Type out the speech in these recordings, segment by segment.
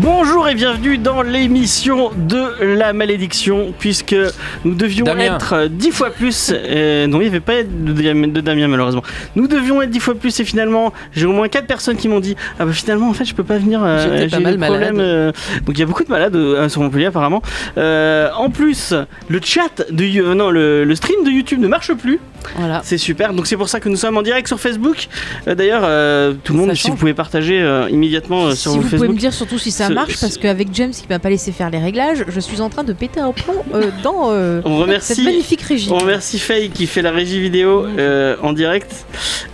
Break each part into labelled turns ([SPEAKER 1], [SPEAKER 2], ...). [SPEAKER 1] Bonjour et bienvenue dans l'émission de la malédiction, puisque nous devions
[SPEAKER 2] Damien.
[SPEAKER 1] être dix fois plus. euh, non, il n'y avait pas de, Dam- de Damien malheureusement. Nous devions être dix fois plus et finalement, j'ai au moins quatre personnes qui m'ont dit Ah bah finalement, en fait, je peux pas venir. euh,
[SPEAKER 2] J'étais pas
[SPEAKER 1] j'ai
[SPEAKER 2] mal
[SPEAKER 1] des problèmes.
[SPEAKER 2] malade.
[SPEAKER 1] euh. donc il y a beaucoup de malades euh, sur Montpellier apparemment. Euh, en plus, le chat de You- euh, non le, le stream de YouTube ne marche plus.
[SPEAKER 2] Voilà.
[SPEAKER 1] C'est super. Donc c'est pour ça que nous sommes en direct sur Facebook. Euh, D'ailleurs, euh, tout le
[SPEAKER 2] Ça
[SPEAKER 1] monde, si
[SPEAKER 2] change.
[SPEAKER 1] vous pouvez partager euh, immédiatement euh, sur vos
[SPEAKER 2] si vous
[SPEAKER 1] Facebook.
[SPEAKER 2] pouvez me dire surtout si ça
[SPEAKER 1] Ce-
[SPEAKER 2] marche, parce qu'avec James qui m'a pas laissé faire les réglages, je suis en train de péter un plomb euh, dans euh,
[SPEAKER 1] On remercie.
[SPEAKER 2] cette magnifique régie.
[SPEAKER 1] On remercie Faye qui fait la régie vidéo euh, en direct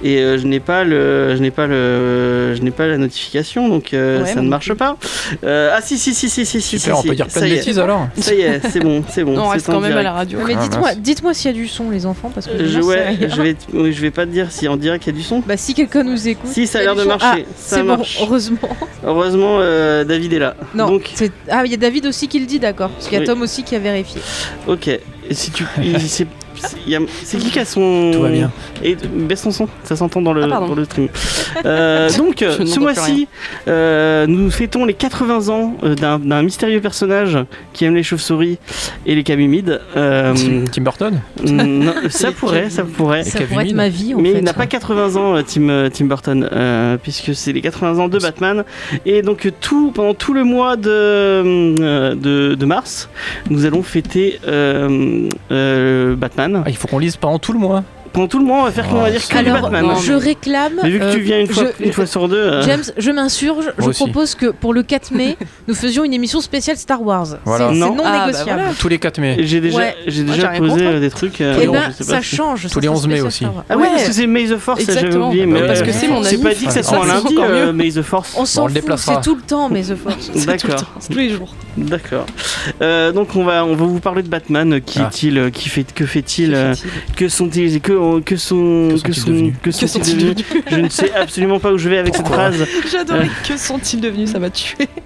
[SPEAKER 1] et euh, je n'ai pas le, je n'ai pas le, je n'ai pas la notification donc euh,
[SPEAKER 2] Ouais,
[SPEAKER 1] ça ne
[SPEAKER 2] moi
[SPEAKER 1] marche pas. Euh, ah si si si si si si.
[SPEAKER 3] Super,
[SPEAKER 1] si,
[SPEAKER 3] on peut
[SPEAKER 1] si.
[SPEAKER 3] dire plein
[SPEAKER 1] Ça
[SPEAKER 3] de
[SPEAKER 1] y est.
[SPEAKER 3] bêtises alors.
[SPEAKER 1] Ça y est, c'est bon, c'est bon.
[SPEAKER 4] Non, on
[SPEAKER 1] c'est
[SPEAKER 4] reste
[SPEAKER 1] en
[SPEAKER 4] quand même à
[SPEAKER 1] direct.
[SPEAKER 4] la radio.
[SPEAKER 2] Mais
[SPEAKER 3] Ah,
[SPEAKER 2] dites-moi,
[SPEAKER 3] mince.
[SPEAKER 2] dites-moi s'il y a du son, les enfants, parce que
[SPEAKER 1] Je,
[SPEAKER 2] j'en sais
[SPEAKER 1] ouais,
[SPEAKER 2] rien.
[SPEAKER 1] je vais, t- oui, je vais pas te dire si en direct il y a du son.
[SPEAKER 2] Bah si quelqu'un nous écoute.
[SPEAKER 1] Si, ça a
[SPEAKER 2] il y
[SPEAKER 1] l'air de
[SPEAKER 2] du son.
[SPEAKER 1] marcher.
[SPEAKER 2] Ah,
[SPEAKER 1] Ça
[SPEAKER 2] c'est bon,
[SPEAKER 1] marche.
[SPEAKER 2] heureusement.
[SPEAKER 1] Heureusement, euh, David est là.
[SPEAKER 2] Non.
[SPEAKER 1] Donc,
[SPEAKER 2] c'est- Ah, il y a David aussi qui le dit, d'accord. Parce qu'il y a
[SPEAKER 1] Oui.
[SPEAKER 2] Tom aussi qui a vérifié.
[SPEAKER 1] ok. Et si tu, il- c'est c'est- il y a- c'est qui qui a son.
[SPEAKER 3] Tout va bien.
[SPEAKER 1] Et baisse ton son, ça s'entend dans le,
[SPEAKER 4] Ah, pardon.
[SPEAKER 1] dans le stream. Euh, donc,
[SPEAKER 4] Je
[SPEAKER 1] ce
[SPEAKER 4] n'entends plus
[SPEAKER 1] mois-ci, euh, nous fêtons les 80 ans euh, d'un d'un mystérieux personnage qui aime les chauves-souris et les camides. Euh,
[SPEAKER 3] Tim Burton
[SPEAKER 1] non, ça pourrait, ça pourrait.
[SPEAKER 3] Et
[SPEAKER 2] ça
[SPEAKER 3] Kevin
[SPEAKER 2] pourrait être
[SPEAKER 3] Mid.
[SPEAKER 2] ma vie, en
[SPEAKER 1] Mais
[SPEAKER 2] fait. hein.
[SPEAKER 1] il n'a pas 80 ans, euh, Tim, euh, Tim Burton, euh, puisque c'est les 80 ans de Batman. Et donc, euh, tout, pendant tout le mois de, euh, de, de mars, nous allons fêter euh, euh, Batman.
[SPEAKER 3] Ah, Il faut qu'on lise pendant tout le mois.
[SPEAKER 1] Pendant tout le mois, on va faire qu'on va dire que du
[SPEAKER 2] Alors, euh,
[SPEAKER 1] Batman. hein.
[SPEAKER 2] je réclame.
[SPEAKER 1] Mais vu que tu
[SPEAKER 2] euh,
[SPEAKER 1] viens une fois,
[SPEAKER 2] je-
[SPEAKER 1] une fois sur deux. euh,
[SPEAKER 2] James, je m'insurge, je
[SPEAKER 3] Moi aussi.
[SPEAKER 2] propose que pour le 4 mai, nous faisions une émission spéciale Star Wars.
[SPEAKER 3] Voilà.
[SPEAKER 2] C'est c'est
[SPEAKER 1] Non.
[SPEAKER 2] non,
[SPEAKER 4] Ah, bah
[SPEAKER 2] négociable.
[SPEAKER 4] voilà.
[SPEAKER 3] Tous les 4 mai.
[SPEAKER 1] J'ai déjà,
[SPEAKER 2] Ouais.
[SPEAKER 1] j'ai
[SPEAKER 4] Moi,
[SPEAKER 1] déjà
[SPEAKER 4] j'ai rien
[SPEAKER 1] posé
[SPEAKER 4] contre.
[SPEAKER 1] euh, des trucs.
[SPEAKER 3] Ah,
[SPEAKER 1] euh,
[SPEAKER 2] Eh
[SPEAKER 1] bon,
[SPEAKER 2] ben,
[SPEAKER 1] je sais
[SPEAKER 2] ça
[SPEAKER 1] pas.
[SPEAKER 2] change. ça
[SPEAKER 3] Tous les
[SPEAKER 2] sera
[SPEAKER 3] 11 mai
[SPEAKER 2] spécial
[SPEAKER 3] aussi.
[SPEAKER 2] Star Wars.
[SPEAKER 1] Ah ouais,
[SPEAKER 4] Ouais.
[SPEAKER 1] parce que c'est May the Force, ça, j'avais
[SPEAKER 4] Exactement.
[SPEAKER 1] oublié.
[SPEAKER 3] Bah
[SPEAKER 1] Mais
[SPEAKER 3] oui,
[SPEAKER 4] Parce
[SPEAKER 1] euh,
[SPEAKER 4] que c'est mon
[SPEAKER 1] C'est
[SPEAKER 4] ami.
[SPEAKER 1] pas dit que ça soit
[SPEAKER 3] Ça,
[SPEAKER 1] en
[SPEAKER 3] c'est
[SPEAKER 1] lundi,
[SPEAKER 4] encore
[SPEAKER 1] euh, May the Force.
[SPEAKER 2] On s'en
[SPEAKER 3] le
[SPEAKER 2] fout,
[SPEAKER 3] déplacera.
[SPEAKER 2] c'est tout le temps, mais The Force.
[SPEAKER 4] C'est tout le
[SPEAKER 1] D'accord.
[SPEAKER 4] temps, c'est tous les jours.
[SPEAKER 1] D'accord. Euh, donc on va, on va vous parler de Batman. euh, Qui
[SPEAKER 3] Ah.
[SPEAKER 1] est-il euh, Qui fait Que fait-il euh,
[SPEAKER 4] Effectivement.
[SPEAKER 1] Que sont-ils Que euh, que sont
[SPEAKER 3] Que sont-ils
[SPEAKER 1] sont-
[SPEAKER 3] devenus
[SPEAKER 1] que
[SPEAKER 4] Que
[SPEAKER 1] sont-ils
[SPEAKER 4] sont-ils
[SPEAKER 1] devenus Euh.
[SPEAKER 4] devenus
[SPEAKER 1] Je ne sais absolument pas où je vais avec cette
[SPEAKER 3] Pourquoi
[SPEAKER 1] phrase.
[SPEAKER 4] J'adorais. Que sont-ils devenus Ça m'a tué.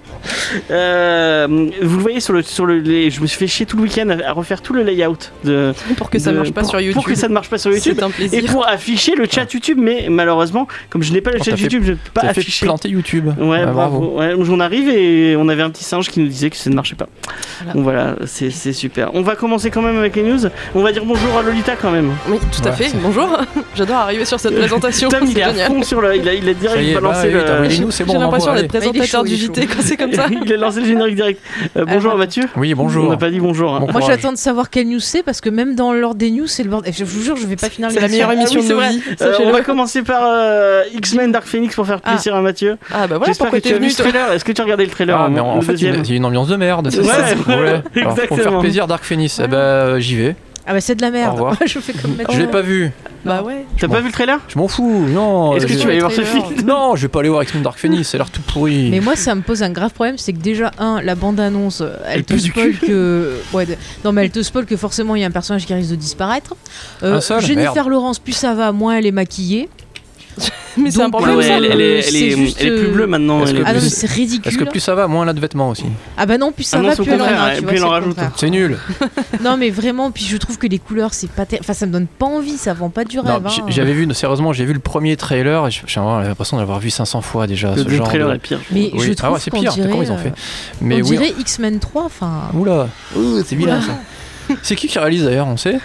[SPEAKER 1] Euh, vous le voyez sur le, sur le, les- je me suis fait chier tout le week-end à, à refaire tout le layout de.
[SPEAKER 4] Pour que ça
[SPEAKER 1] de-
[SPEAKER 4] ne marche pas
[SPEAKER 1] pour-
[SPEAKER 4] sur
[SPEAKER 1] Pour que
[SPEAKER 4] YouTube.
[SPEAKER 1] ça ne marche pas sur YouTube.
[SPEAKER 4] C'est un
[SPEAKER 1] Et
[SPEAKER 4] plaisir.
[SPEAKER 1] pour afficher le chat YouTube, mais malheureusement, comme je n'ai pas le
[SPEAKER 3] Ah. Oh,
[SPEAKER 1] chat
[SPEAKER 3] t'as fait-
[SPEAKER 1] YouTube, je ne peux pas
[SPEAKER 3] Ça fait
[SPEAKER 1] afficher.
[SPEAKER 3] planter YouTube.
[SPEAKER 1] Ouais,
[SPEAKER 3] Ah,
[SPEAKER 1] bravo. Ouais, donc on arrive et on avait un petit singe qui nous disait que ça ne marchait pas.
[SPEAKER 4] Voilà.
[SPEAKER 1] Donc voilà, c'est c'est super. On va commencer quand même avec les news. On va dire bonjour à Lolita quand même.
[SPEAKER 4] Oui, tout à
[SPEAKER 3] Ouais,
[SPEAKER 4] fait.
[SPEAKER 3] c'est-
[SPEAKER 4] Bonjour. J'adore arriver sur cette présentation.
[SPEAKER 1] Euh, Tom,
[SPEAKER 4] C'est
[SPEAKER 1] il est à
[SPEAKER 4] génial.
[SPEAKER 1] fond sur le. Il a, il a
[SPEAKER 3] Ça
[SPEAKER 1] direct
[SPEAKER 3] y est, bah,
[SPEAKER 1] balancé
[SPEAKER 3] oui, t'as envoyé
[SPEAKER 1] le.
[SPEAKER 3] nous, c'est bon,
[SPEAKER 4] J'ai
[SPEAKER 3] on
[SPEAKER 4] l'impression
[SPEAKER 3] envoie,
[SPEAKER 4] d'être
[SPEAKER 3] allez.
[SPEAKER 2] allez.
[SPEAKER 4] présentateur
[SPEAKER 2] Mais il est
[SPEAKER 4] du
[SPEAKER 2] chaud, il est
[SPEAKER 4] JT quand c'est comme ça.
[SPEAKER 1] il a lancé le générique direct. Euh, bonjour
[SPEAKER 4] Ah.
[SPEAKER 1] à Mathieu.
[SPEAKER 3] Oui,
[SPEAKER 1] On
[SPEAKER 3] bonjour.
[SPEAKER 1] n'a pas dit bonjour. hein.
[SPEAKER 3] Bon
[SPEAKER 2] Moi,
[SPEAKER 3] courage.
[SPEAKER 2] j'attends de savoir quelle news c'est parce que même dans l'ordre des news, c'est le bordel. Je vous jure, je vais pas finir
[SPEAKER 4] C'est la meilleure
[SPEAKER 1] Ah oui,
[SPEAKER 4] émission
[SPEAKER 1] c'est
[SPEAKER 4] de nos
[SPEAKER 1] vrai.
[SPEAKER 4] vies.
[SPEAKER 1] Euh, on
[SPEAKER 4] sachez-le.
[SPEAKER 1] va commencer par euh, X-Men Dark Phoenix pour faire plaisir à Mathieu.
[SPEAKER 4] Ah bah voilà
[SPEAKER 1] J'espère
[SPEAKER 4] pourquoi
[SPEAKER 1] que tu
[SPEAKER 4] t'es
[SPEAKER 1] as vu
[SPEAKER 4] venu
[SPEAKER 1] ce
[SPEAKER 4] toi.
[SPEAKER 1] trailer. Est-ce que tu as regardé le trailer
[SPEAKER 3] Ah,
[SPEAKER 1] hein,
[SPEAKER 3] mais en, en
[SPEAKER 1] le
[SPEAKER 3] fait, il y a-
[SPEAKER 1] deuxième
[SPEAKER 3] il y a une ambiance de merde. c'est
[SPEAKER 1] Ouais,
[SPEAKER 3] ça.
[SPEAKER 1] ouais,
[SPEAKER 3] Alors, pour
[SPEAKER 1] exactement.
[SPEAKER 3] faire plaisir, Dark Phoenix, eh ben, j'y vais.
[SPEAKER 2] Ah bah c'est de la merde.
[SPEAKER 3] Au revoir.
[SPEAKER 2] je fais comme Mathieu.
[SPEAKER 3] Je l'ai pas vu.
[SPEAKER 4] Bah ouais.
[SPEAKER 1] T'as pas vu le trailer
[SPEAKER 3] Je m'en fous. Non.
[SPEAKER 1] Est-ce que
[SPEAKER 3] je-
[SPEAKER 1] tu vas aller voir ce
[SPEAKER 4] trailer.
[SPEAKER 1] film
[SPEAKER 3] Non, je vais pas aller voir X-Men Dark Phoenix. Ça a l'air tout pourri.
[SPEAKER 2] Mais moi, ça me pose un grave problème, c'est que déjà, un, la bande-annonce, euh, elle
[SPEAKER 3] Elle
[SPEAKER 2] te
[SPEAKER 3] pue du
[SPEAKER 2] spoil
[SPEAKER 3] cul.
[SPEAKER 2] que. Ouais, de- Non, mais elle te spoil que forcément, il y a un personnage qui risque de disparaître. Euh,
[SPEAKER 3] Un seul
[SPEAKER 2] Jennifer
[SPEAKER 3] Ah, Merde.
[SPEAKER 2] Lawrence, plus ça va, moins elle est maquillée.
[SPEAKER 4] Mais c'est
[SPEAKER 2] Donc,
[SPEAKER 4] un
[SPEAKER 2] Ah
[SPEAKER 1] Ah
[SPEAKER 4] problème
[SPEAKER 1] ouais,
[SPEAKER 2] ouais,
[SPEAKER 4] ça.
[SPEAKER 1] elle,
[SPEAKER 2] mais
[SPEAKER 1] elle est,
[SPEAKER 2] c'est
[SPEAKER 1] elle est-
[SPEAKER 2] juste,
[SPEAKER 1] elle est plus
[SPEAKER 2] euh,
[SPEAKER 3] bleue
[SPEAKER 1] bleue maintenant.
[SPEAKER 3] est-ce
[SPEAKER 1] elle
[SPEAKER 3] que
[SPEAKER 2] Ah non, mais
[SPEAKER 3] plus-
[SPEAKER 2] c'est
[SPEAKER 3] Est-ce que
[SPEAKER 2] ridicule.
[SPEAKER 3] plus ça va, moins elle a de vêtements aussi
[SPEAKER 2] Ah bah non, plus ça
[SPEAKER 1] Ah non,
[SPEAKER 2] va,
[SPEAKER 1] c'est au
[SPEAKER 2] plus elle en
[SPEAKER 1] contraire,
[SPEAKER 2] a.
[SPEAKER 1] ouais,
[SPEAKER 2] tu vois,
[SPEAKER 1] plus elle en
[SPEAKER 2] c'est le
[SPEAKER 1] rajoute.
[SPEAKER 2] contraire.
[SPEAKER 3] C'est nul.
[SPEAKER 2] Non, mais vraiment, puis je trouve que les couleurs, c'est pas. ter- Enfin, ça me donne pas envie, ça vend pas du
[SPEAKER 3] Non,
[SPEAKER 2] rêve.
[SPEAKER 3] j-
[SPEAKER 2] hein.
[SPEAKER 3] J'avais vu, sérieusement, j'ai vu le premier trailer et j'ai j'ai vraiment l'impression d'avoir vu 500 fois déjà
[SPEAKER 1] Le
[SPEAKER 3] Ah, ce genre.
[SPEAKER 1] trailer
[SPEAKER 3] de-
[SPEAKER 1] est pire.
[SPEAKER 2] Mais
[SPEAKER 3] Oui.
[SPEAKER 2] je
[SPEAKER 3] Ah
[SPEAKER 2] trouve
[SPEAKER 3] ouais, c'est
[SPEAKER 2] qu'on
[SPEAKER 3] pire,
[SPEAKER 2] dirait,
[SPEAKER 3] d'accord, ils ont fait.
[SPEAKER 2] euh,
[SPEAKER 3] Mais
[SPEAKER 2] on
[SPEAKER 3] oui,
[SPEAKER 2] dirait X-Men 3, enfin.
[SPEAKER 3] Oula,
[SPEAKER 2] c'est
[SPEAKER 3] vilain, ça. c'est qui qui réalise d'ailleurs On sait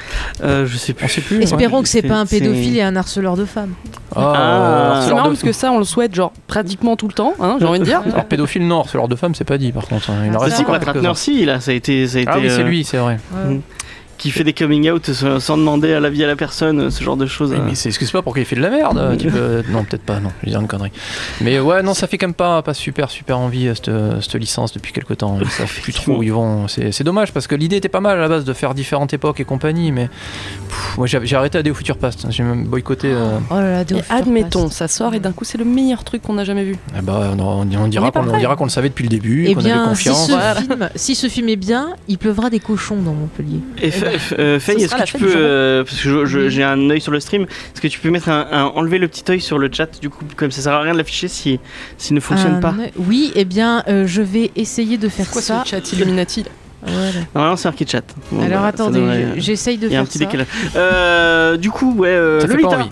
[SPEAKER 1] Euh, je sais
[SPEAKER 3] On
[SPEAKER 1] plus.
[SPEAKER 3] sait plus. ouais.
[SPEAKER 2] Espérons que c'est
[SPEAKER 1] C'est-
[SPEAKER 2] pas un
[SPEAKER 1] c'est-
[SPEAKER 2] pédophile et un harceleur de femmes.
[SPEAKER 1] Ah.
[SPEAKER 3] Ah,
[SPEAKER 1] C'est
[SPEAKER 4] C'est
[SPEAKER 3] harceleur
[SPEAKER 4] marrant
[SPEAKER 3] de-
[SPEAKER 4] parce que ça on le souhaite genre pratiquement tout le temps, hein, j'ai envie de dire.
[SPEAKER 3] Alors pédophile non, harceleur de femme, c'est pas dit par contre. hein. Il en
[SPEAKER 2] Ah,
[SPEAKER 1] Ah,
[SPEAKER 3] reste
[SPEAKER 1] si,
[SPEAKER 2] c'est
[SPEAKER 3] encore
[SPEAKER 1] Brett Ratner,
[SPEAKER 3] quelques-uns.
[SPEAKER 1] si, là, ça a été. Ça a été
[SPEAKER 3] Ah oui, c'est
[SPEAKER 1] euh,
[SPEAKER 3] lui, c'est vrai.
[SPEAKER 2] Ouais.
[SPEAKER 1] Mm. Qui fait des coming out sans, sans demander à l'avis à la personne, ce genre de choses. hein.
[SPEAKER 3] Mais c'est excuse pas pour qu'il fait de la merde. euh, tu peux- Non, peut-être pas, non, je vais dire une connerie. Mais ouais, non, ça fait quand même pas, pas super, super envie euh, cette, cette licence depuis quelques temps. Ils savent plus trop où ils vont. C'est c'est dommage parce que l'idée était pas mal à la base de faire différentes époques et compagnie, mais pff, moi j'ai j'ai arrêté à Day of Future Past. J'ai même boycotté. euh,
[SPEAKER 2] Oh là là, de
[SPEAKER 4] Et admettons, ça sort et d'un coup c'est le meilleur truc qu'on n'a jamais vu.
[SPEAKER 3] eh ben, on, on- on
[SPEAKER 2] On
[SPEAKER 3] dira
[SPEAKER 2] est pas
[SPEAKER 3] qu'on on
[SPEAKER 2] prêt.
[SPEAKER 3] dira qu'on le savait depuis le début,
[SPEAKER 2] Eh
[SPEAKER 3] qu'on avait
[SPEAKER 2] bien, si
[SPEAKER 3] confiance.
[SPEAKER 2] ce,
[SPEAKER 4] Voilà.
[SPEAKER 2] film, si ce film est bien, il pleuvra des cochons dans Montpellier.
[SPEAKER 1] Eff-
[SPEAKER 3] eh ben,
[SPEAKER 1] Euh, Faye,
[SPEAKER 2] Ce
[SPEAKER 1] est-ce
[SPEAKER 2] sera
[SPEAKER 1] que
[SPEAKER 2] la
[SPEAKER 1] tu
[SPEAKER 2] fin du
[SPEAKER 1] peux,
[SPEAKER 2] journal.
[SPEAKER 1] euh, parce que je- je- j'ai un œil sur le stream, est-ce que tu peux mettre un, un- enlever le petit œil sur le chat du coup, comme ça sert à rien de l'afficher si, s'il ne fonctionne
[SPEAKER 2] Un-
[SPEAKER 1] pas.
[SPEAKER 2] Oui, eh bien, euh, je vais essayer de faire
[SPEAKER 4] C'est quoi
[SPEAKER 2] ça.
[SPEAKER 4] ce chat Illuminati là
[SPEAKER 2] Voilà.
[SPEAKER 1] Normalement, c'est un qui chat. Bon, bah,
[SPEAKER 2] Alors
[SPEAKER 1] ça
[SPEAKER 2] attendez,
[SPEAKER 1] devrait-
[SPEAKER 2] je- j'essaye de
[SPEAKER 1] il y
[SPEAKER 2] faire
[SPEAKER 1] a un petit
[SPEAKER 2] ça.
[SPEAKER 1] décalage. Euh, du coup, ouais, euh,
[SPEAKER 3] Ça fait
[SPEAKER 1] Lolita.
[SPEAKER 3] pas envie.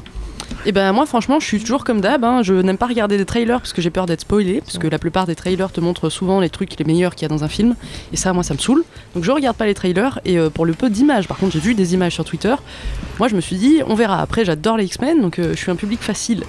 [SPEAKER 4] Et ben moi franchement je suis toujours comme d'hab, hein. je n'aime pas regarder des trailers parce que j'ai peur d'être spoilé, parce que la plupart des trailers te montrent souvent les trucs les meilleurs qu'il y a dans un film, et ça moi ça me saoule, donc je regarde pas les trailers, et euh, pour le peu d'images, par contre j'ai vu des images sur Twitter, moi je me suis dit on verra, après j'adore les X-Men, donc euh, je suis un public facile.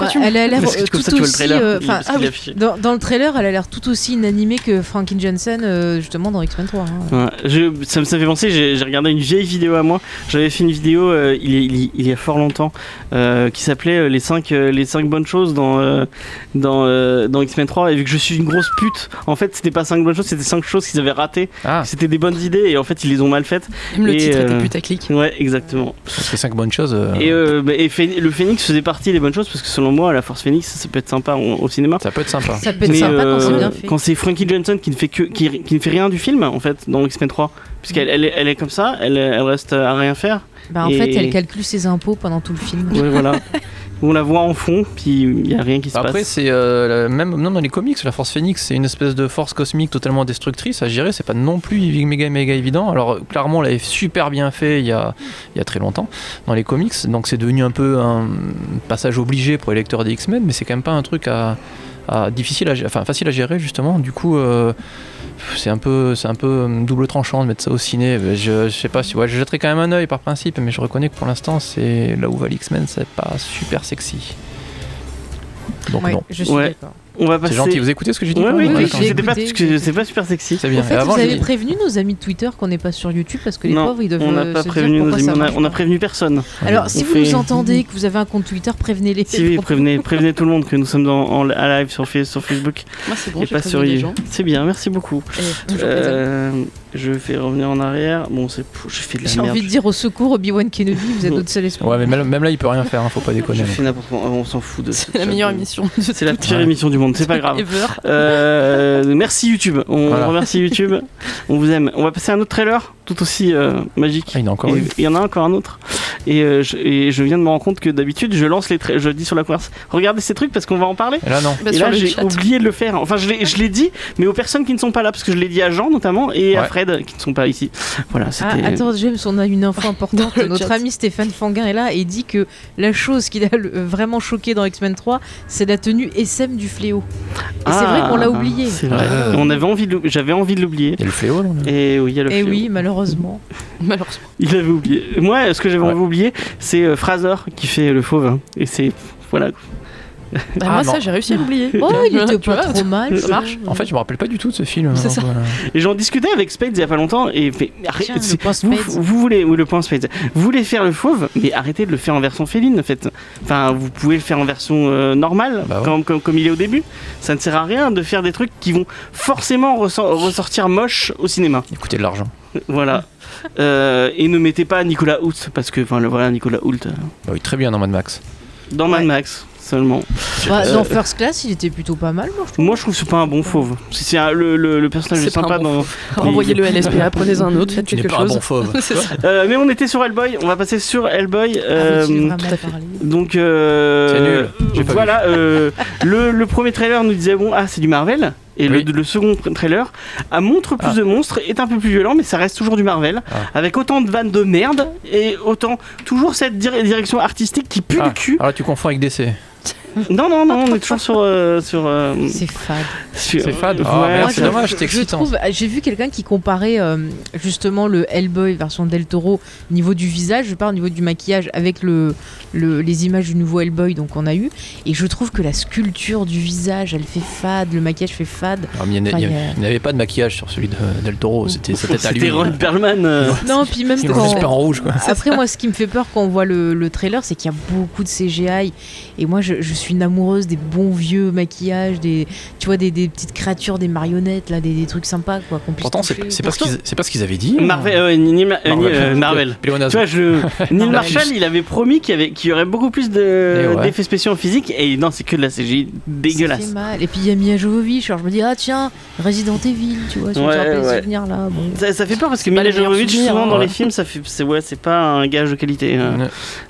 [SPEAKER 2] Bah, elle a l'air
[SPEAKER 1] Parce que
[SPEAKER 2] euh,
[SPEAKER 1] comme
[SPEAKER 2] tout
[SPEAKER 1] ça, tu vois le
[SPEAKER 2] aussi.
[SPEAKER 1] trailer.
[SPEAKER 2] euh,
[SPEAKER 1] il-
[SPEAKER 2] enfin,
[SPEAKER 1] parce
[SPEAKER 2] ah
[SPEAKER 1] qu'il
[SPEAKER 2] oui,
[SPEAKER 1] est affiché.
[SPEAKER 2] dans, dans le trailer, elle a l'air tout aussi inanimée que Frankie Johnson, euh, justement, dans X-Men 3. hein.
[SPEAKER 1] Ouais, je- ça me ça me fait penser, j'ai j'ai regardé une vieille vidéo à moi. J'avais fait une vidéo euh, il, y- il y- il y a fort longtemps euh, qui s'appelait euh, les 5 les cinq bonnes choses dans euh, dans, euh, dans X-Men 3 et vu que je suis une grosse pute, en fait, c'était pas 5 bonnes choses, c'était 5 choses qu'ils avaient ratées.
[SPEAKER 3] Ah,
[SPEAKER 1] C'était des bonnes idées et en fait, ils les ont mal faites.
[SPEAKER 4] Même le
[SPEAKER 1] Et,
[SPEAKER 4] titre
[SPEAKER 1] euh,
[SPEAKER 4] était putaclic.
[SPEAKER 1] Ouais, exactement.
[SPEAKER 3] parce que 5 bonnes choses. euh,
[SPEAKER 1] Et, euh, bah, et Phé- le Phoenix faisait partie des bonnes choses parce que selon moi, la Force Phoenix, ça peut être sympa au- au cinéma.
[SPEAKER 3] Ça peut être sympa.
[SPEAKER 2] Ça peut être sympa quand c'est
[SPEAKER 1] euh,
[SPEAKER 2] bien fait.
[SPEAKER 1] quand c'est Frankie Johnson qui ne fait que qui, qui ne fait rien du film en fait dans X-Men 3 puisqu'elle elle, est- elle est comme ça, elle, elle reste à rien faire.
[SPEAKER 2] Bah, en
[SPEAKER 1] et-
[SPEAKER 2] fait, elle calcule ses impôts pendant tout le film.
[SPEAKER 1] Ouais, voilà. On la voit en fond, puis il n'y a rien qui se
[SPEAKER 3] Bah, Après,
[SPEAKER 1] passe.
[SPEAKER 3] c'est euh, la- même non, dans les comics, la force phénix, c'est une espèce de force cosmique totalement destructrice à gérer. C'est pas non plus évi- méga méga évident. Alors, clairement, on l'avait super bien fait il y, a, il y a très longtemps dans les comics. Donc, c'est devenu un peu un passage obligé pour les lecteurs des X-Men, mais c'est quand même pas un truc à, à- Ah, difficile à, gé- enfin facile à gérer justement. Du coup. euh, c'est un peu, c'est un peu hum, double tranchant de mettre ça au ciné. Je, je sais pas si, ouais, je jetterai quand même un œil par principe, mais je reconnais que pour l'instant, c'est là où va l'X-Men, c'est pas super sexy. Donc
[SPEAKER 2] Ouais,
[SPEAKER 3] non.
[SPEAKER 2] je suis
[SPEAKER 1] Ouais.
[SPEAKER 2] d'accord.
[SPEAKER 1] On va passer.
[SPEAKER 3] C'est gentil, vous écoutez ce que j'ai dit
[SPEAKER 1] Bah, Ouais,
[SPEAKER 3] pas
[SPEAKER 1] oui,
[SPEAKER 3] Bon,
[SPEAKER 1] oui,
[SPEAKER 3] d'accord.
[SPEAKER 2] j'ai
[SPEAKER 1] c'était pas,
[SPEAKER 2] écouté,
[SPEAKER 1] parce que
[SPEAKER 2] j'ai
[SPEAKER 1] c'est pas super sexy.
[SPEAKER 3] C'est bien.
[SPEAKER 2] En fait,
[SPEAKER 3] Et avant,
[SPEAKER 2] vous
[SPEAKER 3] je
[SPEAKER 2] avez
[SPEAKER 3] dis-
[SPEAKER 2] prévenu nos amis de Twitter qu'on n'est pas sur YouTube parce que les
[SPEAKER 1] Non,
[SPEAKER 2] pauvres, ils doivent
[SPEAKER 1] on n'a
[SPEAKER 2] euh,
[SPEAKER 1] pas
[SPEAKER 2] se
[SPEAKER 1] prévenu
[SPEAKER 2] dire
[SPEAKER 1] nos
[SPEAKER 2] pourquoi
[SPEAKER 1] amis,
[SPEAKER 2] ça
[SPEAKER 1] on a-
[SPEAKER 2] marche
[SPEAKER 1] on a
[SPEAKER 2] pas.
[SPEAKER 1] prévenu personne.
[SPEAKER 2] Alors, si
[SPEAKER 1] on
[SPEAKER 2] vous
[SPEAKER 1] fait-
[SPEAKER 2] nous entendez, que vous avez un compte Twitter, prévenez-les.
[SPEAKER 1] Si oui, prévenez, prévenez tout le monde que nous sommes dans, en à live sur, Face- sur Facebook
[SPEAKER 4] Moi c'est bon,
[SPEAKER 1] et
[SPEAKER 4] j'ai
[SPEAKER 1] pas
[SPEAKER 4] prévenu
[SPEAKER 1] sur
[SPEAKER 4] les
[SPEAKER 1] YouTube.
[SPEAKER 4] gens.
[SPEAKER 1] C'est bien, merci beaucoup.
[SPEAKER 4] Et toujours plaisir.
[SPEAKER 1] Euh, je vais revenir en arrière. Bon, c'est je fais de la
[SPEAKER 2] J'ai
[SPEAKER 1] merde.
[SPEAKER 2] envie de dire au secours, Obi-Wan Kennedy, vous êtes notre seul espoir.
[SPEAKER 3] Ouais, mais même, même là, il peut rien faire, hein, faut pas déconner.
[SPEAKER 1] Je fais n'importe quoi. On s'en fout de
[SPEAKER 4] C'est
[SPEAKER 1] cette-
[SPEAKER 4] la meilleure émission de
[SPEAKER 1] C'est la pire
[SPEAKER 3] Ouais.
[SPEAKER 1] émission du monde, c'est pas grave.
[SPEAKER 4] ever.
[SPEAKER 1] Euh, merci YouTube. On
[SPEAKER 3] Voilà.
[SPEAKER 1] remercie YouTube. On vous aime. On va passer à un autre trailer tout aussi euh, magique.
[SPEAKER 3] Ah, il y en a encore
[SPEAKER 1] Et-
[SPEAKER 3] eu.
[SPEAKER 1] Il y en a encore un autre. Et, euh, je, et je viens de me rendre compte que d'habitude, je lance les trailers. Je dis sur la converse regardez ces trucs parce qu'on va en parler.
[SPEAKER 3] Et là, non.
[SPEAKER 4] Bah,
[SPEAKER 1] et
[SPEAKER 4] sur
[SPEAKER 1] là,
[SPEAKER 4] le
[SPEAKER 1] j'ai
[SPEAKER 4] chat.
[SPEAKER 1] oublié de le faire. Enfin, je l'ai je l'ai dit, mais aux personnes qui ne sont pas là, parce que je l'ai dit à Jean notamment et à
[SPEAKER 3] Ouais.
[SPEAKER 1] Fred qui ne sont pas ici. Voilà,
[SPEAKER 2] Ah,
[SPEAKER 1] c'était.
[SPEAKER 2] attends, James, on a une info importante.
[SPEAKER 4] Dans le
[SPEAKER 2] Notre
[SPEAKER 4] chat.
[SPEAKER 2] ami Stéphane Fanguin est là et il dit que la chose qui l'a le- euh, vraiment choqué dans X-Men 3, c'est la tenue SM du fléau. Et c'est
[SPEAKER 1] Ah,
[SPEAKER 2] vrai qu'on l'a oublié.
[SPEAKER 1] C'est vrai.
[SPEAKER 3] Ouais.
[SPEAKER 1] Et On avait envie de l'oub- J'avais envie de l'oublier.
[SPEAKER 3] Il y a le fléau, non là
[SPEAKER 1] Et oui, il y a le
[SPEAKER 2] Et
[SPEAKER 1] fléau.
[SPEAKER 2] Eh oui, malheureusement.
[SPEAKER 4] Malheureusement.
[SPEAKER 1] Il avait oublié. Moi, ce que j'avais
[SPEAKER 3] Ouais.
[SPEAKER 1] oublié, c'est euh, Fraser qui fait le fauve. hein. Et c'est. Voilà.
[SPEAKER 4] Bah,
[SPEAKER 3] Ah,
[SPEAKER 4] moi
[SPEAKER 3] non.
[SPEAKER 4] ça j'ai réussi à l'oublier.
[SPEAKER 2] Oh, il était
[SPEAKER 4] Tu
[SPEAKER 2] pas
[SPEAKER 4] vois,
[SPEAKER 2] trop mal.
[SPEAKER 4] ça marche.
[SPEAKER 3] En fait, je me rappelle pas du tout de ce film.
[SPEAKER 4] C'est
[SPEAKER 3] donc,
[SPEAKER 4] ça.
[SPEAKER 3] voilà.
[SPEAKER 1] Et j'en discutais avec Spades il y a pas longtemps. Et mais arrête-
[SPEAKER 2] Tiens, le
[SPEAKER 1] c'est-
[SPEAKER 2] point
[SPEAKER 1] vous,
[SPEAKER 2] Spades.
[SPEAKER 1] vous voulez. Oui, le point Spades. Vous voulez faire le fauve, mais arrêtez de le faire en version féline, en fait. Enfin, vous pouvez le faire en version euh, normale,
[SPEAKER 3] Bah ouais.
[SPEAKER 1] comme, comme, comme il est au début. Ça ne sert à rien de faire des trucs qui vont forcément ressor- ressortir moche au cinéma.
[SPEAKER 3] Il coûtait de l'argent.
[SPEAKER 1] Voilà. Euh, et ne mettez pas Nicolas Hoult, parce que, enfin, le voilà, Nicolas Hoult. euh,
[SPEAKER 3] Bah oui, très bien dans Mad Max.
[SPEAKER 1] Dans Mad Max seulement.
[SPEAKER 2] Bah,
[SPEAKER 1] Euh,
[SPEAKER 2] dans First Class, il était plutôt pas mal, moi, je trouve.
[SPEAKER 1] Moi, je trouve que c'est pas un bon fauve. C'est c'est un- le, le- le personnage est
[SPEAKER 4] C'est pas
[SPEAKER 1] sympa
[SPEAKER 4] un bon
[SPEAKER 1] dans.
[SPEAKER 4] Renvoyez le LSPA, prenez un autre, faites
[SPEAKER 3] Tu n'es
[SPEAKER 4] quelque
[SPEAKER 3] pas un
[SPEAKER 4] chose.
[SPEAKER 3] bon fauve.
[SPEAKER 4] C'est ça.
[SPEAKER 1] Euh, mais on était sur Hellboy. On va passer sur Hellboy.
[SPEAKER 4] Ah,
[SPEAKER 1] euh,
[SPEAKER 2] Avait-il Ah, vraiment
[SPEAKER 4] tout à fait.
[SPEAKER 2] parlé
[SPEAKER 1] donc euh,
[SPEAKER 3] C'est nul, j'ai pas
[SPEAKER 1] voilà euh, le, le premier trailer nous disait bon ah c'est du Marvel et le-
[SPEAKER 3] Oui.
[SPEAKER 1] le, second trailer ah, montre plus
[SPEAKER 3] Ah.
[SPEAKER 1] de monstres est un peu plus violent mais ça reste toujours du Marvel
[SPEAKER 3] Ah.
[SPEAKER 1] avec autant de vannes de merde et autant toujours cette dir- direction artistique qui pue
[SPEAKER 3] Ah,
[SPEAKER 1] le cul
[SPEAKER 3] alors là, tu confonds avec DC.
[SPEAKER 1] non non non on est toujours sur euh, sur, euh,
[SPEAKER 2] C'est fade.
[SPEAKER 1] sur-
[SPEAKER 3] C'est fade.
[SPEAKER 1] Ouais,
[SPEAKER 3] Ah, merde, c'est
[SPEAKER 1] je-
[SPEAKER 3] dommage, c'était
[SPEAKER 2] Je
[SPEAKER 3] excitant.
[SPEAKER 2] trouve, ah, j'ai vu quelqu'un qui comparait euh, justement le Hellboy version Del Toro au niveau du visage, je parle au niveau du maquillage avec le, le- les images du nouveau Hellboy donc on a eu et je trouve que la sculpture du visage, elle fait fade, le maquillage fait fade.
[SPEAKER 3] Ah, mais Il n'y en a-
[SPEAKER 2] Enfin,
[SPEAKER 3] il y
[SPEAKER 2] il y a-
[SPEAKER 3] a- il n'y avait pas de maquillage sur celui de Del Toro. C'était c'était à lui.
[SPEAKER 1] c'était Ron Perlman euh,
[SPEAKER 2] Non, puis même
[SPEAKER 3] Il
[SPEAKER 2] quand
[SPEAKER 3] juste pas en rouge, quoi.
[SPEAKER 2] après moi ce qui me fait peur quand on voit le, le trailer, c'est qu'il y a beaucoup de CGI et moi je, je suis suis une amoureuse des bons vieux maquillages, des, tu vois, des, des petites créatures, des marionnettes, là, des, des trucs sympas, quoi. qu'on puisse
[SPEAKER 3] Pourtant,
[SPEAKER 2] toucher.
[SPEAKER 3] c'est c'est pas ce qu'ils- c'est pas ce qu'ils avaient dit. hein.
[SPEAKER 1] Marvel, euh, ni- ni- euh, ni- euh, Marvel.
[SPEAKER 3] Puis on a-
[SPEAKER 1] Tu vois, je... Neil
[SPEAKER 3] Non,
[SPEAKER 1] Marshall,
[SPEAKER 3] mais-
[SPEAKER 1] il avait promis qu'il y, avait... qu'il y aurait beaucoup plus de-
[SPEAKER 3] Et Eh ouais.
[SPEAKER 1] d'effets spéciaux en physique, et non, c'est que de la CGI
[SPEAKER 2] Ça fait
[SPEAKER 1] dégueulasse.
[SPEAKER 2] mal. Et puis il y a Mia Jovovich, alors je me dis, ah tiens, Resident Evil, tu vois, si
[SPEAKER 1] Ouais,
[SPEAKER 2] tu rappelles
[SPEAKER 1] ouais.
[SPEAKER 2] les souvenirs là. Bon.
[SPEAKER 1] Ça, ça fait peur parce que
[SPEAKER 4] C'est pas
[SPEAKER 1] Mila
[SPEAKER 4] les meilleurs
[SPEAKER 1] Jovovich,
[SPEAKER 4] souvenirs,
[SPEAKER 1] souvent
[SPEAKER 4] hein.
[SPEAKER 1] dans les
[SPEAKER 3] Ouais.
[SPEAKER 1] films, ça fait... c'est ouais, c'est pas un gage de qualité. euh.
[SPEAKER 3] Ouais.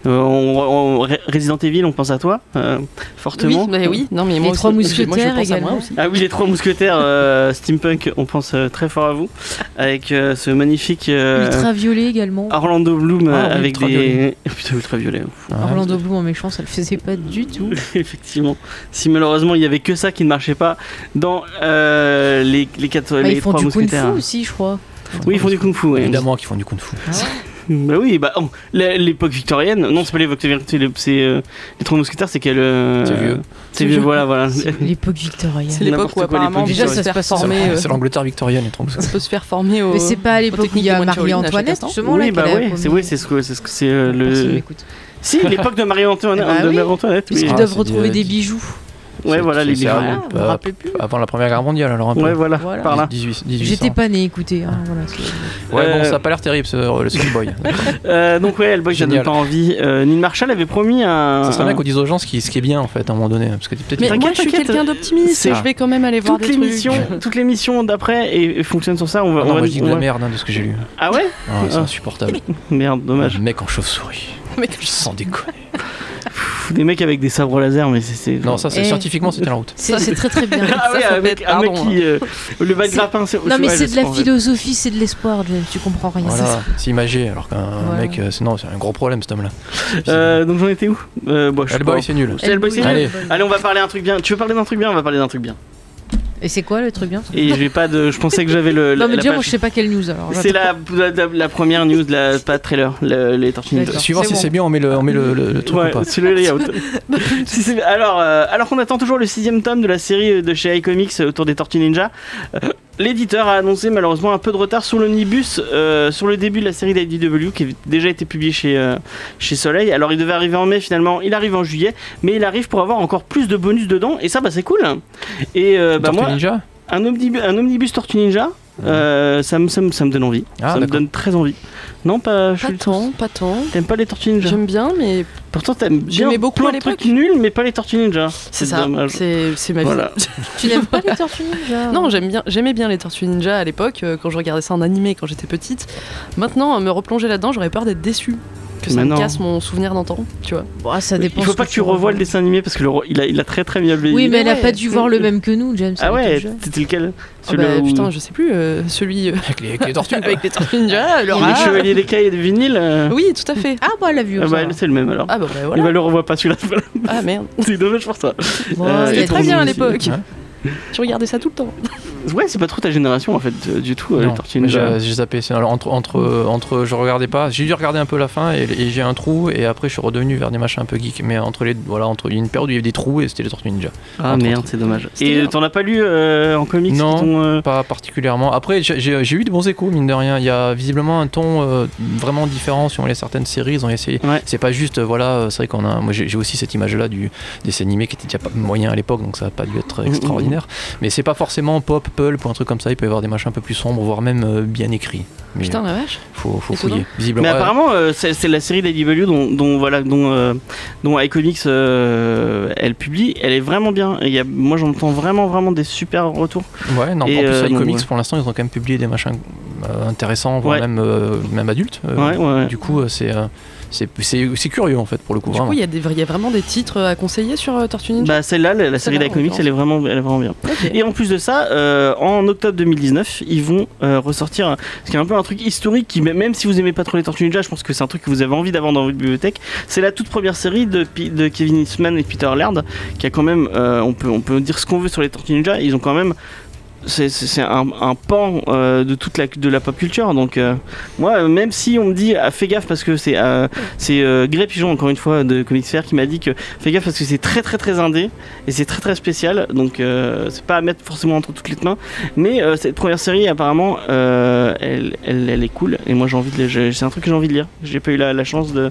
[SPEAKER 1] Euh, on- on- Re- Resident Evil, on pense à toi, euh, fortement.
[SPEAKER 4] Oui, bah oui, non mais moi aussi,
[SPEAKER 2] Trois
[SPEAKER 4] moi, je
[SPEAKER 2] Mousquetaires
[SPEAKER 4] pense à moi
[SPEAKER 2] également.
[SPEAKER 4] aussi.
[SPEAKER 1] Ah oui, les trois mousquetaires euh, steampunk, on pense euh, très fort à vous, avec euh, ce magnifique euh,
[SPEAKER 2] Ultraviolet également.
[SPEAKER 1] Orlando Bloom euh,
[SPEAKER 3] Ah oui,
[SPEAKER 1] avec des...
[SPEAKER 3] ultraviolet.
[SPEAKER 1] Oh, putain, ultraviolet, ouf.
[SPEAKER 3] Ouais.
[SPEAKER 2] Orlando Bloom en méchant, ça le faisait pas du
[SPEAKER 1] Euh,
[SPEAKER 2] tout.
[SPEAKER 1] effectivement. Si malheureusement il y avait que ça qui ne marchait pas dans euh, les, les, quatre,
[SPEAKER 2] Bah,
[SPEAKER 1] les
[SPEAKER 2] ils font
[SPEAKER 1] trois
[SPEAKER 2] du kung fu
[SPEAKER 1] mousquetaires.
[SPEAKER 2] aussi, je crois.
[SPEAKER 1] oui, ils font du kung-fu. ouais.
[SPEAKER 3] Évidemment qu'ils font du kung fu.
[SPEAKER 1] Bah oui, bah oh, la- l'époque victorienne. Non, c'est pas l'époque victorienne. C'est euh, les trois mousquetaires, c'est quelle euh,
[SPEAKER 3] C'est vieux.
[SPEAKER 1] C'est vieux, voilà, voilà.
[SPEAKER 2] C'est L'époque
[SPEAKER 4] C'est
[SPEAKER 2] victorienne.
[SPEAKER 4] l'époque
[SPEAKER 1] N'importe
[SPEAKER 4] où
[SPEAKER 1] quoi,
[SPEAKER 4] apparemment
[SPEAKER 1] les
[SPEAKER 4] déjà
[SPEAKER 2] politiques.
[SPEAKER 4] ça se
[SPEAKER 2] Ça
[SPEAKER 4] faire
[SPEAKER 2] se passe
[SPEAKER 4] former,
[SPEAKER 3] C'est
[SPEAKER 4] euh,
[SPEAKER 3] c'est l'angleterre victorienne, les trois
[SPEAKER 4] on
[SPEAKER 3] mousquetaires.
[SPEAKER 4] peut se faire former au.
[SPEAKER 2] Mais c'est pas à l'époque où il y a
[SPEAKER 4] techniques de Wonder Woman à chaque
[SPEAKER 2] Marie-Antoinette,
[SPEAKER 4] instant.
[SPEAKER 2] justement,
[SPEAKER 1] oui,
[SPEAKER 2] là,
[SPEAKER 1] bah
[SPEAKER 2] qu'elle a
[SPEAKER 1] oui, c'est
[SPEAKER 2] promis.
[SPEAKER 1] oui, c'est ce que c'est ce que c'est euh,
[SPEAKER 2] Personne
[SPEAKER 1] le.
[SPEAKER 2] m'écoute.
[SPEAKER 1] Si l'époque de Marie-Antoinette,
[SPEAKER 2] Ah bah
[SPEAKER 1] de
[SPEAKER 2] oui.
[SPEAKER 1] Marie-Antoinette,
[SPEAKER 2] Parce
[SPEAKER 1] oui.
[SPEAKER 2] qu'ils
[SPEAKER 3] Ah,
[SPEAKER 2] doivent
[SPEAKER 3] c'est
[SPEAKER 2] retrouver
[SPEAKER 3] direct.
[SPEAKER 2] des bijoux.
[SPEAKER 1] Ouais,
[SPEAKER 3] C'est-
[SPEAKER 1] voilà
[SPEAKER 3] c'est-
[SPEAKER 1] les
[SPEAKER 3] c'est
[SPEAKER 1] bijoux.
[SPEAKER 3] avant- euh,
[SPEAKER 2] Ah, on me rappelait plus.
[SPEAKER 3] Avant la première guerre mondiale, alors un peu.
[SPEAKER 1] Ouais, voilà,
[SPEAKER 2] Voilà.
[SPEAKER 1] par là.
[SPEAKER 3] 18, 18,
[SPEAKER 2] J'étais pas née, écoutez. hein, voilà, c'est-
[SPEAKER 3] Ouais,
[SPEAKER 1] Euh,
[SPEAKER 3] bon, ça a pas l'air terrible, ce, le Schoolboy.
[SPEAKER 1] Euh, donc ouais, Hellboy, j'en ai
[SPEAKER 3] Génial.
[SPEAKER 1] pas envie. Euh, Neil Marshall avait promis un.
[SPEAKER 3] ça serait
[SPEAKER 1] un-
[SPEAKER 3] bien qu'on dise aux gens ce qui, ce qui est bien, en fait, à un moment donné. hein, Parce que peut-être
[SPEAKER 4] Mais
[SPEAKER 3] qu'ils-
[SPEAKER 4] moi je suis
[SPEAKER 1] t'inquiète,
[SPEAKER 4] quelqu'un d'optimiste,
[SPEAKER 1] c'est-
[SPEAKER 4] je vais quand même aller voir
[SPEAKER 1] toutes
[SPEAKER 4] des
[SPEAKER 1] les
[SPEAKER 4] trucs.
[SPEAKER 1] missions, toutes les missions d'après et, et fonctionnent sur ça. On va.
[SPEAKER 3] Ah
[SPEAKER 1] on
[SPEAKER 3] non,
[SPEAKER 1] va-
[SPEAKER 3] moi je dis de
[SPEAKER 1] on
[SPEAKER 3] la
[SPEAKER 1] va-
[SPEAKER 3] merde hein, de ce que j'ai lu.
[SPEAKER 1] Ah ouais
[SPEAKER 3] Ah, c'est
[SPEAKER 1] Ah.
[SPEAKER 3] insupportable.
[SPEAKER 1] Merde, dommage.
[SPEAKER 3] Le mec en chauve-souris.
[SPEAKER 4] Mais-
[SPEAKER 3] Sans déconner.
[SPEAKER 1] Pff, Des mecs avec des sabres laser, mais c'est- c'est.
[SPEAKER 3] Non, ça, c'est
[SPEAKER 2] Eh.
[SPEAKER 3] scientifiquement, c'était la route.
[SPEAKER 2] C'est c'est très très bien.
[SPEAKER 1] Ah
[SPEAKER 4] Ça,
[SPEAKER 1] oui,
[SPEAKER 4] ça peut
[SPEAKER 1] un mec,
[SPEAKER 4] être-
[SPEAKER 1] un mec
[SPEAKER 4] pardon,
[SPEAKER 3] hein.
[SPEAKER 1] qui. euh, le bac
[SPEAKER 2] C'est-
[SPEAKER 1] grappin, c'est.
[SPEAKER 2] Non, mais
[SPEAKER 1] ouais,
[SPEAKER 2] c'est
[SPEAKER 1] je
[SPEAKER 2] de la
[SPEAKER 1] comprends, en fait.
[SPEAKER 2] philosophie, c'est de l'espoir, James, tu comprends rien.
[SPEAKER 3] Voilà, c'est imagé, alors qu'un
[SPEAKER 2] Voilà.
[SPEAKER 3] mec, euh, c'est non, c'est un gros problème, cet homme-là.
[SPEAKER 1] Euh, donc j'en étais où euh, bon, je sais
[SPEAKER 3] Hellboy,
[SPEAKER 1] pas.
[SPEAKER 3] c'est nul.
[SPEAKER 1] C'est Hellboy, c'est
[SPEAKER 3] Allez.
[SPEAKER 1] nul. Allez, on va parler un truc bien. Tu veux parler d'un truc bien On va parler d'un truc bien.
[SPEAKER 2] Et c'est quoi le truc bien
[SPEAKER 1] Et j'ai pas de. Je pensais que j'avais le. la-
[SPEAKER 2] Non, mais
[SPEAKER 1] la
[SPEAKER 2] déjà,
[SPEAKER 1] page-
[SPEAKER 2] moi je sais pas quelle news alors.
[SPEAKER 1] C'est la, la, la- la première news, la, pas de trailer, le- les Tortues Ninja.
[SPEAKER 2] D'accord.
[SPEAKER 3] Suivant
[SPEAKER 2] C'est
[SPEAKER 3] si
[SPEAKER 2] bon.
[SPEAKER 3] c'est bien, on met le, on met le, le- le truc
[SPEAKER 1] Ouais, Bah,
[SPEAKER 3] ou pas.
[SPEAKER 1] c'est le layout. Si c'est- alors, euh, alors qu'on attend toujours le sixième tome de la série euh, de chez iComics autour des Tortues Ninja, euh, l'éditeur a annoncé malheureusement un peu de retard sur l'omnibus, euh, sur le début de la série d'IDW qui avait déjà été publié chez, euh, chez Soleil. Alors il devait arriver en mai finalement, il arrive en juillet, mais il arrive pour avoir encore plus de bonus dedans, et ça bah c'est cool. Et euh, bah,
[SPEAKER 3] Tortue
[SPEAKER 1] moi,
[SPEAKER 3] Ninja Mhm.
[SPEAKER 1] un omnibus, un omnibus Tortue Ninja, euh, ça, me, ça, me, ça me donne envie.
[SPEAKER 3] Ah,
[SPEAKER 1] ça me
[SPEAKER 3] d'accord.
[SPEAKER 1] donne très envie. Non, pas. je-
[SPEAKER 4] Pas tant, pas tant.
[SPEAKER 1] T'aimes pas les Tortues Ninja
[SPEAKER 4] J'aime bien, mais
[SPEAKER 1] Pourtant, t'aimes bien
[SPEAKER 4] J'aimais beaucoup
[SPEAKER 1] plein
[SPEAKER 4] à
[SPEAKER 1] de
[SPEAKER 4] l'époque.
[SPEAKER 1] trucs nuls, mais pas les Tortues Ninja.
[SPEAKER 4] c'est ça,
[SPEAKER 1] dommage.
[SPEAKER 4] c'est c'est ma vie.
[SPEAKER 1] Voilà.
[SPEAKER 2] Tu n'aimes pas les tortues ninja
[SPEAKER 4] Non, j'aime bien, j'aimais bien les Tortues Ninja à l'époque euh, quand je regardais ça en animé quand j'étais petite. Maintenant, euh, me replonger là-dedans, j'aurais peur d'être déçu que ça
[SPEAKER 1] Mais
[SPEAKER 4] me
[SPEAKER 1] non.
[SPEAKER 4] casse mon souvenir d'antan, tu vois.
[SPEAKER 2] Bah, ça dépend.
[SPEAKER 1] Il
[SPEAKER 2] ce
[SPEAKER 1] faut pas
[SPEAKER 2] que
[SPEAKER 1] que tu revoies le dessin animé parce que le roi- il, a, il a très très bien vieilli.
[SPEAKER 2] Oui, mais elle a
[SPEAKER 4] Ouais.
[SPEAKER 2] pas dû voir le même que nous, James.
[SPEAKER 1] Ah
[SPEAKER 2] elle
[SPEAKER 1] ouais,
[SPEAKER 2] était jeune.
[SPEAKER 1] c'était lequel
[SPEAKER 4] Ah bah, Putain, je sais plus euh, celui euh,
[SPEAKER 3] Avec les, avec les tortues.
[SPEAKER 4] avec les Tortues Ninja, leur
[SPEAKER 1] le
[SPEAKER 4] âge.
[SPEAKER 1] chevalier des cailles et des vinyles euh,
[SPEAKER 4] Ah Oui, tout à fait.
[SPEAKER 2] Ah, bah, elle l'a vu.
[SPEAKER 1] ah
[SPEAKER 2] ça
[SPEAKER 1] bah,
[SPEAKER 2] va.
[SPEAKER 1] C'est le même alors.
[SPEAKER 4] Ah bah, bah,
[SPEAKER 1] Et
[SPEAKER 4] voilà.
[SPEAKER 1] bah, le revois pas celui-là. Voilà.
[SPEAKER 4] Ah merde.
[SPEAKER 1] c'est dommage pour ça.
[SPEAKER 2] Bon,
[SPEAKER 1] ben, Euh,
[SPEAKER 2] elle
[SPEAKER 1] et pour
[SPEAKER 2] a été
[SPEAKER 4] très bien à
[SPEAKER 2] nulle.
[SPEAKER 4] l'époque.
[SPEAKER 1] Hein
[SPEAKER 3] Ouais.
[SPEAKER 4] Je regardais ça tout le temps.
[SPEAKER 1] Ouais, c'est pas trop ta génération en fait euh, du tout, euh, les
[SPEAKER 3] Non,
[SPEAKER 1] Tortues
[SPEAKER 3] mais
[SPEAKER 1] Ninja.
[SPEAKER 3] j'ai- J'ai zappé. c'est- Alors, entre, entre, euh, entre, je regardais pas. J'ai dû regarder un peu la fin et, et j'ai un trou. Et après, je suis redevenu vers des machins un peu geek. Mais entre les, voilà, entre il y a une période où il y avait des trous et c'était les Tortues Ninja.
[SPEAKER 1] Ah
[SPEAKER 3] entre
[SPEAKER 1] merde,
[SPEAKER 3] autres.
[SPEAKER 1] c'est dommage.
[SPEAKER 4] C'était
[SPEAKER 1] Et
[SPEAKER 4] bien.
[SPEAKER 1] t'en as pas lu euh, en comics
[SPEAKER 3] Non.
[SPEAKER 1] qui t'ont, euh,
[SPEAKER 3] Pas particulièrement. Après, j'ai- j'ai j'ai eu de bons échos, mine de rien. Il y a visiblement un ton euh, vraiment différent sur les certaines séries. Ils ont essayé.
[SPEAKER 1] Ouais.
[SPEAKER 3] C'est pas juste, euh, voilà, euh, c'est vrai qu'on a. Moi, j'ai j'ai aussi cette image-là du dessin animé qui était déjà pas moyen à l'époque, donc ça a pas dû
[SPEAKER 1] Mmh,
[SPEAKER 3] être extraordinaire. Mais c'est pas forcément pop, pulp ou un truc comme ça. Il peut y avoir des machins un peu plus sombres, voire même euh, bien écrits. Mais
[SPEAKER 4] Putain, la vache.
[SPEAKER 3] faut, faut
[SPEAKER 4] étonnant.
[SPEAKER 3] fouiller. Visiblement.
[SPEAKER 1] Mais
[SPEAKER 3] ouais.
[SPEAKER 1] apparemment, euh, c'est c'est la série d'IDW dont, dont, voilà, dont, euh, dont iComics euh, elle publie. Elle est vraiment bien. Et il y a, moi, j'entends vraiment, vraiment des super retours.
[SPEAKER 3] Ouais, non,
[SPEAKER 1] Et,
[SPEAKER 3] en plus,
[SPEAKER 1] euh, donc,
[SPEAKER 3] iComics,
[SPEAKER 1] ouais.
[SPEAKER 3] pour l'instant, ils ont quand même publié des machins euh, intéressants, voire
[SPEAKER 1] Ouais.
[SPEAKER 3] même, euh, même adultes. euh,
[SPEAKER 1] ouais, ouais.
[SPEAKER 3] Du coup, euh, c'est, euh, c'est, c'est, c'est curieux, en fait, pour le coup.
[SPEAKER 4] Du
[SPEAKER 3] vraiment.
[SPEAKER 4] coup, il y, a des- il y a vraiment des titres à conseiller sur euh, Tortues Ninja.
[SPEAKER 1] Bah, celle-là, la, la série
[SPEAKER 4] Celle-là,
[SPEAKER 1] d'iComics,
[SPEAKER 4] en
[SPEAKER 1] elle est vraiment, elle est vraiment bien.
[SPEAKER 4] Ok.
[SPEAKER 1] Bah, Et en plus de ça, euh, en octobre 2019, ils vont euh, ressortir ce qui est un peu un truc historique qui, même- même si vous aimez pas trop les Tortues Ninja, je pense que c'est un truc que vous avez envie d'avoir dans votre bibliothèque. C'est la toute première série de, Pi- de Kevin Eastman et Peter Laird, qui a quand même, euh, on peut, on peut dire ce qu'on veut sur les Tortues Ninja, ils ont quand même c'est- c'est c'est un, un pan euh, de toute la, de la pop culture. Donc, euh, moi, euh, même si on me dit, ah, fais gaffe parce que c'est euh, c'est euh, Grey Pigeon, encore une fois, de Comics Fair, qui m'a dit que fais gaffe parce que c'est très très très indé et c'est très très spécial. Donc, euh, c'est pas à mettre forcément entre toutes les mains. Mais euh, cette première série, apparemment, euh, elle, elle, elle est cool. Et moi, j'ai envie de. la- j'ai- C'est un truc que j'ai envie de lire. J'ai pas eu la, la chance de,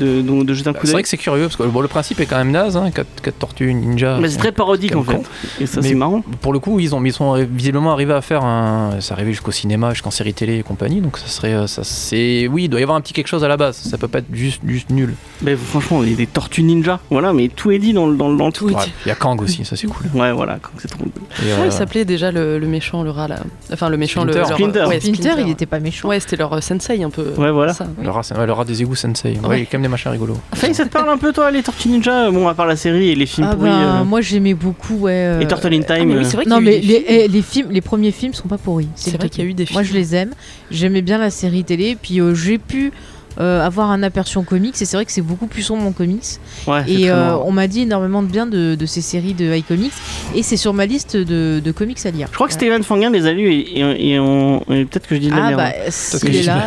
[SPEAKER 1] de, de- de jeter un coup
[SPEAKER 3] Bah, C'est vrai
[SPEAKER 1] d'œil.
[SPEAKER 3] que c'est curieux parce que bon, le principe est quand même naze, hein, 4, tortues ninja.
[SPEAKER 1] Mais c'est très parodique en fait. Et ça,
[SPEAKER 3] Mais-
[SPEAKER 1] c'est marrant.
[SPEAKER 3] Pour le coup, ils, ont, ils sont arri- visiblement arrivés à faire un. C'est arrivé jusqu'au cinéma, jusqu'en série télé et compagnie, donc ça serait. euh, Ça, c'est... Oui, il doit y avoir un petit quelque chose à la base, ça peut pas être juste, juste nul.
[SPEAKER 1] Mais franchement, il y a des tortues ninja. Voilà, mais tout est dit dans, le- dans, le- dans le tout.
[SPEAKER 4] Oui.
[SPEAKER 3] Ouais, Il y a Kang aussi, ça c'est cool.
[SPEAKER 1] Ouais, voilà, quand c'est trop.
[SPEAKER 3] Et,
[SPEAKER 4] Comment
[SPEAKER 3] euh,
[SPEAKER 4] Ah, il s'appelait déjà le, le méchant, le rat là Enfin, le méchant,
[SPEAKER 3] Splinter.
[SPEAKER 4] le. leur-
[SPEAKER 1] Splinter.
[SPEAKER 4] ouais,
[SPEAKER 2] Splinter, il
[SPEAKER 4] ouais.
[SPEAKER 2] était pas méchant.
[SPEAKER 4] Ouais, c'était leur euh, sensei un peu.
[SPEAKER 1] Ouais, voilà.
[SPEAKER 4] Ça.
[SPEAKER 3] le, rat, c'est- ouais, le rat des égouts Sensei. Ouais,
[SPEAKER 4] Ouais.
[SPEAKER 3] Il y a quand même des machins rigolos.
[SPEAKER 1] Faye, ça te parle un peu, toi, les tortues ninja euh, Bon, à part la série et les films
[SPEAKER 2] Ah
[SPEAKER 1] pourris.
[SPEAKER 2] bah,
[SPEAKER 1] euh,
[SPEAKER 2] moi j'aimais beaucoup. Ouais, euh,
[SPEAKER 1] Et Turtle in
[SPEAKER 4] Ah,
[SPEAKER 1] Time.
[SPEAKER 4] mais oui,
[SPEAKER 1] euh,
[SPEAKER 4] c'est vrai qu'il y a
[SPEAKER 2] Non
[SPEAKER 4] eu
[SPEAKER 2] mais
[SPEAKER 4] des
[SPEAKER 2] les,
[SPEAKER 4] films.
[SPEAKER 2] eh, les films, les premiers films sont pas pourris.
[SPEAKER 4] C'est vrai qu'il y a eu des films.
[SPEAKER 2] Moi je les aime. J'aimais bien la série télé. Puis euh, j'ai pu euh, avoir un aperçu en comics. Et c'est vrai que c'est beaucoup plus sombre en comics.
[SPEAKER 1] ouais, c'est
[SPEAKER 2] Et
[SPEAKER 1] très
[SPEAKER 2] euh,
[SPEAKER 1] marrant.
[SPEAKER 2] on m'a dit énormément de bien de, de ces séries de iComics. Et c'est sur ma liste de, de comics à lire.
[SPEAKER 1] Je crois que Steven Fangan les a lus et, et- et on- et peut-être que je dis de la
[SPEAKER 2] Ah
[SPEAKER 1] merde. hein.
[SPEAKER 3] que
[SPEAKER 2] bah s'il est
[SPEAKER 3] j'ai-
[SPEAKER 2] là.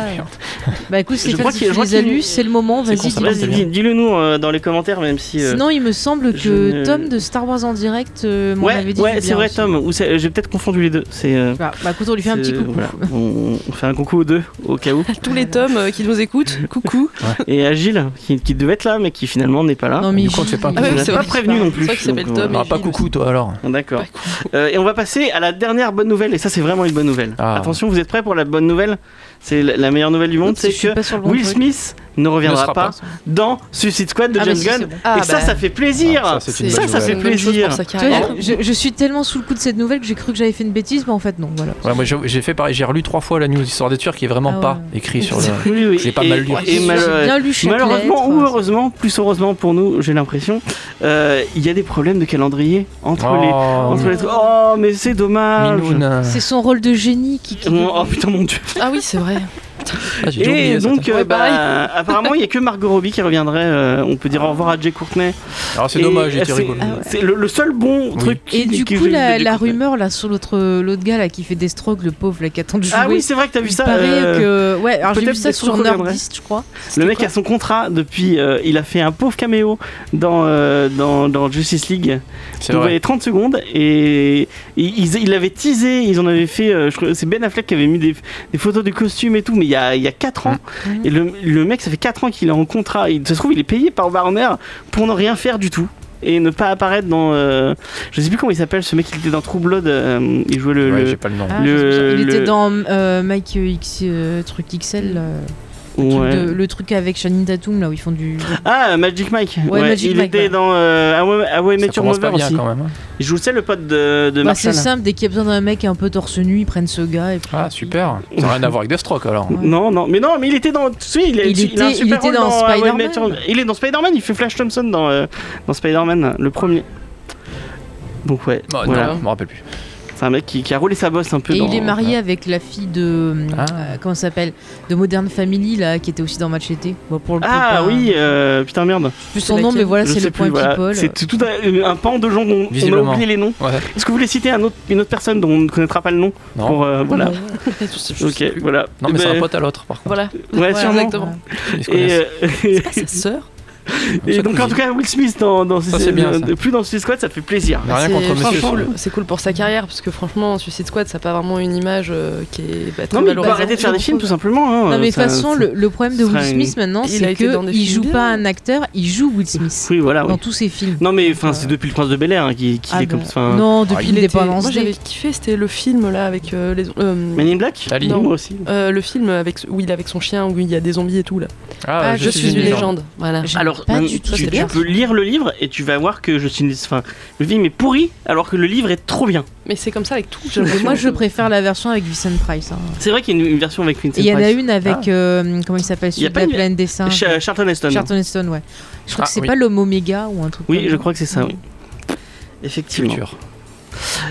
[SPEAKER 2] Bah écoute
[SPEAKER 1] Je crois
[SPEAKER 2] Stéphane, si
[SPEAKER 1] qu'il- je
[SPEAKER 2] tu
[SPEAKER 1] crois
[SPEAKER 2] les as
[SPEAKER 1] qu'il-
[SPEAKER 2] lus, c'est le moment.
[SPEAKER 3] C'est
[SPEAKER 2] bah, Vas-y.
[SPEAKER 3] conservé,
[SPEAKER 2] dis-nous.
[SPEAKER 1] Vas-y, dis- dis-le nous euh, dans les commentaires, même si. euh,
[SPEAKER 2] Sinon il me semble
[SPEAKER 1] je
[SPEAKER 2] que
[SPEAKER 1] ne-
[SPEAKER 2] Tom de Star Wars en direct euh, m'en
[SPEAKER 1] Ouais,
[SPEAKER 2] avait dit. du
[SPEAKER 1] ouais
[SPEAKER 2] bien
[SPEAKER 1] c'est vrai,
[SPEAKER 2] aussi.
[SPEAKER 1] Tom. Ou c'est- euh, j'ai peut-être confondu les deux. C'est. euh,
[SPEAKER 2] Bah, bah, écoute on lui fait un
[SPEAKER 1] c'est-
[SPEAKER 2] petit coucou.
[SPEAKER 1] voilà. On, on fait un coucou aux deux, au cas où.
[SPEAKER 4] Tous les tomes euh, qui nous écoutent, coucou.
[SPEAKER 1] Et à Gilles, qui, qui devait être là, mais qui finalement n'est pas là.
[SPEAKER 2] Non
[SPEAKER 3] Du
[SPEAKER 2] mais
[SPEAKER 3] coup, on te fait pas un
[SPEAKER 1] On
[SPEAKER 4] Ah ouais,
[SPEAKER 1] l'a
[SPEAKER 4] c'est
[SPEAKER 1] pas
[SPEAKER 4] vrai.
[SPEAKER 1] prévenu non plus.
[SPEAKER 4] C'est vrai qu'il s'appelle
[SPEAKER 1] donc,
[SPEAKER 4] Tom.
[SPEAKER 3] Ah, pas
[SPEAKER 4] Gilles
[SPEAKER 3] coucou toi alors.
[SPEAKER 1] euh, D'accord.
[SPEAKER 4] Pas coucou.
[SPEAKER 1] Euh, et on va passer à la dernière bonne nouvelle, et ça c'est vraiment une bonne nouvelle.
[SPEAKER 3] Ah.
[SPEAKER 1] Attention, vous êtes prêts pour la bonne nouvelle C'est la- la meilleure nouvelle du monde,
[SPEAKER 2] Oups,
[SPEAKER 1] c'est
[SPEAKER 2] je suis
[SPEAKER 1] que
[SPEAKER 2] pas sur le bon
[SPEAKER 1] Will
[SPEAKER 2] truc.
[SPEAKER 1] Smith ne
[SPEAKER 3] Ne
[SPEAKER 1] reviendra
[SPEAKER 3] sera
[SPEAKER 1] pas,
[SPEAKER 3] pas.
[SPEAKER 1] dans Suicide Squad de
[SPEAKER 2] Ah, mais
[SPEAKER 1] James
[SPEAKER 2] si, c'est
[SPEAKER 1] Gunn.
[SPEAKER 2] bon.
[SPEAKER 4] Ah,
[SPEAKER 1] et ça,
[SPEAKER 4] bah,
[SPEAKER 1] ça fait plaisir
[SPEAKER 3] Ah, ça, c'est une
[SPEAKER 1] Ça,
[SPEAKER 3] bonne
[SPEAKER 1] ça fait
[SPEAKER 3] nouvelle.
[SPEAKER 4] Même chose
[SPEAKER 1] plaisir
[SPEAKER 4] pour sa
[SPEAKER 2] Tu vois,
[SPEAKER 4] carrière.
[SPEAKER 2] je, je suis tellement sous le coup de cette nouvelle que j'ai cru que j'avais fait une bêtise, mais en fait non. Voilà.
[SPEAKER 3] Ouais, moi j'ai j'ai fait pareil, j'ai relu trois fois la news histoire des tueurs qui est vraiment
[SPEAKER 2] Ah ouais.
[SPEAKER 3] pas écrit sur le.
[SPEAKER 1] Oui, oui.
[SPEAKER 3] Je l'ai pas
[SPEAKER 1] et,
[SPEAKER 3] mal lu.
[SPEAKER 1] et
[SPEAKER 2] J'ai
[SPEAKER 1] mal-
[SPEAKER 2] bien lu chaque
[SPEAKER 1] Malheureusement
[SPEAKER 2] lettre.
[SPEAKER 1] ou heureusement, plus heureusement pour nous, j'ai l'impression, euh, il y a des problèmes de calendrier entre les.
[SPEAKER 3] Oh,
[SPEAKER 1] Entre les... Oh, mais c'est dommage!
[SPEAKER 3] Minoune.
[SPEAKER 2] C'est son rôle de génie qui. qui-
[SPEAKER 1] Oh putain, mon dieu!
[SPEAKER 4] Ah oui, c'est vrai.
[SPEAKER 3] Ah, j'ai déjà
[SPEAKER 1] Et
[SPEAKER 3] oublié ça.
[SPEAKER 1] donc, euh,
[SPEAKER 4] Ouais,
[SPEAKER 1] bah,
[SPEAKER 4] pareil.
[SPEAKER 1] apparemment, il n'y a que Margot Robbie qui reviendrait. euh, on peut dire au revoir à Jay Courtney.
[SPEAKER 3] Alors c'est
[SPEAKER 1] Et,
[SPEAKER 3] dommage, il
[SPEAKER 1] euh,
[SPEAKER 3] était
[SPEAKER 1] c'est-
[SPEAKER 3] rigolo.
[SPEAKER 2] Ah ouais.
[SPEAKER 1] C'est le, le seul bon
[SPEAKER 3] Oui.
[SPEAKER 1] truc. qui-
[SPEAKER 2] Et du
[SPEAKER 1] qui-
[SPEAKER 2] coup,
[SPEAKER 1] que
[SPEAKER 2] la,
[SPEAKER 1] j'ai-
[SPEAKER 2] la
[SPEAKER 1] j'ai-
[SPEAKER 2] rumeur là sur l'autre l'autre gars là qui fait des strokes, le pauvre là qui attend de jouer.
[SPEAKER 1] Ah oui, c'est vrai que t'as vu
[SPEAKER 2] il
[SPEAKER 1] ça.
[SPEAKER 2] paraît
[SPEAKER 1] euh,
[SPEAKER 2] que ouais, alors j'ai vu
[SPEAKER 1] peut-être
[SPEAKER 2] ça
[SPEAKER 1] des
[SPEAKER 2] sur
[SPEAKER 1] trucs
[SPEAKER 2] Nerdist, je crois.
[SPEAKER 1] Le mec
[SPEAKER 2] quoi
[SPEAKER 1] a son contrat depuis. euh, il a fait un pauvre caméo dans, euh, dans, dans Justice League.
[SPEAKER 3] C'est
[SPEAKER 1] Il
[SPEAKER 3] vrai.
[SPEAKER 1] avait 30 secondes et et ils ils l'avaient teasé. Ils en avaient fait. euh, je crois- C'est Ben Affleck qui avait mis des, des photos du costume et tout, mais il y a, il y a 4 ans.
[SPEAKER 3] Mmh.
[SPEAKER 2] Mhm.
[SPEAKER 1] Et le, le mec, ça fait 4 ans qu'il est en contrat. Il, ça se trouve, il est payé par Warner pour ne rien faire du tout. Et ne pas apparaître dans. euh, je sais plus comment il s'appelle, ce mec qui était dans True Blood. euh, il jouait le.
[SPEAKER 3] Ouais,
[SPEAKER 1] le-
[SPEAKER 3] j'ai pas le nom.
[SPEAKER 2] Ah,
[SPEAKER 1] Le-
[SPEAKER 2] je sais pas. il
[SPEAKER 1] le-
[SPEAKER 2] était dans euh, Mike euh, X euh, truc XL, euh, le,
[SPEAKER 1] Ouais.
[SPEAKER 2] truc de- le truc avec Shannon Tatum là où ils font du.
[SPEAKER 1] Ah, Magic Mike.
[SPEAKER 2] Ouais, Magic
[SPEAKER 1] il
[SPEAKER 2] Mike,
[SPEAKER 1] était
[SPEAKER 2] ouais.
[SPEAKER 1] dans euh, How I- How I Met
[SPEAKER 3] Ça
[SPEAKER 1] Your
[SPEAKER 3] commence pas
[SPEAKER 1] Mother
[SPEAKER 3] bien
[SPEAKER 1] aussi.
[SPEAKER 3] quand même. hein.
[SPEAKER 1] Il joue, c'est le pote de, de
[SPEAKER 2] Bah, c'est
[SPEAKER 1] Marshall.
[SPEAKER 2] simple, dès qu'il y a besoin d'un mec un peu torse nu, ils prennent ce gars. Et puis-
[SPEAKER 3] Ah super. Ça n'a rien à voir avec Deathstroke alors.
[SPEAKER 2] Ouais.
[SPEAKER 1] Non, non, mais non, mais il était dans. Tu sais, il, a-
[SPEAKER 2] Il
[SPEAKER 1] tu- a un
[SPEAKER 2] était- il
[SPEAKER 1] super
[SPEAKER 2] était
[SPEAKER 1] rôle How
[SPEAKER 2] dans
[SPEAKER 1] I Met
[SPEAKER 2] Spider-Man.
[SPEAKER 1] Your- Il est dans Spider-Man, il fait Flash Thompson dans, euh, dans Spider-Man, le premier. Donc, ouais.
[SPEAKER 3] Bon,
[SPEAKER 1] voilà.
[SPEAKER 3] Bah, Non, je me rappelle plus.
[SPEAKER 1] C'est un mec qui, qui a roulé sa bosse un peu
[SPEAKER 2] Et
[SPEAKER 1] dans.
[SPEAKER 2] il est marié avec la fille de.
[SPEAKER 3] Ah.
[SPEAKER 2] euh, comment ça s'appelle De Modern Family, là, qui était aussi dans Machete. Bon, pour le coup,
[SPEAKER 1] Ah
[SPEAKER 2] pas-
[SPEAKER 1] oui, euh, putain merde.
[SPEAKER 2] Je sais plus son nom, mais voilà,
[SPEAKER 1] Je
[SPEAKER 2] c'est
[SPEAKER 1] sais
[SPEAKER 2] le point
[SPEAKER 1] plus, voilà.
[SPEAKER 2] people.
[SPEAKER 1] C'est tout un, un pan de gens dont on a
[SPEAKER 3] Visiblement.
[SPEAKER 1] oublié les noms.
[SPEAKER 3] Ouais.
[SPEAKER 1] Est-ce que vous voulez citer un autre, une autre personne dont on ne connaîtra pas le nom
[SPEAKER 3] Non.
[SPEAKER 1] pour euh, voilà.
[SPEAKER 4] Je sais
[SPEAKER 1] Ok,
[SPEAKER 4] plus.
[SPEAKER 1] voilà.
[SPEAKER 3] Non mais
[SPEAKER 1] Eh
[SPEAKER 3] c'est un
[SPEAKER 1] ben,
[SPEAKER 3] pote à l'autre par contre.
[SPEAKER 4] Voilà.
[SPEAKER 1] Ouais,
[SPEAKER 4] Ouais,
[SPEAKER 1] sûrement.
[SPEAKER 4] exactement.
[SPEAKER 3] Ils se
[SPEAKER 1] Et,
[SPEAKER 3] connaissent.
[SPEAKER 1] euh,
[SPEAKER 4] Ah, Sa sœur
[SPEAKER 1] et donc en tout cas Will Smith dans, dans
[SPEAKER 3] Ça, c'est bien, ça.
[SPEAKER 1] de plus dans Suicide Squad ça fait plaisir.
[SPEAKER 3] Rien
[SPEAKER 4] C'est-
[SPEAKER 3] contre monsieur.
[SPEAKER 4] franchement,
[SPEAKER 3] Saul.
[SPEAKER 4] le- C'est cool pour sa carrière parce que franchement, Suicide Squad, ça n'a pas vraiment une image euh, qui est bah, très
[SPEAKER 1] Non mais il peut
[SPEAKER 4] valorisante.
[SPEAKER 1] arrêter de faire des films tout simplement. hein.
[SPEAKER 2] Non, mais de toute
[SPEAKER 1] Ça-
[SPEAKER 2] façon, le, le problème de
[SPEAKER 1] ce
[SPEAKER 2] Will
[SPEAKER 1] sera
[SPEAKER 2] Smith maintenant,
[SPEAKER 4] Il a
[SPEAKER 2] c'est
[SPEAKER 4] été dans des
[SPEAKER 2] qu'il
[SPEAKER 4] films
[SPEAKER 2] joue
[SPEAKER 4] bien.
[SPEAKER 2] pas un acteur, il joue Will Smith.
[SPEAKER 1] Oui voilà. Ah oui.
[SPEAKER 2] Dans tous ses films.
[SPEAKER 1] Non mais enfin c'est depuis le Prince de Bel Air hein, qui, qui
[SPEAKER 2] euh, Ah
[SPEAKER 1] est comme
[SPEAKER 2] bah,
[SPEAKER 1] ça. hein.
[SPEAKER 2] Non,
[SPEAKER 3] Ah,
[SPEAKER 2] depuis
[SPEAKER 4] Il était-
[SPEAKER 2] l'indépendance.
[SPEAKER 4] Moi, j'avais kiffé, c'était le film là avec euh, les. euh,
[SPEAKER 1] Men in Black.
[SPEAKER 3] Ali.
[SPEAKER 1] Non, Moi aussi.
[SPEAKER 4] euh, le film avec où il est avec son chien où il y a des zombies et tout là.
[SPEAKER 3] Ah,
[SPEAKER 4] je, suis une légende. Voilà.
[SPEAKER 2] J'ai-
[SPEAKER 1] Alors,
[SPEAKER 2] Pas
[SPEAKER 1] même,
[SPEAKER 2] du tout,
[SPEAKER 1] tu,
[SPEAKER 2] c'est
[SPEAKER 1] tu
[SPEAKER 2] bien.
[SPEAKER 1] peux lire le livre et tu vas voir que je suis. Enfin, le film est pourri alors que le livre est trop bien.
[SPEAKER 4] Mais c'est comme ça avec tout. j'ai
[SPEAKER 2] Mais
[SPEAKER 4] l'impression
[SPEAKER 2] Moi, je
[SPEAKER 4] que-
[SPEAKER 2] préfère la version avec Vincent Price. hein.
[SPEAKER 1] C'est vrai qu'il y a une, une version avec Vincent
[SPEAKER 2] Et il y en a
[SPEAKER 1] Price.
[SPEAKER 2] une avec. euh, comment il s'appelle
[SPEAKER 1] Il y a
[SPEAKER 2] Celui de
[SPEAKER 1] pas
[SPEAKER 2] la
[SPEAKER 1] une-
[SPEAKER 2] plaine des singes.
[SPEAKER 1] Ch- Charlton Heston.
[SPEAKER 2] Charlton Heston, ouais. Je crois
[SPEAKER 3] Ah,
[SPEAKER 2] que c'est
[SPEAKER 3] oui.
[SPEAKER 2] pas l'homme Omega ou un truc
[SPEAKER 1] Oui,
[SPEAKER 2] comme
[SPEAKER 1] je
[SPEAKER 2] ça.
[SPEAKER 1] crois que c'est ça. Oui. Effectivement.
[SPEAKER 3] Culture.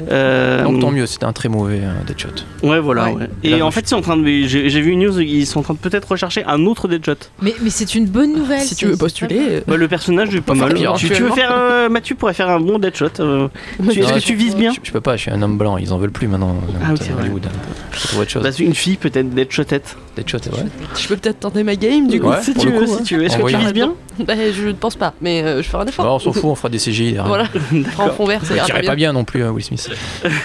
[SPEAKER 1] Euh,
[SPEAKER 3] Donc tant mieux, c'était un très mauvais euh, Deadshot.
[SPEAKER 1] Ouais, voilà.
[SPEAKER 2] Ouais.
[SPEAKER 1] ouais.
[SPEAKER 3] Là,
[SPEAKER 1] Et en
[SPEAKER 3] moi,
[SPEAKER 1] fait, c'est en train de. J'ai j'ai vu une news, ils sont en train de peut-être rechercher un autre Deadshot.
[SPEAKER 2] Mais, mais c'est une bonne nouvelle.
[SPEAKER 4] Si
[SPEAKER 2] c'est-
[SPEAKER 4] tu veux
[SPEAKER 2] c'est pas mal.
[SPEAKER 4] postuler, euh,
[SPEAKER 1] Bah, le personnage est pas
[SPEAKER 3] faire
[SPEAKER 1] mal.
[SPEAKER 3] pire,
[SPEAKER 1] Tu, tu veux
[SPEAKER 4] actuellement.
[SPEAKER 1] faire. euh, Mathieu pourrait faire un bon Deadshot. euh,
[SPEAKER 4] euh,
[SPEAKER 1] tu- Est-ce
[SPEAKER 3] Non,
[SPEAKER 1] que
[SPEAKER 3] je-
[SPEAKER 1] tu vises bien
[SPEAKER 3] Je, je peux pas, je suis un homme blanc, ils en veulent plus maintenant. euh,
[SPEAKER 1] Ah oui, c'est vrai.
[SPEAKER 3] Hollywood. hein. Je trouve autre chose.
[SPEAKER 1] bah, c'est Une fille, peut-être, Deadshotette.
[SPEAKER 3] Deadshot, c'est vrai.
[SPEAKER 4] je peux peut-être tenter ma game du coup.
[SPEAKER 3] Ouais,
[SPEAKER 1] si,
[SPEAKER 3] pour
[SPEAKER 1] tu
[SPEAKER 3] le
[SPEAKER 1] veux,
[SPEAKER 3] coup,
[SPEAKER 1] si
[SPEAKER 3] ouais.
[SPEAKER 1] tu veux. Est-ce que
[SPEAKER 3] Envoyé.
[SPEAKER 1] tu vises bien
[SPEAKER 4] Bah, je ne pense pas, mais euh, je ferai un effort.
[SPEAKER 3] Alors, Bah, on s'en fout, on fera des CGI derrière.
[SPEAKER 4] Voilà, en fond vert, ça
[SPEAKER 3] Il
[SPEAKER 4] ira
[SPEAKER 3] tirait
[SPEAKER 4] très
[SPEAKER 3] pas
[SPEAKER 4] bien.
[SPEAKER 3] bien non plus, hein, Will Smith.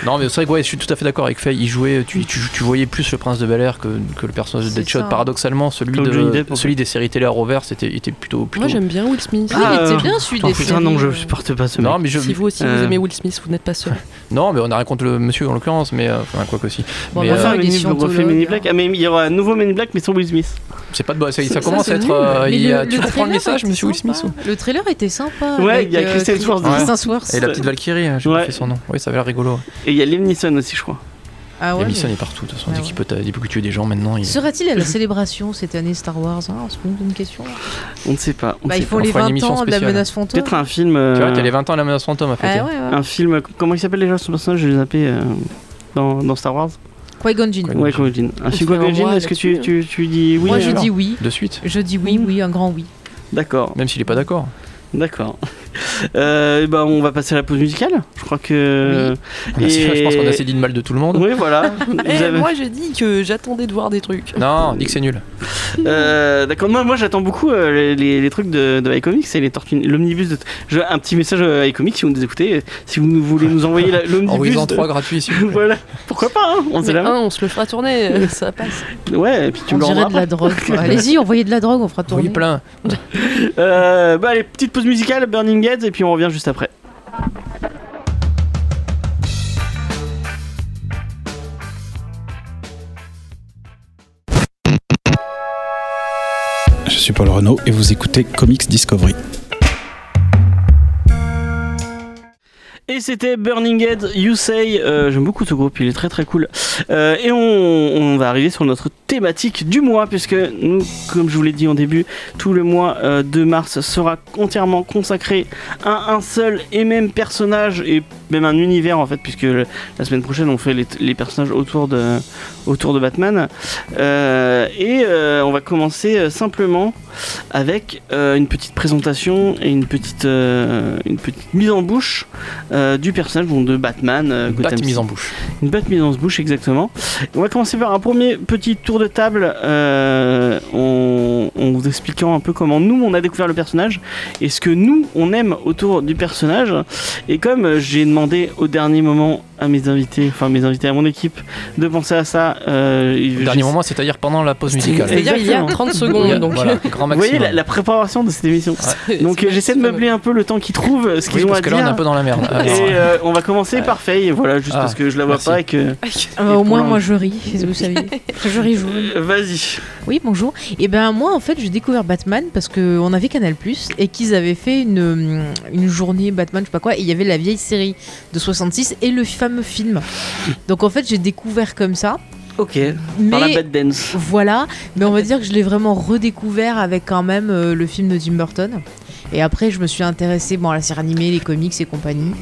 [SPEAKER 3] non, mais c'est vrai que ouais, je suis tout à fait d'accord avec Faye. Il jouait, tu, tu, tu voyais plus le prince de Bel Air que, que le personnage de
[SPEAKER 2] C'est
[SPEAKER 3] Deadshot.
[SPEAKER 2] ça.
[SPEAKER 3] Paradoxalement, celui,
[SPEAKER 1] Comme Johnny Depp,
[SPEAKER 3] de,
[SPEAKER 1] en fait.
[SPEAKER 3] celui des séries télé à revers était, était plutôt. plutôt...
[SPEAKER 4] Moi j'aime bien Will Smith.
[SPEAKER 2] Oui,
[SPEAKER 1] Ah,
[SPEAKER 2] mais
[SPEAKER 1] euh,
[SPEAKER 2] c'est bien celui
[SPEAKER 1] Putain,
[SPEAKER 2] des
[SPEAKER 1] putain,
[SPEAKER 2] séries,
[SPEAKER 1] non, je
[SPEAKER 2] euh,
[SPEAKER 1] supporte pas ce mec.
[SPEAKER 3] non, mais je,
[SPEAKER 4] Si vous aussi
[SPEAKER 1] Euh.
[SPEAKER 4] vous aimez Will Smith, vous n'êtes pas seul.
[SPEAKER 3] non, mais on a rien contre le monsieur en l'occurrence, mais euh, enfin, quoi que si.
[SPEAKER 2] Bon,
[SPEAKER 3] mais
[SPEAKER 2] bah,
[SPEAKER 1] On
[SPEAKER 3] euh,
[SPEAKER 1] refait un
[SPEAKER 2] il est
[SPEAKER 1] Men in- on refait
[SPEAKER 2] scientologue,
[SPEAKER 1] Men in
[SPEAKER 2] hein.
[SPEAKER 1] Black. Ah, mais il y aura un nouveau Men in Black, mais sans Will Smith.
[SPEAKER 3] c'est pas de bon, ça, ça
[SPEAKER 4] Ça,
[SPEAKER 3] commence
[SPEAKER 4] c'est
[SPEAKER 3] à être.
[SPEAKER 4] nul.
[SPEAKER 3] euh,
[SPEAKER 2] Mais
[SPEAKER 3] il y a-
[SPEAKER 2] le-
[SPEAKER 3] tu
[SPEAKER 2] le
[SPEAKER 3] comprends le
[SPEAKER 2] trailer
[SPEAKER 3] message,
[SPEAKER 2] était
[SPEAKER 3] monsieur Will
[SPEAKER 2] sympa.
[SPEAKER 3] Smith ou-
[SPEAKER 2] Le trailer était sympa.
[SPEAKER 1] Ouais,
[SPEAKER 2] avec,
[SPEAKER 1] il y a
[SPEAKER 2] euh,
[SPEAKER 1] Kristen Stewart.
[SPEAKER 2] Kristen Stewart.
[SPEAKER 3] Et la petite Valkyrie, hein, j'ai
[SPEAKER 1] Ouais.
[SPEAKER 3] pas fait son nom. Oui, ça avait l'air rigolo.
[SPEAKER 1] Et il y a Liam Neeson aussi, je crois.
[SPEAKER 2] Ah
[SPEAKER 3] Ouais,
[SPEAKER 2] ouais,
[SPEAKER 3] Emerson
[SPEAKER 2] mais-
[SPEAKER 3] est partout, de toute façon.
[SPEAKER 2] Ah
[SPEAKER 3] dès
[SPEAKER 2] ouais.
[SPEAKER 3] qu'il peut, dès qu'il peut tuer des gens maintenant, il
[SPEAKER 2] Sera-t-il à la célébration cette année Star Wars hein On se pose une question.
[SPEAKER 1] On ne sait pas. on
[SPEAKER 2] Bah,
[SPEAKER 1] sait
[SPEAKER 2] il faut
[SPEAKER 1] pas.
[SPEAKER 3] On
[SPEAKER 2] les
[SPEAKER 3] fera une
[SPEAKER 2] 20
[SPEAKER 3] émission
[SPEAKER 2] ans de la
[SPEAKER 3] spéciale.
[SPEAKER 2] menace fantôme.
[SPEAKER 1] Peut-être un film. euh,
[SPEAKER 3] Tu vois, t'as les 20 ans à la menace fantôme hein, à fêter.
[SPEAKER 2] Ah ouais, ouais.
[SPEAKER 1] un film. Comment il s'appelle déjà son personnage Je l'ai zappé euh, dans, dans Star Wars.
[SPEAKER 2] Qui-Gon Jinn.
[SPEAKER 3] Qui-Gon.
[SPEAKER 1] Ouais, Qui-Gon Jinn. Un film
[SPEAKER 4] fait un
[SPEAKER 1] Qui-Gon Jinn,
[SPEAKER 4] roi
[SPEAKER 1] est-ce que tu, tu,
[SPEAKER 4] là-dessus,
[SPEAKER 1] tu dis oui
[SPEAKER 2] Moi, je
[SPEAKER 1] alors
[SPEAKER 2] dis oui.
[SPEAKER 3] De suite,
[SPEAKER 2] Je dis oui, oui, un grand oui.
[SPEAKER 1] D'accord,
[SPEAKER 3] même s'il est pas d'accord.
[SPEAKER 1] d'accord. Euh, bah, on va passer à la pause musicale. Je crois que.
[SPEAKER 3] On a-
[SPEAKER 1] Et-
[SPEAKER 3] Je pense qu'on a assez dit de mal de tout le monde.
[SPEAKER 1] Oui, voilà. Vous
[SPEAKER 4] Eh,
[SPEAKER 1] avez-
[SPEAKER 4] Moi j'ai dit que j'attendais de voir des trucs.
[SPEAKER 3] Non, dis que c'est nul.
[SPEAKER 1] Euh, D'accord, moi, moi j'attends beaucoup euh, les- les, les trucs de, de iComics et les tortues- l'omnibus. De... je- un petit message à iComics si vous nous écoutez, si vous nous- voulez nous envoyer la- l'omnibus.
[SPEAKER 3] Envoyez-en
[SPEAKER 1] de-
[SPEAKER 3] 3 gratuits ici.
[SPEAKER 1] voilà, pourquoi pas, hein, on
[SPEAKER 4] Mais
[SPEAKER 1] sait
[SPEAKER 4] un,
[SPEAKER 1] jamais.
[SPEAKER 4] on se le fera tourner, euh, ça passe.
[SPEAKER 1] Ouais, et puis tu
[SPEAKER 2] on
[SPEAKER 1] me le
[SPEAKER 2] dirait
[SPEAKER 1] rendras
[SPEAKER 2] de la drogue. quoi. Allez-y, envoyez de la drogue, on fera tourner.
[SPEAKER 3] Oui, plein.
[SPEAKER 1] après. Euh, bah, allez, petite pause musicale, Burning Heads, et puis on revient juste après.
[SPEAKER 5] Je suis Paul Renault et vous écoutez Comics Discovery.
[SPEAKER 1] Et c'était Burning Head, You Say. Euh, J'aime beaucoup ce groupe, il est très très cool. Euh, et on, on va arriver sur notre thématique du mois, puisque nous, comme je vous l'ai dit en début, tout le mois euh, de mars sera entièrement consacré à un seul et même personnage, et même un univers en fait, puisque le- la semaine prochaine on fait les, les personnages autour de, autour de Batman. Euh, et euh, on va commencer euh, simplement avec euh, une petite présentation et une petite, euh, une petite mise en bouche euh, du personnage donc de Batman. euh, Gotham
[SPEAKER 3] Batte
[SPEAKER 1] City.
[SPEAKER 3] mise en bouche.
[SPEAKER 1] Une batte mise en bouche, exactement. On va commencer par un premier petit tour de table euh, en, en vous expliquant un peu comment nous on a découvert le personnage et ce que nous on aime autour du personnage. Et comme euh, j'ai demandé au dernier moment à mes invités, enfin mes invités à mon équipe, de penser à ça, euh,
[SPEAKER 3] Au
[SPEAKER 1] j'ai-
[SPEAKER 3] Dernier moment, c'est-à-dire pendant la pause musicale.
[SPEAKER 4] C'est-à-dire il y a
[SPEAKER 1] Exactement.
[SPEAKER 4] 30
[SPEAKER 3] Il y a-
[SPEAKER 4] secondes donc. euh,
[SPEAKER 3] Voilà, grand
[SPEAKER 1] vous voyez
[SPEAKER 3] maximum.
[SPEAKER 1] la, la préparation de cette émission.
[SPEAKER 4] c'est-
[SPEAKER 1] Donc
[SPEAKER 4] c'est-
[SPEAKER 1] euh, j'essaie de
[SPEAKER 4] c'est pas
[SPEAKER 1] meubler un peu le temps qu'ils trouvent, ce qu'ils
[SPEAKER 3] Oui,
[SPEAKER 1] ont à
[SPEAKER 3] parce que là, on est
[SPEAKER 1] dire.
[SPEAKER 3] un peu dans la merde. Ah, non.
[SPEAKER 1] Et euh, on va commencer par Faye, voilà, juste
[SPEAKER 3] Ah,
[SPEAKER 1] parce que je la vois
[SPEAKER 3] merci.
[SPEAKER 1] pas et que.
[SPEAKER 4] mal.
[SPEAKER 2] Ah bah,
[SPEAKER 1] Et
[SPEAKER 2] au
[SPEAKER 1] pour
[SPEAKER 2] moins,
[SPEAKER 1] l'en-
[SPEAKER 2] moi, je ris, vous savez. je ris, je ris.
[SPEAKER 1] Vas-y.
[SPEAKER 2] Oui, bonjour. Et ben moi, en fait, j'ai découvert Batman parce que on avait Canal et qu'ils avaient fait une, hum, une journée Batman, je sais pas quoi, et il y avait la vieille série de 66 et le fameux film. Donc en fait, j'ai découvert comme ça.
[SPEAKER 1] Ok. Par la
[SPEAKER 2] Mais
[SPEAKER 1] bad dance.
[SPEAKER 2] voilà, mais on va dire que je l'ai vraiment redécouvert avec quand même euh, le film de Tim Burton. Et après, je me suis intéressée bon, à la série animée, les comics et compagnie.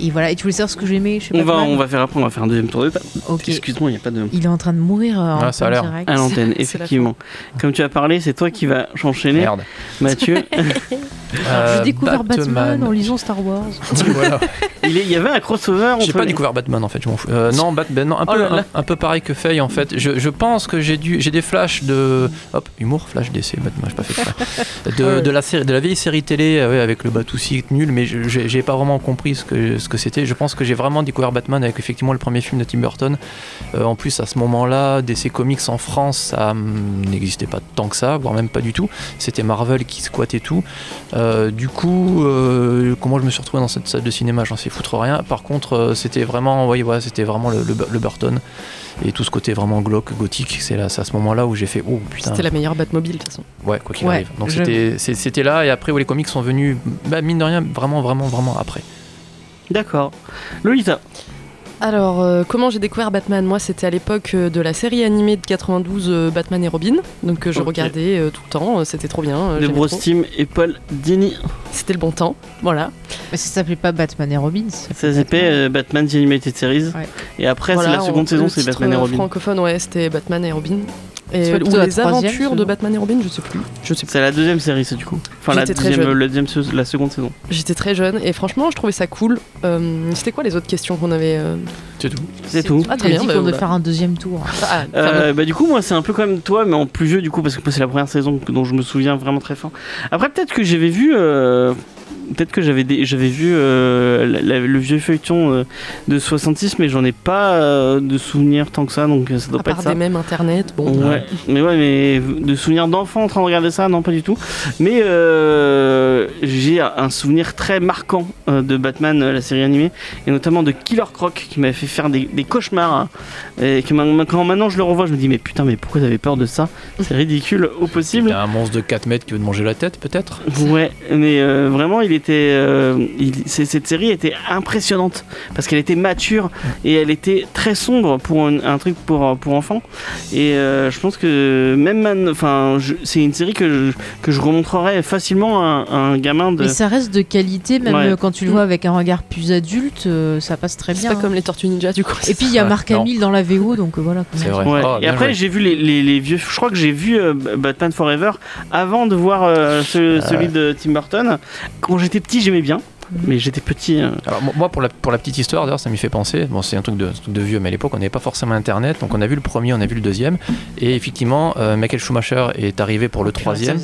[SPEAKER 2] Et voilà, et tu voulais savoir ce que j'aimais chez
[SPEAKER 1] On va,
[SPEAKER 2] Batman
[SPEAKER 1] on va faire après, on va faire un deuxième tour de table.
[SPEAKER 2] Ok.
[SPEAKER 1] Excuse-moi, il n'y a pas de.
[SPEAKER 2] Il est en train de mourir euh, en
[SPEAKER 3] Ah, ça a l'air.
[SPEAKER 2] direct.
[SPEAKER 1] À l'antenne,
[SPEAKER 4] c'est la fin.
[SPEAKER 1] effectivement. Comme tu as parlé, c'est toi qui vas enchaîner,
[SPEAKER 3] Merde.
[SPEAKER 1] Mathieu.
[SPEAKER 3] Euh,
[SPEAKER 2] J'ai découvert Batman en lisant Star Wars.
[SPEAKER 3] Voilà.
[SPEAKER 1] il, est- il y avait un crossover entre.
[SPEAKER 3] J'ai pas
[SPEAKER 1] les-
[SPEAKER 3] découvert Batman en fait, je m'en fous. Euh, non, Batman, non, un, peu,
[SPEAKER 4] Oh là là.
[SPEAKER 3] Un, un peu pareil que Faye en fait. Je, je pense que j'ai dû, j'ai des flashs de, hop, humour, flash d'essai, Batman, j'ai pas fait ça. De, de la série, de la vieille série télé, euh, ouais, avec le Batoussi nul, mais je- j'ai j'ai pas vraiment compris ce que ce que c'était. Je pense que j'ai vraiment découvert Batman avec effectivement le premier film de Tim Burton. Euh, en plus, à ce moment-là, DC Comics en France, ça hum, n'existait pas tant que ça, voire même pas du tout. C'était Marvel qui squattait tout. Euh, du coup, euh, comment je me suis retrouvé dans cette salle de cinéma, j'en sais foutre rien. Par contre, euh, c'était vraiment, oui, voilà, c'était vraiment le, le, le Burton et tout ce côté vraiment glauque, gothique. C'est là, c'est à ce moment-là où j'ai fait, oh putain,
[SPEAKER 4] C'était la meilleure Batmobile de toute façon.
[SPEAKER 3] ouais, quoi qu'il
[SPEAKER 2] Ouais,
[SPEAKER 3] arrive. Donc
[SPEAKER 2] j'avoue.
[SPEAKER 3] c'était, c'est- c'était là et après où les comics sont venus, bah, mine de rien, vraiment, vraiment, vraiment après.
[SPEAKER 1] D'accord. Lolita.
[SPEAKER 4] Alors, euh, comment j'ai découvert Batman Moi, c'était à l'époque euh, de la série animée de 92, euh, Batman et Robin. Donc, euh, je
[SPEAKER 1] Ok.
[SPEAKER 4] regardais euh, tout le temps, euh, c'était trop bien. euh,
[SPEAKER 1] de
[SPEAKER 4] j'aimais
[SPEAKER 1] Bruce
[SPEAKER 4] trop.
[SPEAKER 1] Team et Paul Dini.
[SPEAKER 4] C'était le bon temps, voilà.
[SPEAKER 2] Mais ça s'appelait pas Batman et Robin.
[SPEAKER 1] Ça s'appelait euh, Batman The Animated Series.
[SPEAKER 2] Ouais.
[SPEAKER 1] Et après,
[SPEAKER 4] Voilà,
[SPEAKER 1] c'est la
[SPEAKER 4] en-
[SPEAKER 1] seconde saison,
[SPEAKER 4] le
[SPEAKER 1] c'est
[SPEAKER 4] titre,
[SPEAKER 1] Batman et
[SPEAKER 4] euh,
[SPEAKER 1] Robin.
[SPEAKER 4] francophone, ouais, c'était Batman et Robin. Et,
[SPEAKER 2] Soit
[SPEAKER 4] ou
[SPEAKER 2] la
[SPEAKER 4] les
[SPEAKER 2] troisième,
[SPEAKER 4] aventures de
[SPEAKER 2] selon.
[SPEAKER 4] Batman et Robin, je sais plus. Je sais plus.
[SPEAKER 1] C'est la deuxième série, c'est du coup. Enfin, la
[SPEAKER 4] J'étais très
[SPEAKER 1] deuxième,
[SPEAKER 4] jeune.
[SPEAKER 1] euh, la, deuxième saison- la seconde saison.
[SPEAKER 4] J'étais très jeune et franchement, je trouvais ça cool. Euh, C'était quoi les autres questions qu'on avait euh,
[SPEAKER 3] C'est tout.
[SPEAKER 1] C'est tout.
[SPEAKER 4] Ah,
[SPEAKER 2] Ah,
[SPEAKER 4] très
[SPEAKER 2] très
[SPEAKER 4] bien,
[SPEAKER 2] dit
[SPEAKER 4] bah,
[SPEAKER 2] qu'on devait
[SPEAKER 4] voilà.
[SPEAKER 2] faire un deuxième tour.
[SPEAKER 4] ah,
[SPEAKER 1] Euh, bah du coup moi c'est un peu comme toi mais en plus vieux du coup parce que moi, c'est la première saison que- dont je me souviens vraiment très fin. Après peut-être que j'avais vu euh, peut-être que j'avais des- j'avais vu euh, la- la- le vieux feuilleton euh, de 66 mais j'en ai pas euh, de souvenirs tant que ça donc euh, ça doit
[SPEAKER 4] à
[SPEAKER 1] pas
[SPEAKER 4] part
[SPEAKER 1] être ça.
[SPEAKER 4] des mêmes internet, bon.
[SPEAKER 1] Ouais. mais ouais, mais de souvenirs d'enfant en train de regarder ça, non, pas du tout. Mais euh, j'ai un souvenir très marquant euh, de Batman, euh, la série animée, et notamment de Killer Croc qui m'avait fait faire des, des cauchemars. hein. et que ma- quand maintenant je le revois, je me dis, mais putain, mais pourquoi t'avais peur de ça C'est ridicule au possible.
[SPEAKER 3] T'as un monstre de 4 mètres qui veut te manger la tête, peut-être
[SPEAKER 1] Ouais, mais euh, vraiment, il était, euh, il- c'est- cette série était impressionnante parce qu'elle était mature et elle était très sombre pour un, un truc pour pour enfants. Et euh, je pense que même, man- enfin, je- c'est une série que je, que je remontrerais facilement à, un- à un gamin de.
[SPEAKER 2] Mais ça reste de qualité, même
[SPEAKER 1] Ouais.
[SPEAKER 2] euh, quand tu le vois avec un regard plus adulte, euh, ça passe très
[SPEAKER 4] C'est
[SPEAKER 2] bien.
[SPEAKER 4] pas comme les Tortues Ninja du coup.
[SPEAKER 2] Et puis il y a
[SPEAKER 3] Ouais,
[SPEAKER 2] Marc
[SPEAKER 3] non.
[SPEAKER 2] Hamill dans la VO, donc euh, voilà.
[SPEAKER 3] C'est vrai.
[SPEAKER 1] Ouais.
[SPEAKER 3] Ah,
[SPEAKER 1] et
[SPEAKER 3] bien
[SPEAKER 1] après
[SPEAKER 3] joué.
[SPEAKER 1] j'ai vu les, les, les vieux, je crois que j'ai vu euh, Batman Forever avant de voir euh, ce- celui de Tim Burton. Quand j'étais petit j'aimais bien, mais j'étais petit. euh,
[SPEAKER 3] Alors mo- moi pour la, pour la petite histoire d'ailleurs ça m'y fait penser, bon c'est un truc de, un truc de vieux mais à l'époque on n'avait pas forcément internet donc on a vu le premier, on a vu le deuxième et effectivement euh, Michael Schumacher est arrivé pour le troisième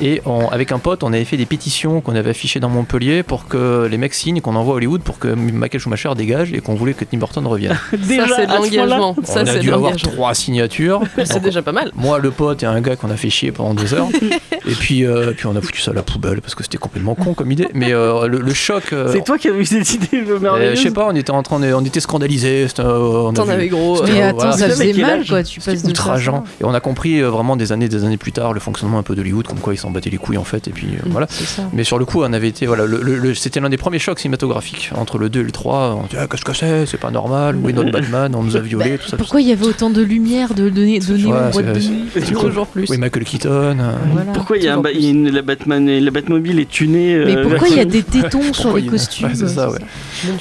[SPEAKER 3] et on- avec un pote on avait fait des pétitions qu'on avait affichées dans Montpellier pour que les mecs signent qu'on envoie à Hollywood pour que Michael Schumacher dégage et qu'on voulait que Tim Burton revienne.
[SPEAKER 4] Ça, c'est de
[SPEAKER 1] à ce moment-là.
[SPEAKER 4] l'engagement. Ça,
[SPEAKER 3] on a
[SPEAKER 4] c'est de
[SPEAKER 3] dû avoir
[SPEAKER 4] l'engagement.
[SPEAKER 3] trois signatures.
[SPEAKER 4] C'est
[SPEAKER 3] Donc,
[SPEAKER 4] déjà pas mal.
[SPEAKER 3] moi, le pote et un gars qu'on a fait chier pendant deux heures. et puis, euh, puis on a foutu ça à la poubelle parce que c'était complètement con comme idée. Mais euh, le, le choc. euh,
[SPEAKER 1] C'est toi qui as eu cette idée
[SPEAKER 3] euh,
[SPEAKER 1] merveilleuse.
[SPEAKER 3] je sais pas, on était en train de, on était scandalisés. c'était, euh, on a
[SPEAKER 4] T'en
[SPEAKER 3] vu-
[SPEAKER 4] avais gros.
[SPEAKER 3] C'était-
[SPEAKER 2] Mais
[SPEAKER 3] euh,
[SPEAKER 2] attends,
[SPEAKER 3] voilà.
[SPEAKER 2] ça
[SPEAKER 1] C'était
[SPEAKER 2] faisait
[SPEAKER 1] quel
[SPEAKER 2] mal,
[SPEAKER 1] âge
[SPEAKER 2] quoi. Tu passes
[SPEAKER 3] C'était
[SPEAKER 2] de ça à ça.
[SPEAKER 3] outrageant. Et on a compris euh, vraiment des années, des années plus tard le fonctionnement un peu d'Hollywood, comme quoi ils s'en battaient les couilles en fait. Et puis euh,
[SPEAKER 4] Mm.
[SPEAKER 3] voilà.
[SPEAKER 2] C'est ça.
[SPEAKER 3] Mais sur le coup, on avait été. Voilà, le- le- le- c'était l'un des premiers chocs cinématographiques. Entre le 2 et le 3, on dit ah, Qu'est-ce que c'est C'est pas normal. Où est notre Batman On nous a violés, tout ça. tout ça.
[SPEAKER 2] Pourquoi il y avait autant de lumière, de données, données
[SPEAKER 3] Ouais,
[SPEAKER 2] au bois de
[SPEAKER 3] c'est-
[SPEAKER 2] nuit
[SPEAKER 3] c'est-
[SPEAKER 4] Toujours plus.
[SPEAKER 3] Oui, Michael Keaton. euh,
[SPEAKER 2] Voilà.
[SPEAKER 1] Pourquoi il y a, un
[SPEAKER 4] toujours
[SPEAKER 1] ba-
[SPEAKER 4] plus.
[SPEAKER 1] il y a une- la Batman et la Batmobile est tunée euh,
[SPEAKER 2] Mais pourquoi il y a
[SPEAKER 1] vers-
[SPEAKER 2] des tétons sur
[SPEAKER 3] pourquoi
[SPEAKER 2] les
[SPEAKER 3] il-
[SPEAKER 2] costumes
[SPEAKER 3] Ouais, c'est ça, ouais.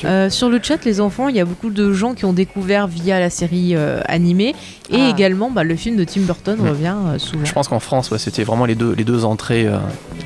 [SPEAKER 2] Euh, sur le chat, les enfants, il y a beaucoup de gens qui ont découvert via la série euh, animée et
[SPEAKER 4] Ah.
[SPEAKER 2] également bah, le film de Tim Burton
[SPEAKER 3] Mm.
[SPEAKER 2] revient euh, souvent.
[SPEAKER 3] Je pense qu'en France, ouais, c'était vraiment les deux, les deux entrées euh,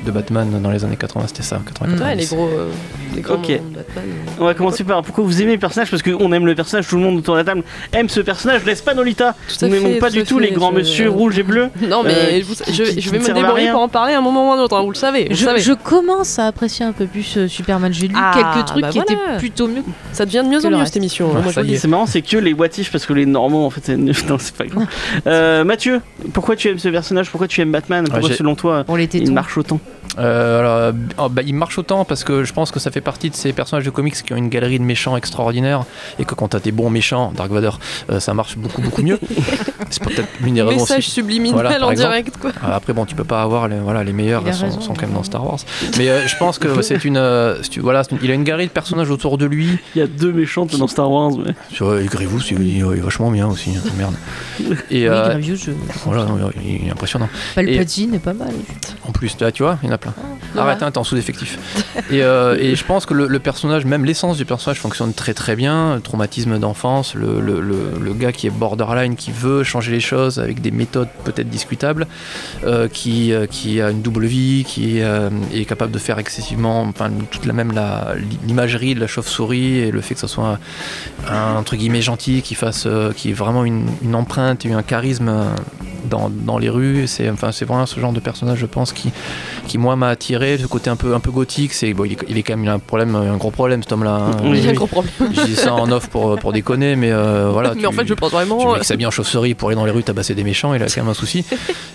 [SPEAKER 3] de Batman dans les années 80, c'était ça. 80,
[SPEAKER 4] Ouais, les
[SPEAKER 3] 90.
[SPEAKER 4] gros. euh, les grands
[SPEAKER 1] Ok.
[SPEAKER 4] Batman. euh.
[SPEAKER 1] On va commencer par pourquoi vous aimez le personnage parce qu'on aime le personnage, tout le monde autour de la table aime ce personnage. Laisse pas Nolita.
[SPEAKER 4] Tout à
[SPEAKER 1] Nous
[SPEAKER 4] fait,
[SPEAKER 1] n'aimons pas
[SPEAKER 4] tout
[SPEAKER 1] du
[SPEAKER 4] à
[SPEAKER 1] tout
[SPEAKER 4] fait,
[SPEAKER 1] les grands
[SPEAKER 4] je-
[SPEAKER 1] monsieur Euh, rouges et bleus.
[SPEAKER 4] Non, mais vous- je, je vais me
[SPEAKER 1] servent à
[SPEAKER 4] débrouiller
[SPEAKER 1] rien.
[SPEAKER 4] pour en parler à un moment ou un autre, hein, vous le savez. vous le
[SPEAKER 2] Je,
[SPEAKER 4] savez.
[SPEAKER 2] je commence à apprécier un peu plus euh, Superman. J'ai lu
[SPEAKER 4] Ah,
[SPEAKER 2] quelques trucs
[SPEAKER 4] bah
[SPEAKER 2] qui
[SPEAKER 4] voilà.
[SPEAKER 2] étaient plutôt mieux.
[SPEAKER 4] Ça devient de mieux
[SPEAKER 2] Que
[SPEAKER 4] en
[SPEAKER 2] le
[SPEAKER 4] mieux
[SPEAKER 2] reste.
[SPEAKER 4] cette émission. hein,
[SPEAKER 3] Ouais,
[SPEAKER 4] moi, je
[SPEAKER 3] ça
[SPEAKER 4] vous
[SPEAKER 3] y
[SPEAKER 4] le
[SPEAKER 3] est.
[SPEAKER 4] dis.
[SPEAKER 1] C'est marrant, c'est que les what if parce que les normands en fait. c'est- Non, c'est pas grave. Euh, Mathieu, pourquoi tu aimes ce personnage Pourquoi tu aimes Batman Pourquoi
[SPEAKER 3] j'ai-
[SPEAKER 1] selon toi
[SPEAKER 2] Pour les
[SPEAKER 1] il
[SPEAKER 2] tétons.
[SPEAKER 1] marche autant
[SPEAKER 3] Euh, alors, euh, oh, bah, il marche autant parce que je pense que ça fait partie de ces personnages de comics qui ont une galerie de méchants extraordinaire et que quand t'as des bons méchants, Dark Vader, euh, ça marche beaucoup beaucoup mieux. C'est peut-être l'une des raisons.
[SPEAKER 4] Message
[SPEAKER 3] aussi.
[SPEAKER 4] subliminal
[SPEAKER 3] Voilà, par
[SPEAKER 4] en
[SPEAKER 3] exemple.
[SPEAKER 4] direct, quoi.
[SPEAKER 3] Euh, Après bon, tu peux pas avoir les, voilà les meilleurs
[SPEAKER 2] Il a
[SPEAKER 3] sont,
[SPEAKER 2] raison.
[SPEAKER 3] sont quand même dans Star Wars. Mais euh, je pense que c'est une euh, c'est- voilà c'est une- il a une galerie de personnages autour de lui.
[SPEAKER 1] Il y a deux méchantes dans Star Wars. mais-
[SPEAKER 3] Sur, euh, Grievous, il, il est vachement bien aussi. hein, Merde. Et
[SPEAKER 2] Oui,
[SPEAKER 3] euh,
[SPEAKER 2] Grievous, je-
[SPEAKER 3] voilà, non, il est impressionnant.
[SPEAKER 2] Palpatine est pas mal.
[SPEAKER 3] En plus, là, tu vois, il y en a plein. Arrête,
[SPEAKER 4] Voilà.
[SPEAKER 3] hein, t'es en sous-effectif. et, euh, et je pense que le, le personnage, même l'essence du personnage fonctionne très très bien. Le traumatisme d'enfance, le, le- le- le gars qui est borderline, qui veut changer les choses avec des méthodes peut-être discutables, euh, qui, euh, qui a une double vie, qui euh, est capable de faire excessivement, enfin, toute la même la- l'imagerie de la chauve-souris et le fait que ce soit un, un, entre guillemets gentil, qui fasse, euh, qui ait vraiment une, une empreinte et un charisme euh, dans, dans les rues. C'est enfin, c'est vraiment ce genre de personnage, je pense, qui qui moi m'a attiré ce côté un peu un peu gothique c'est bon il est, il est quand même il a un problème un gros problème cet homme là
[SPEAKER 1] Oui.
[SPEAKER 4] Il y a un gros problème.
[SPEAKER 3] je dis ça en off pour, pour déconner mais euh, voilà
[SPEAKER 4] mais
[SPEAKER 3] tu-
[SPEAKER 4] en fait, je pense
[SPEAKER 3] tu
[SPEAKER 4] vraiment. euh,
[SPEAKER 3] mets que s'habille en chauve-souris pour aller dans les rues tabasser des méchants, il a quand même un souci.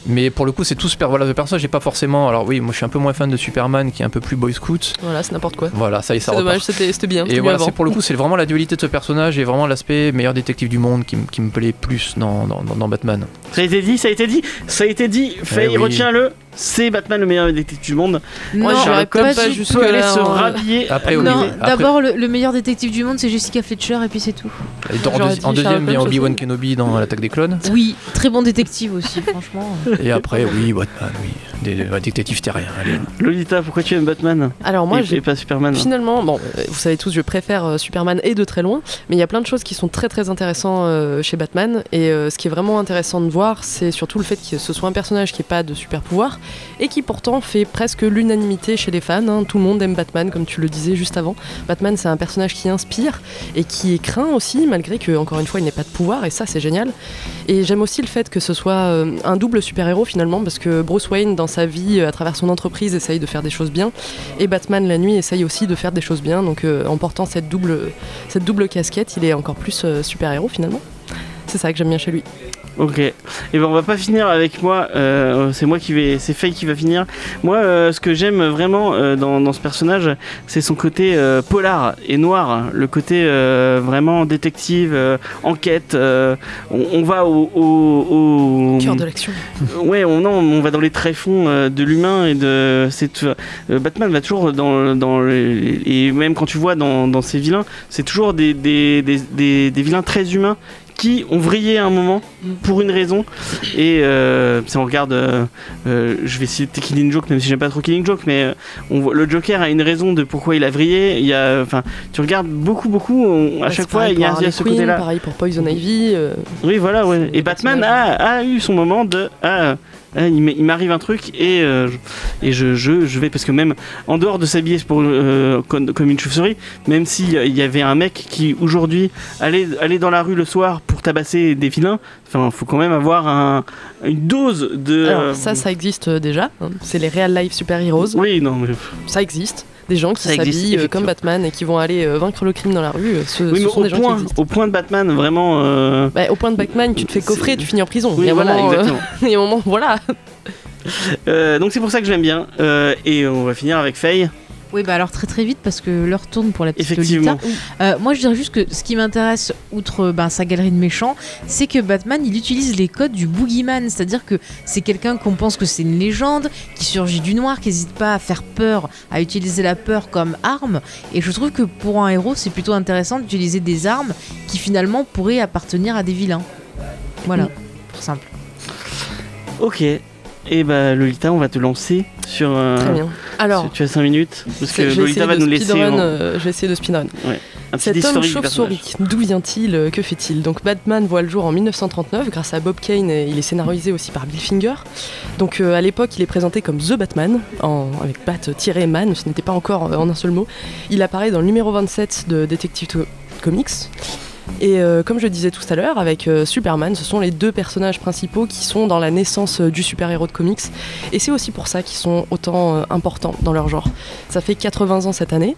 [SPEAKER 3] Mais pour le coup, c'est tout super. Voilà, le personnage, j'ai pas forcément. Alors oui, moi je suis un peu moins fan de Superman qui est un peu plus Boy Scout.
[SPEAKER 4] Voilà, c'est n'importe quoi.
[SPEAKER 3] Voilà, ça y est, ça
[SPEAKER 4] C'est dommage,
[SPEAKER 3] repart.
[SPEAKER 4] c'était c'était bien. c'était
[SPEAKER 3] Et
[SPEAKER 4] mieux
[SPEAKER 3] voilà,
[SPEAKER 4] avant.
[SPEAKER 3] c'est pour le coup, c'est vraiment la dualité de ce personnage et vraiment l'aspect meilleur détective du monde qui, m- qui me plaît plus dans, dans, dans- dans Batman.
[SPEAKER 1] Ça a été dit, ça a été dit, ça a été dit. Faye,
[SPEAKER 3] oui.
[SPEAKER 1] retiens-le. c'est Batman le meilleur détective du monde.
[SPEAKER 4] Moi,
[SPEAKER 2] non,
[SPEAKER 4] j'aurais
[SPEAKER 1] Sherlock
[SPEAKER 4] pas
[SPEAKER 1] Holmes
[SPEAKER 4] pas
[SPEAKER 1] peut
[SPEAKER 4] jusque
[SPEAKER 1] aller
[SPEAKER 4] là,
[SPEAKER 1] se
[SPEAKER 4] hein.
[SPEAKER 1] rhabiller.
[SPEAKER 3] Après, au
[SPEAKER 2] Non,
[SPEAKER 3] niveau- après-
[SPEAKER 2] d'abord, le, le meilleur détective du monde, c'est Jessica Fletcher, et puis c'est tout.
[SPEAKER 3] Et dans-
[SPEAKER 4] J'aurais dit
[SPEAKER 3] en deuxième, il y a
[SPEAKER 4] Sherlock Holmes
[SPEAKER 3] Obi-Wan
[SPEAKER 4] aussi.
[SPEAKER 3] Kenobi dans l'attaque des clones.
[SPEAKER 2] Oui, très bon détective aussi, franchement.
[SPEAKER 3] Et après, oui, Batman, oui. Des, des détectives terriens. allez.
[SPEAKER 1] Lolita, pourquoi tu aimes Batman
[SPEAKER 4] Alors moi,
[SPEAKER 1] Et-
[SPEAKER 4] j'ai
[SPEAKER 1] et pas Superman.
[SPEAKER 4] Finalement, bon, euh, vous savez tous, je préfère euh, Superman et de très loin, mais il y a plein de choses qui sont très très intéressantes euh, chez Batman. Et euh, ce qui est vraiment intéressant de voir, c'est surtout le fait que ce soit un personnage qui n'ait pas de super pouvoir et qui pourtant fait presque l'unanimité chez les fans. hein. Tout le monde aime Batman, comme tu le disais juste avant. Batman, c'est un personnage qui inspire et qui est craint aussi, malgré que encore une fois, il n'ait pas de pouvoir. Et ça, c'est génial. Et j'aime aussi le fait que ce soit euh, un double super héros finalement, parce que Bruce Wayne, dans sa vie, euh, à travers son entreprise, essaye de faire des choses bien et Batman la nuit essaye aussi de faire des choses bien. Donc euh, en portant cette double, cette double casquette, il est encore plus euh, super-héros finalement. C'est ça que j'aime bien chez lui.
[SPEAKER 1] Ok. Et ben on va pas finir avec moi. euh, c'est moi qui vais, c'est Faye qui va finir. Moi, euh, ce que j'aime vraiment euh, dans, dans ce personnage, c'est son côté euh, polar et noir, le côté euh, vraiment détective, euh, enquête. euh, on, on va au, au, au-
[SPEAKER 4] Cœur de l'action.
[SPEAKER 1] Ouais, on, non, on va dans les tréfonds euh, de l'humain et de. C'est tout- euh, Batman va toujours dans. dans les- et même quand tu vois dans, dans ces vilains, c'est toujours des, des, des, des- des vilains très humains qui ont vrillé à un moment pour une raison. Et euh, si on regarde. euh, euh, je vais citer Killing Joke, même si j'aime pas trop Killing Joke, mais euh, on voit, le Joker a une raison de pourquoi il a vrillé. Il y a, enfin, tu regardes beaucoup, beaucoup, on- à
[SPEAKER 4] Bah,
[SPEAKER 1] chaque
[SPEAKER 4] c'est
[SPEAKER 1] fois,
[SPEAKER 4] pareil
[SPEAKER 1] il y a,
[SPEAKER 4] pour
[SPEAKER 1] il y a
[SPEAKER 4] Harley
[SPEAKER 1] ce
[SPEAKER 4] Quinn,
[SPEAKER 1] côté-là. Hum.
[SPEAKER 4] Pareil pour Poison Ivy. euh,
[SPEAKER 1] Oui, voilà, ouais.
[SPEAKER 4] C'est
[SPEAKER 1] Et
[SPEAKER 4] des
[SPEAKER 1] Batman a,
[SPEAKER 4] personnages.
[SPEAKER 1] a eu son moment de. Ah, ah, il m'est- il m'arrive un truc et, euh, je, et je, je, je vais. Parce que même en dehors de s'habiller pour, euh, comme, comme une chauve-souris, même s'il y avait un mec qui aujourd'hui allait, allait dans la rue le soir pour tabasser des vilains, enfin, faut quand même avoir un- une dose de. euh,
[SPEAKER 4] Alors ça, ça existe euh, déjà. hein. C'est les real life super-héros.
[SPEAKER 1] Oui, non, mais.
[SPEAKER 4] Ça existe. Des gens qui
[SPEAKER 1] Ça existe,
[SPEAKER 4] s'habillent euh,
[SPEAKER 1] effectivement.
[SPEAKER 4] comme Batman et qui vont aller euh, vaincre le crime dans la rue. euh, Ce,
[SPEAKER 1] Oui,
[SPEAKER 4] ce
[SPEAKER 1] mais
[SPEAKER 4] sont des
[SPEAKER 1] au
[SPEAKER 4] gens qui
[SPEAKER 1] point,
[SPEAKER 4] existent.
[SPEAKER 1] au point de Batman, vraiment. euh,
[SPEAKER 4] Bah, au point de Batman, tu te fais
[SPEAKER 1] C'est-
[SPEAKER 4] coffrer, tu finis en prison. il,
[SPEAKER 1] Oui,
[SPEAKER 4] y a un
[SPEAKER 1] voilà,
[SPEAKER 4] moment, euh,
[SPEAKER 1] exactement.
[SPEAKER 4] il y a un moment, voilà.
[SPEAKER 1] Euh, donc c'est pour ça que j'aime bien. Euh, et on va finir avec Faye.
[SPEAKER 2] Oui, bah alors très très vite parce que l'heure tourne pour la petite
[SPEAKER 1] Effectivement.
[SPEAKER 2] Lolita. Euh, moi, je dirais juste que ce qui m'intéresse, outre ben, sa galerie de méchants, c'est que Batman, il utilise les codes du boogeyman, c'est-à-dire que c'est quelqu'un qu'on pense que c'est une légende, qui surgit du noir, qui n'hésite pas à faire peur, à utiliser la peur comme arme. Et je trouve que pour un héros, c'est plutôt intéressant d'utiliser des armes qui finalement pourraient appartenir à des vilains. Voilà, pour simple.
[SPEAKER 1] Ok. Et bah Lolita, on va te lancer sur. euh,
[SPEAKER 4] Très bien.
[SPEAKER 1] sur-
[SPEAKER 4] Alors,
[SPEAKER 1] tu as 5 minutes parce que
[SPEAKER 4] C'est- j'ai essayé
[SPEAKER 1] Lolita va
[SPEAKER 4] de
[SPEAKER 1] nous laisser
[SPEAKER 4] speedrun,
[SPEAKER 1] un,
[SPEAKER 4] euh, j'ai essayé de speedrun.
[SPEAKER 1] un petit
[SPEAKER 4] Cet homme
[SPEAKER 1] historique du personnage.
[SPEAKER 4] chauve-souris, d'où vient-il euh, Que fait-il Donc Batman voit le jour en 1939 grâce à Bob Kane et il est scénarisé aussi par Bill Finger. Donc euh, à l'époque, il est présenté comme The Batman, en- avec Bat-Man, ce n'était pas encore euh, en un seul mot. Il apparaît dans le numéro 27 de Detective To- Comics. Et euh, comme je disais tout à l'heure, avec euh, Superman, ce sont les deux personnages principaux qui sont dans la naissance euh, du super-héros de comics. Et c'est aussi pour ça qu'ils sont autant euh, importants dans leur genre. Ça fait 80 ans cette année.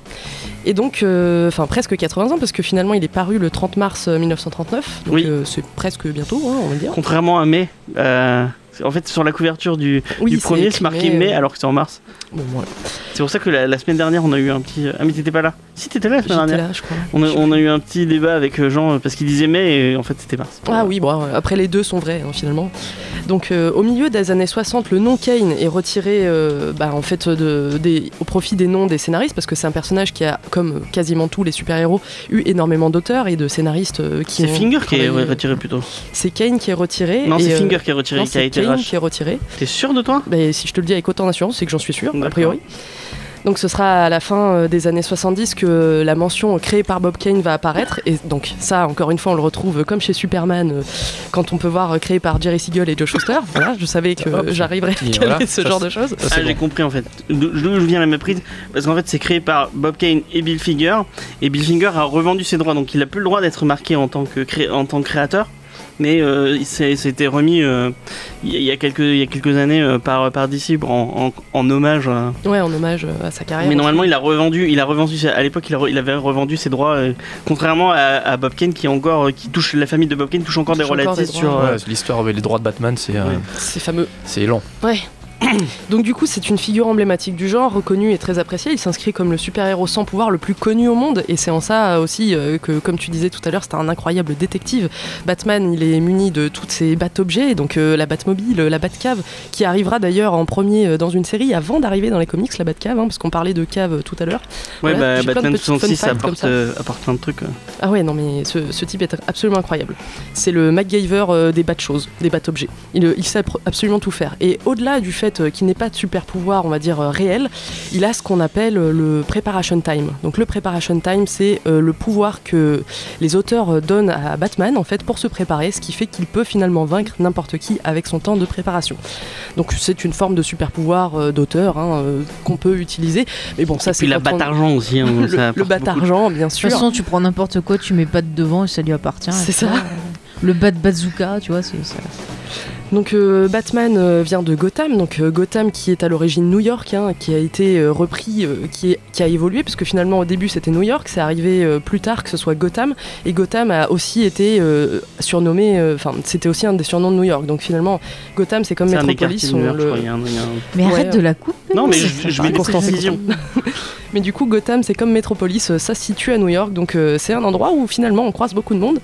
[SPEAKER 4] Et donc, euh, enfin presque 80 ans, parce que finalement il est paru le 30 mars euh, 1939, donc
[SPEAKER 1] Oui.
[SPEAKER 4] euh, c'est presque bientôt, hein, on va le dire.
[SPEAKER 1] Contrairement à mai, euh, c'est- en fait sur la couverture du,
[SPEAKER 4] Oui,
[SPEAKER 1] du
[SPEAKER 4] c'est
[SPEAKER 1] premier,
[SPEAKER 4] écrit,
[SPEAKER 1] c'est marqué
[SPEAKER 4] mais, euh,
[SPEAKER 1] mai alors que c'est en mars.
[SPEAKER 4] Bon, voilà.
[SPEAKER 1] C'est pour ça que la, la semaine dernière on a eu un petit. Ah mais t'étais pas là. Si t'étais là la semaine
[SPEAKER 4] J'étais
[SPEAKER 1] dernière.
[SPEAKER 4] là, je crois.
[SPEAKER 1] On a,
[SPEAKER 4] Je sais
[SPEAKER 1] on a eu un petit débat avec euh, Jean euh, parce qu'il disait mai et en fait c'était mars.
[SPEAKER 4] Ah oui, bon, euh, après les deux sont vrais hein, finalement. Donc euh, au milieu des années 60, le nom Kane est retiré euh, bah, en fait de- des- au profit des noms des scénaristes parce que c'est un personnage qui a, comme quasiment tous les super-héros, eu énormément d'auteurs et de scénaristes euh, qui
[SPEAKER 1] C'est
[SPEAKER 4] ont
[SPEAKER 1] Finger qui est
[SPEAKER 4] travaillé-
[SPEAKER 1] ouais, retiré plutôt.
[SPEAKER 4] C'est Kane qui est retiré.
[SPEAKER 1] Non,
[SPEAKER 4] et,
[SPEAKER 1] c'est
[SPEAKER 4] euh,
[SPEAKER 1] Finger qui est retiré,
[SPEAKER 4] non,
[SPEAKER 1] qui a
[SPEAKER 4] c'est
[SPEAKER 1] été
[SPEAKER 4] Kane
[SPEAKER 1] racheté.
[SPEAKER 4] qui est retiré.
[SPEAKER 1] T'es sûr de toi
[SPEAKER 4] Ben, si je te le dis avec autant d'assurance, c'est que j'en suis sûr, a
[SPEAKER 1] D'accord.
[SPEAKER 4] priori. Donc ce sera à la fin euh, des années 70 que euh, la mention euh, créée par Bob Kane va apparaître. Et donc ça, encore une fois, on le retrouve euh, comme chez Superman, euh, quand on peut voir euh, créé par Jerry Siegel et Joe Schuster. Voilà, je savais que
[SPEAKER 3] Hop,
[SPEAKER 4] euh, j'arriverais à
[SPEAKER 3] petit,
[SPEAKER 4] caler
[SPEAKER 3] voilà,
[SPEAKER 4] ce
[SPEAKER 3] ça,
[SPEAKER 4] genre de choses.
[SPEAKER 3] Ça,
[SPEAKER 1] Ah,
[SPEAKER 3] c'est
[SPEAKER 1] j'ai
[SPEAKER 3] bon.
[SPEAKER 1] compris en fait. D'où d'où je viens la méprise Parce qu'en fait, c'est créé par Bob Kane et Bill Finger. Et Bill Finger a revendu ses droits, donc il n'a plus le droit d'être marqué en tant que, cré- en tant que créateur. Mais euh, il s'est- c'était remis euh, il y, a quelques, il y a quelques années euh, par, par DC pour en, en- en hommage. euh.
[SPEAKER 4] Ouais, en hommage euh, à sa carrière.
[SPEAKER 1] Mais normalement, il a revendu, il a revendu ses- à l'époque, il, a re- il avait revendu ses droits. euh, contrairement à, à Bob Kane qui, encore, euh, qui touche, la famille de Bob Kane touche encore
[SPEAKER 4] Touche
[SPEAKER 1] des
[SPEAKER 4] encore
[SPEAKER 1] royalties
[SPEAKER 4] des
[SPEAKER 1] sur.
[SPEAKER 4] droits,
[SPEAKER 1] euh,
[SPEAKER 3] Ouais, L'histoire avec les droits de Batman, c'est euh,
[SPEAKER 1] Ouais.
[SPEAKER 4] c'est fameux.
[SPEAKER 3] c'est long.
[SPEAKER 4] Ouais. Donc du coup, c'est une figure emblématique du genre, reconnue et très appréciée. Il s'inscrit comme le super-héros sans pouvoir le plus connu au monde, et c'est en ça aussi euh, que, comme tu disais tout à l'heure, c'est un incroyable détective. Batman, il est muni de toutes ses bat-objets, donc euh, la Batmobile, la Batcave, qui arrivera d'ailleurs en premier euh, dans une série avant d'arriver dans les comics, la Batcave, hein, parce qu'on parlait de cave euh, tout à l'heure.
[SPEAKER 1] Ouais,
[SPEAKER 4] Voilà,
[SPEAKER 1] bah,
[SPEAKER 4] j'ai plein de
[SPEAKER 1] Batman
[SPEAKER 4] petits fun
[SPEAKER 1] 66
[SPEAKER 4] facts comme
[SPEAKER 1] apporte,
[SPEAKER 4] ça.
[SPEAKER 1] euh, apporte plein de trucs. ouais.
[SPEAKER 4] Ah ouais, non mais ce, ce type est absolument incroyable. C'est le MacGyver euh, des bas de choses, des bas d'objets. Il, euh, il sait pr- absolument tout faire. Et au-delà du fait euh, qu'il n'ait pas de super pouvoir, on va dire, euh, réel, il a ce qu'on appelle euh, le preparation time. Donc le preparation time, c'est euh, le pouvoir que les auteurs euh, donnent à Batman, en fait, pour se préparer, ce qui fait qu'il peut finalement vaincre n'importe qui avec son temps de préparation. Donc c'est une forme de super pouvoir euh, d'auteur hein, euh, qu'on peut utiliser. Mais bon, ça
[SPEAKER 1] Et
[SPEAKER 4] c'est
[SPEAKER 1] puis la
[SPEAKER 4] quand on-
[SPEAKER 1] batte argent aussi. hein,
[SPEAKER 4] Le,
[SPEAKER 1] ça
[SPEAKER 4] le
[SPEAKER 1] apporte
[SPEAKER 4] bat
[SPEAKER 1] beaucoup de-
[SPEAKER 4] argent, bien
[SPEAKER 2] De toute
[SPEAKER 4] sûr.
[SPEAKER 2] façon, tu prends n'importe quoi, tu mets pas de devant et ça lui appartient.
[SPEAKER 4] C'est
[SPEAKER 2] et
[SPEAKER 4] ça.
[SPEAKER 2] voilà. Le bat de bazooka, tu vois, c'est ça.
[SPEAKER 4] Donc euh, Batman euh, vient de Gotham, donc euh, Gotham qui est à l'origine New York, hein, qui a été euh, repris, euh, qui, est- qui a évolué, puisque finalement au début c'était New York, c'est arrivé euh, plus tard que ce soit Gotham, et Gotham a aussi été euh, surnommé, euh, enfin c'était aussi un des surnoms de New York, donc finalement Gotham c'est comme
[SPEAKER 1] C'est un des quartiers
[SPEAKER 4] Metropolis.
[SPEAKER 1] de New
[SPEAKER 4] on
[SPEAKER 1] York, je
[SPEAKER 4] le- Oh,
[SPEAKER 1] crois, il y a un- il y a un-
[SPEAKER 2] Mais
[SPEAKER 4] Ouais.
[SPEAKER 2] arrête de la couper.
[SPEAKER 1] Non, mais
[SPEAKER 2] c'est-
[SPEAKER 1] je, je
[SPEAKER 2] c'est
[SPEAKER 1] mets des
[SPEAKER 2] inconstant, c'est
[SPEAKER 1] précisions.
[SPEAKER 4] Mais du coup Gotham c'est comme Metropolis, euh, ça se situe à New York, donc euh, c'est un endroit où finalement on croise beaucoup de monde.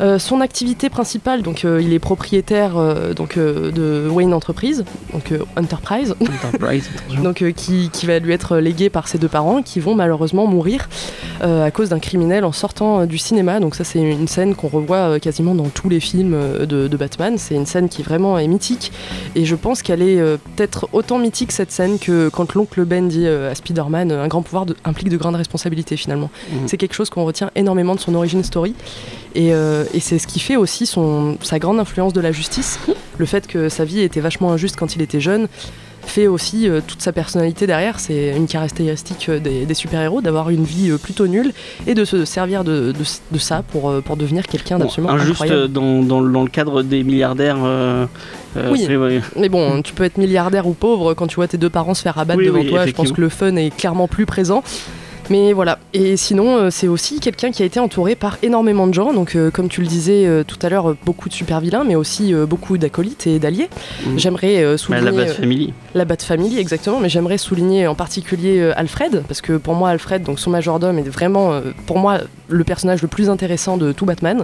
[SPEAKER 4] Euh, son activité principale, donc euh, il est propriétaire euh, donc, euh, de Wayne Enterprise, donc euh, Enterprise. donc euh, qui, qui va lui être légué par ses deux parents qui vont malheureusement mourir euh, à cause d'un criminel en sortant euh, du cinéma. Donc ça c'est une scène qu'on revoit euh, quasiment dans tous les films euh, de, de Batman. C'est une scène qui vraiment est mythique et je pense qu'elle est euh, peut-être autant mythique cette scène que quand l'oncle Ben dit euh, à Spider-Man euh, un grand pouvoir de- implique de grandes responsabilités finalement.
[SPEAKER 1] Mhm.
[SPEAKER 4] C'est quelque chose qu'on retient énormément de son origin story et, euh, et c'est ce qui fait aussi son, sa grande influence de la justice. Le fait que sa vie était vachement injuste quand il était jeune fait aussi euh, toute sa personnalité derrière. C'est une caractéristique euh, des, des super-héros d'avoir une vie euh, plutôt nulle et de se servir de, de- de ça pour, euh, pour devenir quelqu'un
[SPEAKER 1] Bon,
[SPEAKER 4] d'absolument
[SPEAKER 1] injuste
[SPEAKER 4] incroyable.
[SPEAKER 1] euh, dans, dans, le- dans le cadre des milliardaires. euh, euh,
[SPEAKER 4] Oui.
[SPEAKER 1] c'est- ouais.
[SPEAKER 4] Mais bon, tu peux être milliardaire ou pauvre quand tu vois tes deux parents se faire abattre
[SPEAKER 1] Oui,
[SPEAKER 4] devant
[SPEAKER 1] oui,
[SPEAKER 4] toi. Je pense
[SPEAKER 1] effectivement.
[SPEAKER 4] que le fun est clairement plus présent. Mais voilà, et sinon euh, c'est aussi quelqu'un qui a été entouré par énormément de gens, donc euh, comme tu le disais euh, tout à l'heure, euh, beaucoup de super vilains, mais aussi euh, beaucoup d'acolytes et d'alliés.
[SPEAKER 1] Mhm.
[SPEAKER 4] J'aimerais euh,
[SPEAKER 1] Bah,
[SPEAKER 4] souligner...
[SPEAKER 1] la Bat
[SPEAKER 4] euh,
[SPEAKER 1] Family.
[SPEAKER 4] La Bat Family, exactement, mais j'aimerais souligner en particulier euh, Alfred, parce que pour moi, Alfred, donc son majordome, est vraiment, euh, pour moi, le personnage le plus intéressant de tout Batman.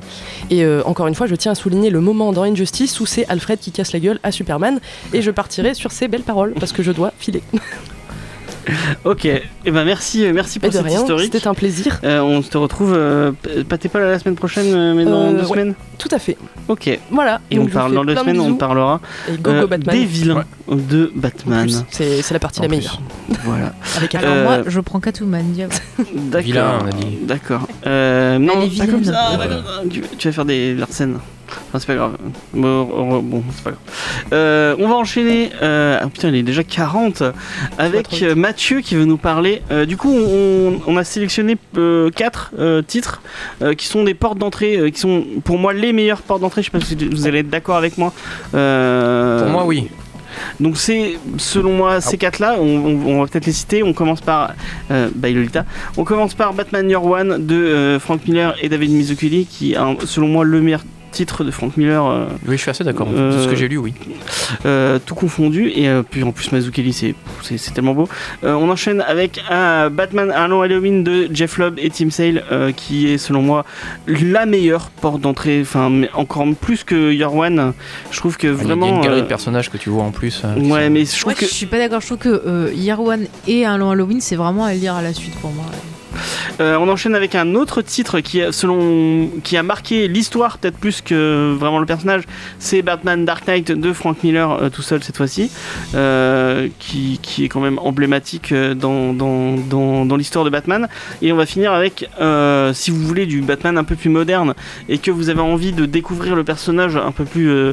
[SPEAKER 4] Et euh, encore une fois, je tiens à souligner le moment dans Injustice où c'est Alfred qui casse la gueule à Superman, et je partirai sur ces belles paroles, parce que je dois filer.
[SPEAKER 1] Ok, et ben merci, euh, merci
[SPEAKER 4] Et
[SPEAKER 1] pour
[SPEAKER 4] de
[SPEAKER 1] cette
[SPEAKER 4] rien,
[SPEAKER 1] historique.
[SPEAKER 4] c'était un plaisir.
[SPEAKER 1] Euh, on se retrouve, euh, p- pas t'es pas là la semaine prochaine, euh, mais dans
[SPEAKER 4] Euh,
[SPEAKER 1] deux
[SPEAKER 4] ouais.
[SPEAKER 1] semaines.
[SPEAKER 4] Tout à fait.
[SPEAKER 1] Ok, et
[SPEAKER 4] Voilà.
[SPEAKER 1] on
[SPEAKER 4] donc je vous
[SPEAKER 1] parle
[SPEAKER 4] fais
[SPEAKER 1] dans deux
[SPEAKER 4] plein de
[SPEAKER 1] semaines, on
[SPEAKER 4] bisous,
[SPEAKER 1] parlera
[SPEAKER 4] Et go,
[SPEAKER 1] euh,
[SPEAKER 4] go Batman.
[SPEAKER 1] des vilains de Batman.
[SPEAKER 4] En plus, C'est c'est la partie
[SPEAKER 3] En
[SPEAKER 4] la
[SPEAKER 3] plus.
[SPEAKER 4] meilleure.
[SPEAKER 1] Voilà,
[SPEAKER 4] Avec
[SPEAKER 2] Alors
[SPEAKER 4] Alfred.
[SPEAKER 1] Euh,
[SPEAKER 2] moi, je prends Catwoman. diable.
[SPEAKER 1] d'accord.
[SPEAKER 3] Vilain, on a dit.
[SPEAKER 1] D'accord. Euh, non,
[SPEAKER 2] est
[SPEAKER 1] pas
[SPEAKER 2] vilaine.
[SPEAKER 1] comme ça.
[SPEAKER 3] Ouais.
[SPEAKER 1] pas comme ça. Tu, tu vas faire des Larsen. Enfin, c'est pas grave. Bon, re- re- bon, c'est pas grave. Euh, on va enchaîner. euh, ah putain, il est déjà 40.
[SPEAKER 4] trop
[SPEAKER 1] Avec
[SPEAKER 4] vite.
[SPEAKER 1] euh, Mathieu qui veut nous parler. euh, du coup, on, on a sélectionné 4 titres euh, qui sont des portes d'entrée, euh, qui sont pour moi les meilleures portes d'entrée. Je sais pas si vous allez être d'accord avec moi. Euh,
[SPEAKER 3] Pour moi, oui.
[SPEAKER 1] donc c'est, selon
[SPEAKER 3] Ah.
[SPEAKER 1] moi, ces quatre-là, on, on- on va peut-être les citer. On commence par euh, by Lolita. On commence par Batman Year One de euh, Frank Miller et David Mizukuli, qui est, un- selon moi, le meilleur titre de Frank Miller euh,
[SPEAKER 3] Oui, je suis assez d'accord. De
[SPEAKER 1] Euh,
[SPEAKER 3] ce que j'ai lu, oui.
[SPEAKER 1] euh, tout confondu et euh, puis en plus Mazzucchelli c'est c'est- c'est tellement beau Euh, on enchaîne avec euh, Batman un long Halloween de Jeff Lobb et Tim Sale euh, qui est selon moi la meilleure porte d'entrée enfin mais encore plus que Year One je trouve que
[SPEAKER 3] Ah, Il y a- il y a
[SPEAKER 1] vraiment
[SPEAKER 3] une galerie de
[SPEAKER 1] euh,
[SPEAKER 3] personnages que tu vois en plus. euh, qui
[SPEAKER 1] ouais
[SPEAKER 3] sont-
[SPEAKER 1] mais je trouve
[SPEAKER 2] Ouais,
[SPEAKER 1] que
[SPEAKER 2] Je suis pas d'accord, je trouve que euh, Year One et Un long Halloween, c'est vraiment à lire à la suite pour moi.
[SPEAKER 1] Euh, on enchaîne avec un autre titre qui, a- selon, qui a marqué l'histoire peut-être plus que vraiment le personnage. C'est Batman Dark Knight de Frank Miller euh, tout seul cette fois-ci, euh, qui, qui est quand même emblématique euh, dans, dans, dans, dans l'histoire de Batman. Et on va finir avec, euh, si vous voulez, du Batman un peu plus moderne et que vous avez envie de découvrir le personnage un peu plus euh,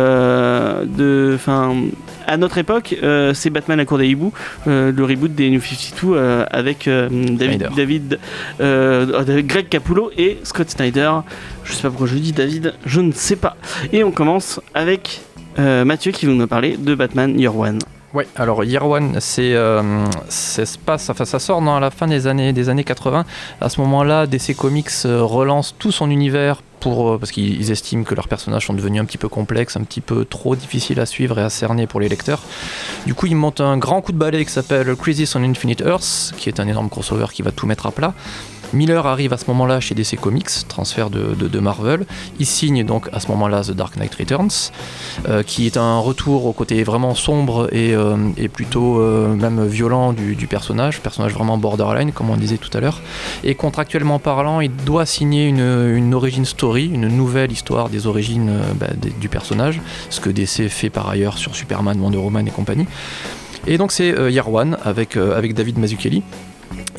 [SPEAKER 1] euh, de, enfin, à notre époque, euh, c'est Batman la cour des hiboux, euh, le reboot des New 52 euh, avec euh, David,
[SPEAKER 3] Snyder.
[SPEAKER 1] David euh, avec Greg Capullo et Scott Snyder. Je sais pas pourquoi je dis David, je ne sais pas. Et on commence avec euh, Mathieu qui va nous parler de Batman Year One.
[SPEAKER 3] Ouais, alors Year One, c'est, euh, ça se passe, enfin ça sort dans la fin des années, des années 80. À ce moment-là, DC Comics euh, relance tout son univers pour, euh, parce qu'ils ils estiment que leurs personnages sont devenus un petit peu complexes, un petit peu trop difficiles à suivre et à cerner pour les lecteurs. Du coup, ils montent un grand coup de balai qui s'appelle Crisis on Infinite Earth, qui est un énorme crossover qui va tout mettre à plat. Miller arrive à ce moment-là chez DC Comics, transfert de, de- de Marvel. Il signe donc à ce moment-là The Dark Knight Returns, euh, qui est un retour au côté vraiment sombre et, euh, et plutôt euh, même violent du, du personnage, personnage vraiment borderline comme on disait tout à l'heure. Et contractuellement parlant, il doit signer une, une origin story, une nouvelle histoire des origines euh, bah, des- du personnage, ce que DC fait par ailleurs sur Superman, Wonder Woman et compagnie. Et donc c'est euh, Year One avec, euh, avec David Mazzucchelli.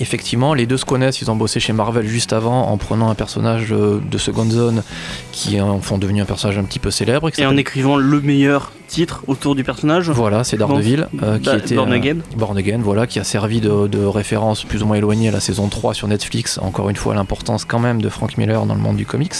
[SPEAKER 3] Effectivement, les deux se connaissent, ils ont bossé chez Marvel juste avant en prenant un personnage euh, de seconde zone qui en font devenu un personnage un petit peu célèbre. qui
[SPEAKER 1] Et en
[SPEAKER 3] s'appelle-
[SPEAKER 1] écrivant le meilleur titre autour du personnage.
[SPEAKER 3] Voilà, c'est Daredevil euh, qui
[SPEAKER 1] Bah,
[SPEAKER 3] était
[SPEAKER 1] Born
[SPEAKER 3] euh,
[SPEAKER 1] Again.
[SPEAKER 3] Born Again, voilà, qui a servi de, de référence plus ou moins éloignée à la saison 3 sur Netflix. Encore une fois, l'importance quand même de Frank Miller dans le monde du comics.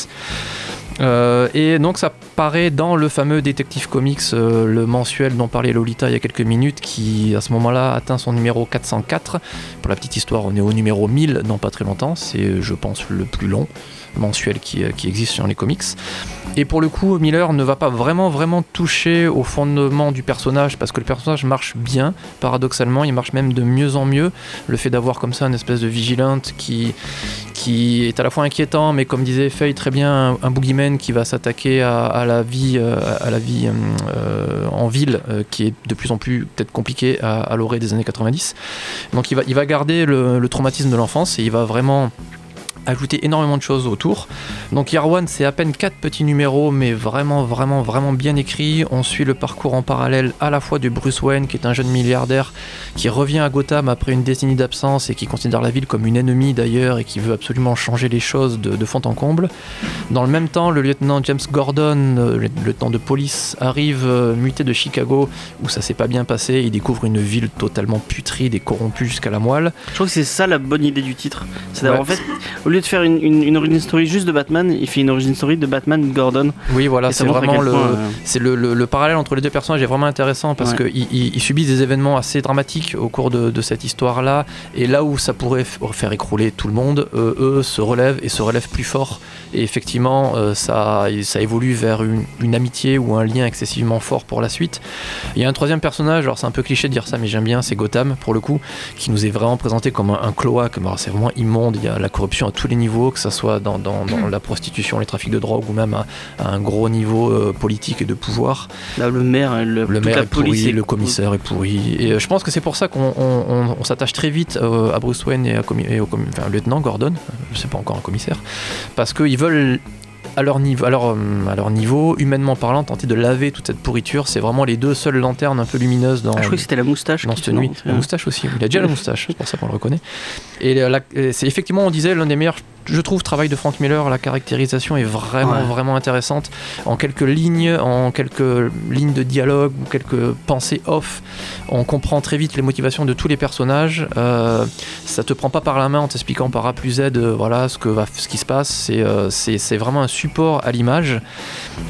[SPEAKER 3] Euh, et donc ça paraît dans le fameux Détective Comics, euh, le mensuel dont parlait Lolita il y a quelques minutes, qui à ce moment-là atteint son numéro 404. Pour la petite histoire, on est au numéro 1000 dans pas très longtemps, c'est je pense le plus long mensuel qui, euh, qui existe sur les comics. Et pour le coup, Miller ne va pas vraiment vraiment toucher au fondement du personnage parce que le personnage marche bien, paradoxalement, il marche même de mieux en mieux. Le fait d'avoir comme ça une espèce de vigilante qui, qui est à la fois inquiétant, mais comme disait Feuille très bien, un, un boogeyman qui va s'attaquer à, à la vie, euh, à la vie euh, euh, en ville euh, qui est de plus en plus peut-être compliquée à, à l'orée des années 90. Donc il va, il va garder le, le traumatisme de l'enfance et il va vraiment ajouter énormément de choses autour. Donc Yarwan, c'est à peine 4 petits numéros, mais vraiment, vraiment, vraiment bien écrit. On suit le parcours en parallèle à la fois de Bruce Wayne, qui est un jeune milliardaire, qui revient à Gotham après une décennie d'absence et qui considère la ville comme une ennemie d'ailleurs et qui veut absolument changer les choses de, de fond en comble. Dans le même temps, le lieutenant James Gordon, euh, le lieutenant de police, arrive euh, muté de Chicago, où ça s'est pas bien passé. Il découvre une ville totalement putride et corrompue jusqu'à la moelle.
[SPEAKER 1] Je trouve que c'est ça la bonne idée du titre. C'est d'avoir
[SPEAKER 3] Ouais.
[SPEAKER 1] en fait, au lieu de faire une, une- une origin story juste de Batman, il fait une origin story de Batman Gordon.
[SPEAKER 3] Oui, voilà,
[SPEAKER 1] Et ça
[SPEAKER 3] c'est
[SPEAKER 1] montre à
[SPEAKER 3] vraiment
[SPEAKER 1] quel
[SPEAKER 3] le,
[SPEAKER 1] point, euh,
[SPEAKER 3] c'est le, le- le parallèle entre les deux personnages est vraiment intéressant parce
[SPEAKER 1] Ouais.
[SPEAKER 3] que qu'ils ils- ils subissent des événements assez dramatiques au cours de, de cette histoire-là. Et là où ça pourrait f- oh, faire écrouler tout le monde, euh, eux se relèvent et se relèvent plus fort. Et effectivement, euh, ça, ça évolue vers une, une amitié ou un lien excessivement fort pour la suite. Il y a un troisième personnage, alors c'est un peu cliché de dire ça, mais j'aime bien, c'est Gotham pour le coup, qui nous est vraiment présenté comme un, un cloaque. Alors, C'est vraiment immonde, il y a la corruption à tous les niveaux, que ce soit dans, dans- dans la prostitution, les trafics de drogue ou même à, à un gros niveau euh, politique et de pouvoir
[SPEAKER 1] là, le maire, et le,
[SPEAKER 3] le
[SPEAKER 1] toute
[SPEAKER 3] maire
[SPEAKER 1] la
[SPEAKER 3] est pourri,
[SPEAKER 1] police et
[SPEAKER 3] le commissaire est pourri. Et euh, je pense que c'est pour ça qu'on on- on- on s'attache très vite euh, à Bruce Wayne et, à commi- et au commi- enfin, lieutenant Gordon, euh, c'est pas encore un commissaire, parce qu'ils veulent à leur, niveau, à, leur, euh, à leur niveau, humainement parlant, tenter de laver toute cette pourriture. C'est vraiment les deux seules lanternes un peu lumineuses dans,
[SPEAKER 1] Ah, je crois que c'était la moustache.
[SPEAKER 3] dans
[SPEAKER 1] qui-
[SPEAKER 3] cette nuit.
[SPEAKER 1] non, c'est-
[SPEAKER 3] La moustache aussi, oui. il a déjà la moustache, c'est pour ça qu'on le reconnaît. Et euh, la- la- et c'est effectivement, on disait, l'un des meilleurs, je trouve, travail de Frank Miller. La caractérisation est vraiment,
[SPEAKER 1] Ouais.
[SPEAKER 3] vraiment intéressante. En quelques lignes, en quelques lignes de dialogue ou quelques pensées off, on comprend très vite les motivations de tous les personnages. Euh, ça te prend pas par la main en t'expliquant par A plus Z, euh, voilà, ce, que va, ce qui se passe. C'est euh, c'est- c'est vraiment un support à l'image.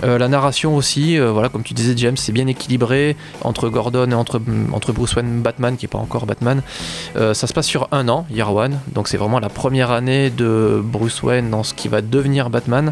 [SPEAKER 3] Euh, la narration aussi, euh, voilà, comme tu disais, James, c'est bien équilibré entre Gordon et entre, entre Bruce Wayne Batman qui est pas encore Batman Euh, ça se passe sur un an Year One donc c'est vraiment la première année de Bruce Wayne dans ce qui va devenir Batman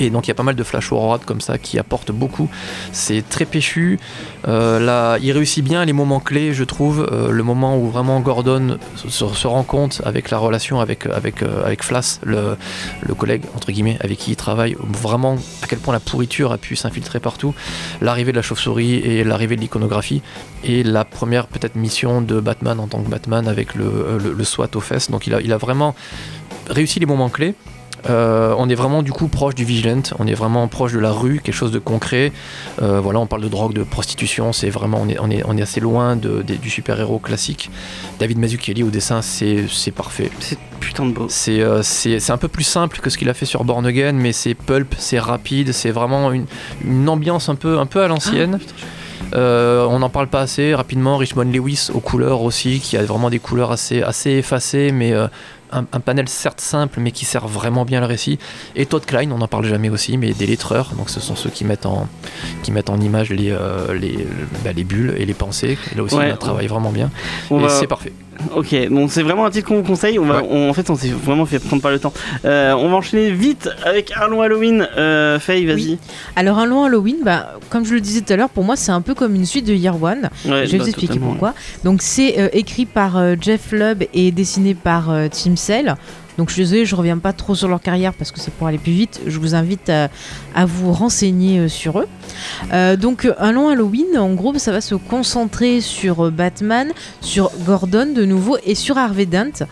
[SPEAKER 3] et donc il y a pas mal de flash forward comme ça qui apportent beaucoup. C'est très péchu. Euh, là, il réussit bien les moments clés, je trouve. Euh, le moment où vraiment Gordon se, se- se rend compte avec la relation avec avec euh, avec Flass, le, le collègue entre guillemets avec qui il travaille, vraiment à quel point la pourriture a pu s'infiltrer partout l'arrivée de la chauve-souris et l'arrivée de l'iconographie et la première peut-être mission de Batman en tant que Batman avec le, euh, le- le SWAT aux fesses. Donc il a, il a vraiment réussi les moments clés. Euh, on est vraiment du coup proche du vigilant, on est vraiment proche de la rue, quelque chose de concret. Euh, voilà, on parle de drogue, de prostitution, c'est vraiment on est, on est, on est assez loin de- des- du super-héros classique. David Mazzucchelli au dessin, c'est c'est parfait.
[SPEAKER 1] C'est putain de beau.
[SPEAKER 3] C'est euh, c'est- c'est un peu plus simple que ce qu'il a fait sur Born Again, mais c'est pulp, c'est rapide, c'est vraiment une, une ambiance un peu, un peu à
[SPEAKER 1] Ah,
[SPEAKER 3] l'ancienne. Euh, on n'en parle pas assez rapidement. Richmond Lewis aux couleurs aussi, qui a vraiment des couleurs assez, assez effacées, mais euh, un, un panel certes simple, mais qui sert vraiment bien le récit. Et Todd Klein, on n'en parle jamais aussi, mais des lettreurs, donc ce sont ceux qui mettent en, qui mettent en image les, euh, les, bah, les bulles et les pensées. Là aussi,
[SPEAKER 1] Ouais.
[SPEAKER 3] il travaille vraiment bien.
[SPEAKER 1] On
[SPEAKER 3] et
[SPEAKER 1] va-
[SPEAKER 3] c'est parfait.
[SPEAKER 1] Ok, bon, c'est vraiment un titre qu'on vous conseille. On va, on- en fait, on s'est vraiment fait prendre par le temps. Euh, on va enchaîner vite avec un long Halloween. Euh, Faye, vas-y.
[SPEAKER 2] Alors, un long Halloween, bah, comme je le disais tout à l'heure, pour moi, c'est un peu comme une suite de Year One.
[SPEAKER 1] Ouais,
[SPEAKER 2] je vais
[SPEAKER 1] bah,
[SPEAKER 2] vous expliquer
[SPEAKER 1] totalement.
[SPEAKER 2] pourquoi. Donc, c'est euh, écrit par euh, Jeff Lubb et dessiné par euh, Tim Sale. Donc, je suis désolée, je reviens pas trop sur leur carrière parce que c'est pour aller plus vite. Je vous invite à, à vous renseigner euh, sur eux. Euh, donc, euh, un long Halloween, en gros, ça va se concentrer sur euh, Batman, sur Gordon de nouveau et sur Harvey Dent.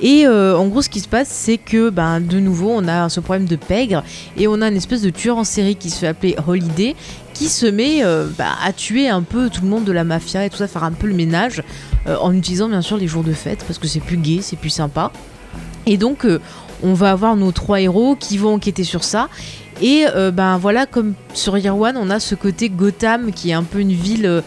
[SPEAKER 2] Et euh, en gros, ce qui se passe, c'est que ben, de nouveau, on a ce problème de pègre et on a une espèce de tueur en série qui se fait appeler Holiday qui se met euh, bah, à tuer un peu tout le monde de la mafia et tout ça, faire un peu le ménage euh, en utilisant bien sûr les jours de fête parce que c'est plus gay, c'est plus sympa. Et donc euh, on va avoir nos trois héros qui vont enquêter sur ça. Et euh, ben voilà, comme sur Year One, on a ce côté Gotham qui est un peu une ville euh,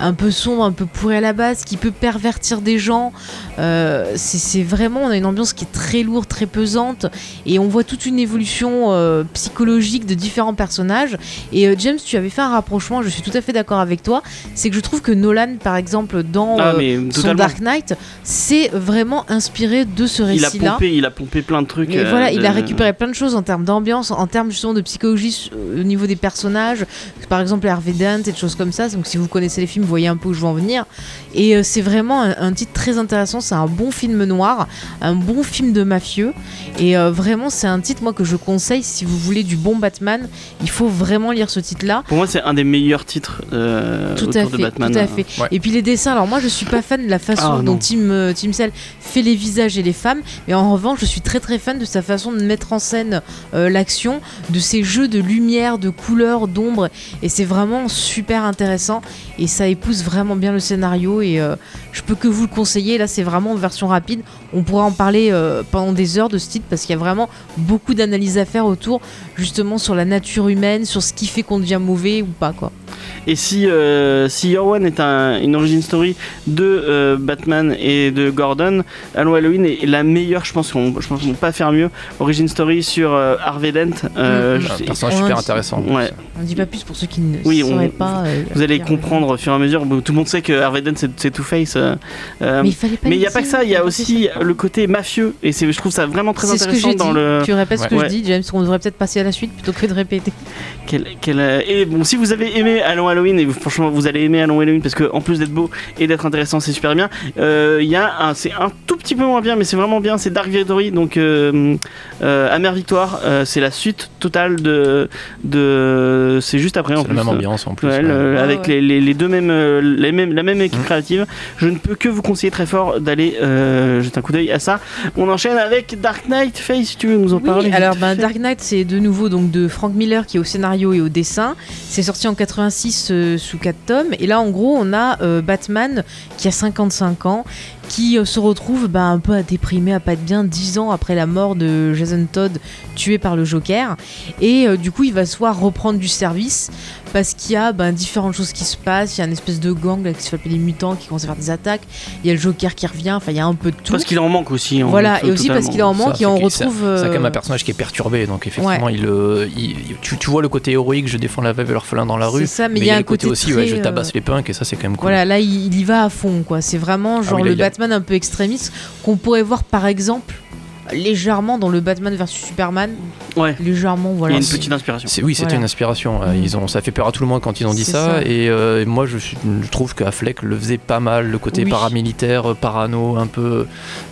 [SPEAKER 2] un peu sombre, un peu pourrie à la base, qui peut pervertir des gens. Euh, c'est c'est vraiment, on a une ambiance qui est très lourde, très pesante, et on voit toute une évolution euh, psychologique de différents personnages. Et euh, James, tu avais fait un rapprochement, je suis tout à fait d'accord avec toi. C'est que je trouve que Nolan, par exemple, dans
[SPEAKER 1] Ah,
[SPEAKER 2] euh,
[SPEAKER 1] mais
[SPEAKER 2] son
[SPEAKER 1] totalement.
[SPEAKER 2] Dark Knight, c'est vraiment inspiré de ce
[SPEAKER 1] Il a
[SPEAKER 2] récit-là.
[SPEAKER 1] pompé, il a pompé plein de trucs.
[SPEAKER 2] Et
[SPEAKER 1] euh,
[SPEAKER 2] voilà, il a
[SPEAKER 1] de-
[SPEAKER 2] récupéré plein de choses en termes d'ambiance, en termes justement de psychologie su- euh, au niveau des personnages, par exemple Harvey Dent et des choses comme ça. Donc si vous connaissez les films, vous voyez un peu où je veux en venir. Et euh, c'est vraiment un, un titre très intéressant. C'est un bon film noir, un bon film de mafieux. Et euh, vraiment, c'est un titre moi que je conseille si vous voulez du bon Batman. Il faut vraiment lire ce titre-là.
[SPEAKER 1] Pour moi, c'est un des meilleurs titres euh,
[SPEAKER 2] Tout
[SPEAKER 1] autour
[SPEAKER 2] à
[SPEAKER 1] de
[SPEAKER 2] fait,
[SPEAKER 1] Batman.
[SPEAKER 2] tout à fait.
[SPEAKER 3] Ouais.
[SPEAKER 2] Et puis les dessins, alors moi je suis pas fan de la façon
[SPEAKER 1] Ah, non.
[SPEAKER 2] dont Tim, euh, Tim Sale fait les visages et les femmes, mais en revanche je suis très très fan de sa façon de mettre en scène euh, l'action, de ses jeux de lumière, de couleurs, d'ombre, et c'est vraiment super intéressant, et ça épouse vraiment bien le scénario, et euh, je peux que vous le conseiller, là c'est vraiment en version rapide, on pourra en parler euh, pendant des heures de ce titre, parce qu'il y a vraiment beaucoup d'analyses à faire autour, justement sur la nature humaine, sur ce qui fait qu'on devient mauvais ou pas, quoi.
[SPEAKER 1] Et si, euh, si Your One est un- une origin story de euh, Batman et de Gordon, Allo Halloween est la meilleure, je pense qu'on je pense qu'on peut pas faire mieux. Origin story sur euh, Harvey Dent. euh,
[SPEAKER 3] Un
[SPEAKER 2] Mm, mm.
[SPEAKER 1] je-
[SPEAKER 3] personnage
[SPEAKER 2] on
[SPEAKER 3] super
[SPEAKER 2] dit-
[SPEAKER 3] intéressant.
[SPEAKER 1] ouais.
[SPEAKER 2] On dit pas plus pour ceux qui ne
[SPEAKER 1] Oui, on-
[SPEAKER 2] sauraient pas. euh,
[SPEAKER 1] Vous allez
[SPEAKER 2] dire-
[SPEAKER 1] comprendre au fur et à mesure. Bon, Tout le monde sait que Harvey Dent c'est c'est Two-Face. euh, euh,
[SPEAKER 2] Mais il fallait pas.
[SPEAKER 1] mais il
[SPEAKER 2] le
[SPEAKER 1] n'y a pas
[SPEAKER 2] dire,
[SPEAKER 1] que ça, il y a
[SPEAKER 2] fallait
[SPEAKER 1] aussi euh,
[SPEAKER 2] pas
[SPEAKER 1] le côté mafieux. Et c'est- je trouve ça vraiment très
[SPEAKER 2] C'est ce que
[SPEAKER 1] intéressant
[SPEAKER 2] j'ai
[SPEAKER 1] dans
[SPEAKER 2] dit.
[SPEAKER 1] le.
[SPEAKER 2] dire. Tu répètes ce que
[SPEAKER 1] Ouais.
[SPEAKER 2] je dis, James. On devrait peut-être passer à la suite plutôt que de répéter.
[SPEAKER 1] Quel- quel, euh, et bon, si vous avez aimé Allons Halloween, et vous- franchement vous allez aimer Allons Halloween parce que en plus d'être beau et d'être intéressant, c'est super bien. Euh, Il y a un, c'est un tout petit peu moins bien, mais c'est vraiment bien. C'est Dark Victory, donc euh, euh, Amère Victoire. euh, c'est la suite totale de, de, c'est juste après en
[SPEAKER 3] C'est la
[SPEAKER 1] plus.
[SPEAKER 3] même
[SPEAKER 1] euh,
[SPEAKER 3] ambiance en plus.
[SPEAKER 1] Ouais, le-
[SPEAKER 3] ouais.
[SPEAKER 2] Ouais,
[SPEAKER 1] avec Les,
[SPEAKER 2] ouais.
[SPEAKER 1] les- les deux mêmes, euh, les mêmes, la même équipe créative. Je ne peux que vous conseiller très fort d'aller euh, jeter un coup d'œil à ça. On enchaîne avec Dark Knight Face, si tu veux nous en parler.
[SPEAKER 2] Oui,
[SPEAKER 1] vite
[SPEAKER 2] alors ben,
[SPEAKER 1] fait.
[SPEAKER 2] Dark Knight, c'est de nouveau donc de Frank Miller qui est au scénario et au dessin. C'est sorti en 86 euh, sous 4 tomes. Et là, en gros, on a euh, Batman qui a 55 ans, qui euh, se retrouve ben, un peu à déprimer, à pas de bien, 10 ans après la mort de Jason Todd tué par le Joker. Et euh, du coup, il va se voir reprendre du service parce qu'il y a ben, différentes choses qui se passent. Il y a une espèce de gang là, qui se fait appeler les mutants, qui commence à faire des attaques. Il y a le Joker qui revient. Enfin, il y a un peu de tout.
[SPEAKER 1] Parce qu'il en manque aussi. hein,
[SPEAKER 2] Voilà,
[SPEAKER 1] tout-
[SPEAKER 2] et aussi parce
[SPEAKER 1] totalement.
[SPEAKER 2] qu'il en manque
[SPEAKER 3] Ça,
[SPEAKER 2] et on
[SPEAKER 3] c'est-
[SPEAKER 2] retrouve.
[SPEAKER 3] C'est quand même un
[SPEAKER 2] euh,
[SPEAKER 3] personnage qui est perturbé, donc effectivement, il, euh, il- il- tu, tu vois le côté héroïque, je défends la veuve et l'orphelin dans la
[SPEAKER 2] C'est
[SPEAKER 3] rue.
[SPEAKER 2] ça, mais
[SPEAKER 3] il y a le côté, aussi, ouais,
[SPEAKER 2] très,
[SPEAKER 3] je
[SPEAKER 2] euh,
[SPEAKER 3] tabasse les punks, et ça, c'est quand même cool.
[SPEAKER 2] Voilà, là il, il y va à fond quoi. C'est vraiment genre
[SPEAKER 3] Ah oui, là,
[SPEAKER 2] le
[SPEAKER 3] il y a-
[SPEAKER 2] Batman un peu extrémiste qu'on pourrait voir par exemple légèrement dans le Batman versus Superman.
[SPEAKER 1] Ouais.
[SPEAKER 2] Légèrement
[SPEAKER 1] Il y
[SPEAKER 2] voilà.
[SPEAKER 1] a une
[SPEAKER 2] C'est-
[SPEAKER 1] petite inspiration.
[SPEAKER 3] C'est- Oui, c'était
[SPEAKER 2] Voilà.
[SPEAKER 3] une inspiration. ouais.
[SPEAKER 2] Mm.
[SPEAKER 3] Ils ont, ça fait peur à tout le monde quand ils ont dit
[SPEAKER 2] C'est
[SPEAKER 3] ça.
[SPEAKER 2] ça.
[SPEAKER 3] Et euh, moi, je, suis- je trouve que Affleck le faisait pas mal, le côté
[SPEAKER 2] Oui.
[SPEAKER 3] paramilitaire, euh, parano, un peu,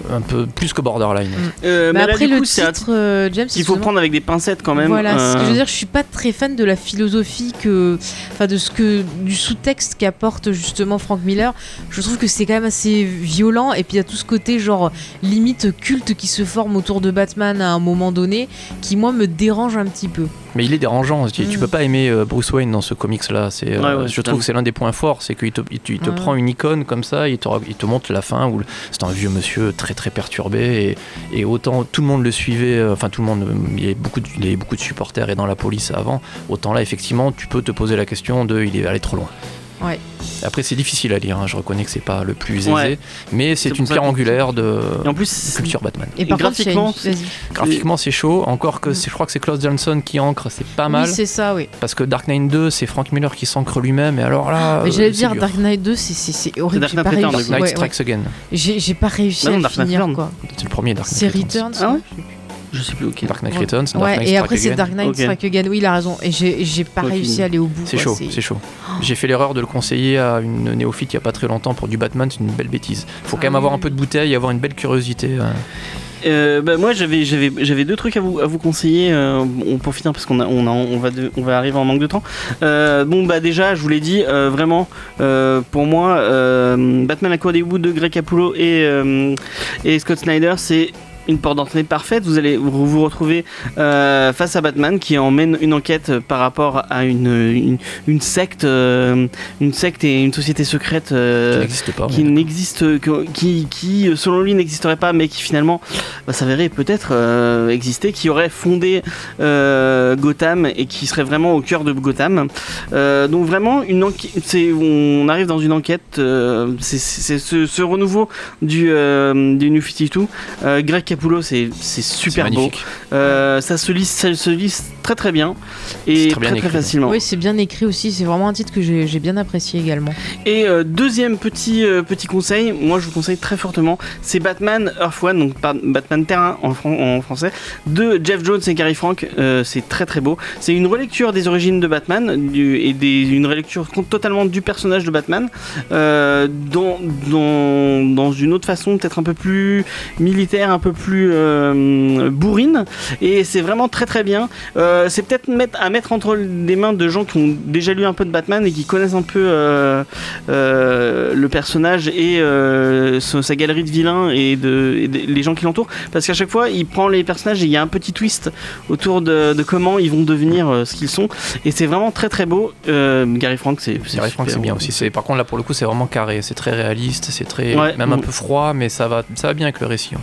[SPEAKER 3] un peu plus que borderline.
[SPEAKER 2] Mm.
[SPEAKER 1] Euh,
[SPEAKER 2] Mais
[SPEAKER 1] mais là,
[SPEAKER 2] après
[SPEAKER 1] du
[SPEAKER 2] le
[SPEAKER 1] coup, c'est un
[SPEAKER 2] titre euh, James
[SPEAKER 1] qu'il faut
[SPEAKER 2] justement,
[SPEAKER 1] prendre avec des pincettes quand même.
[SPEAKER 2] Voilà, c'est ce que je veux
[SPEAKER 1] euh,
[SPEAKER 2] dire, je suis pas très fan de la philosophie que, enfin de ce que du sous-texte qu'apporte justement Frank Miller. Je trouve que c'est quand même assez violent et puis il y a tout ce côté genre limite culte qui se forme autour de Batman à un moment donné, qui moi me dérange un petit peu.
[SPEAKER 3] Mais il est dérangeant. Tu, tu
[SPEAKER 2] Mm.
[SPEAKER 3] peux pas aimer euh, Bruce Wayne dans ce comics-là. C'est, euh,
[SPEAKER 1] Ouais, ouais,
[SPEAKER 3] je
[SPEAKER 1] putain.
[SPEAKER 3] trouve que c'est l'un des points forts, c'est qu'il te, il te, il te
[SPEAKER 2] Ouais.
[SPEAKER 3] prend une icône comme ça, il te, ra- il te montre la fin où le- c'est un vieux monsieur très très perturbé et, et autant tout le monde le suivait, euh, enfin tout le monde, euh, il y avait beaucoup de, il y avait beaucoup de supporters et dans la police avant, autant là effectivement tu peux te poser la question de il est allé trop loin.
[SPEAKER 2] Ouais.
[SPEAKER 3] Après, c'est difficile à lire, hein, je reconnais que c'est pas le plus aisé,
[SPEAKER 1] Ouais.
[SPEAKER 3] mais
[SPEAKER 1] C'est
[SPEAKER 3] c'est une
[SPEAKER 1] pour ça
[SPEAKER 3] pierre
[SPEAKER 1] que-
[SPEAKER 3] angulaire de
[SPEAKER 1] Et en plus,
[SPEAKER 3] culture Batman.
[SPEAKER 2] Et par contre, il y a une-
[SPEAKER 1] graphiquement,
[SPEAKER 2] vas-y.
[SPEAKER 3] Graphiquement, c'est chaud, encore
[SPEAKER 1] Mm.
[SPEAKER 3] que c'est- je crois que c'est Klaus Johnson qui ancre, c'est pas mal,
[SPEAKER 2] Oui, c'est ça, oui.
[SPEAKER 3] parce que Dark Knight 2, c'est Frank Miller qui s'ancre lui-même, et alors là.
[SPEAKER 2] Mais
[SPEAKER 3] euh,
[SPEAKER 2] j'allais
[SPEAKER 3] c'est
[SPEAKER 2] dire
[SPEAKER 3] dur.
[SPEAKER 2] Dark Knight 2, c'est- c'est c'est
[SPEAKER 1] Bah,
[SPEAKER 2] horrible.
[SPEAKER 1] Dark
[SPEAKER 2] J'ai pas
[SPEAKER 1] Knight Returns,
[SPEAKER 3] Dark
[SPEAKER 2] réussi.
[SPEAKER 3] Knight
[SPEAKER 2] ouais, ouais.
[SPEAKER 3] Strikes Again,
[SPEAKER 2] J'ai j'ai pas réussi
[SPEAKER 1] Bah
[SPEAKER 2] à
[SPEAKER 1] non,
[SPEAKER 2] le
[SPEAKER 1] Dark Knight
[SPEAKER 2] finir,
[SPEAKER 1] Returns.
[SPEAKER 2] quoi.
[SPEAKER 3] c'est le premier Dark Knight.
[SPEAKER 2] C'est
[SPEAKER 3] Returns.
[SPEAKER 2] Returns.
[SPEAKER 1] Ah
[SPEAKER 2] non
[SPEAKER 1] ouais je sais plus, ok.
[SPEAKER 3] Dark Knight
[SPEAKER 2] Ouais.
[SPEAKER 3] Returns, Dark
[SPEAKER 2] Ouais,
[SPEAKER 3] Knight
[SPEAKER 2] et après
[SPEAKER 3] Strikes
[SPEAKER 2] c'est
[SPEAKER 3] Again.
[SPEAKER 2] Dark Knight
[SPEAKER 1] Ah Ok.
[SPEAKER 2] Strike Again. Oui, il a raison. Et j'ai j'ai pas
[SPEAKER 1] Ok.
[SPEAKER 2] réussi à aller au bout.
[SPEAKER 3] C'est
[SPEAKER 2] quoi.
[SPEAKER 3] chaud, c'est chaud.
[SPEAKER 2] Oh.
[SPEAKER 3] J'ai fait l'erreur de le conseiller à une néophyte il y a pas très longtemps pour du Batman, c'est une belle bêtise. Faut quand
[SPEAKER 2] Ah
[SPEAKER 3] même
[SPEAKER 2] oui.
[SPEAKER 3] avoir un peu de bouteille, avoir une belle curiosité. euh.
[SPEAKER 1] Euh, bah, moi j'avais j'avais j'avais deux trucs à vous à vous conseiller euh, bon, pour finir parce qu'on a on a on va de- on va arriver en manque de temps. Euh, bon bah déjà je vous l'ai dit euh, vraiment euh, pour moi euh, Batman la cour des bouts de Greg Capullo et euh, et Scott Snyder c'est une porte d'entrée parfaite. Vous allez vous vous retrouver euh, face à Batman qui emmène une enquête par rapport à une une, une secte euh, une secte et une société secrète euh,
[SPEAKER 3] qui n'existe pas.
[SPEAKER 1] qui
[SPEAKER 3] ouais.
[SPEAKER 1] n'existe que- qui, qui euh, selon lui n'existerait pas mais qui finalement va s'avérer peut-être euh, exister qui aurait fondé euh, Gotham et qui serait vraiment au cœur de Gotham Euh, donc vraiment une enquête c'est on arrive dans une enquête euh, c'est- c'est c'est ce, ce renouveau du euh, du New 52 Euh, Greg Capullo c'est c'est
[SPEAKER 3] C'est
[SPEAKER 1] super beau
[SPEAKER 3] magnifique.
[SPEAKER 1] Euh, ça se lit ça se lit très très bien et très
[SPEAKER 3] C'est très bien
[SPEAKER 1] très,
[SPEAKER 3] écrit.
[SPEAKER 1] facilement
[SPEAKER 2] Oui, c'est bien écrit aussi. C'est vraiment un titre que j'ai j'ai bien apprécié également.
[SPEAKER 1] Et euh, deuxième petit, euh, petit conseil, moi je vous conseille très fortement, c'est Batman Earth One, donc par- Batman Terrain en, fran- en français, de Jeff Jones et Gary Frank. Euh, c'est très très beau. C'est une relecture des origines de Batman du- et des- une relecture con- totalement du personnage de Batman euh, dans, dans, dans une autre façon, peut-être un peu plus militaire, un peu plus euh, bourrine. Et c'est vraiment très très bien. Euh, c'est peut-être mettre- à mettre entre les mains de gens qui ont déjà lu un peu de Batman et qui connaissent un peu. euh, euh, le personnage et euh, son- sa galerie de vilains et, de, et de- les gens qui l'entourent. Parce qu'à chaque fois, il prend les personnages et il y a un petit twist autour de, de comment ils vont devenir euh, ce qu'ils sont. Et c'est vraiment très très beau. Euh, Gary Frank, c'est
[SPEAKER 3] C'est vrai, Franck,
[SPEAKER 1] super
[SPEAKER 3] c'est bien
[SPEAKER 1] beau.
[SPEAKER 3] aussi. C'est- Par contre, là, pour le coup, c'est vraiment carré. C'est très réaliste, c'est très
[SPEAKER 1] Ouais.
[SPEAKER 3] même un
[SPEAKER 1] Mm.
[SPEAKER 3] peu froid, mais ça va, ça va bien avec le récit. ouais.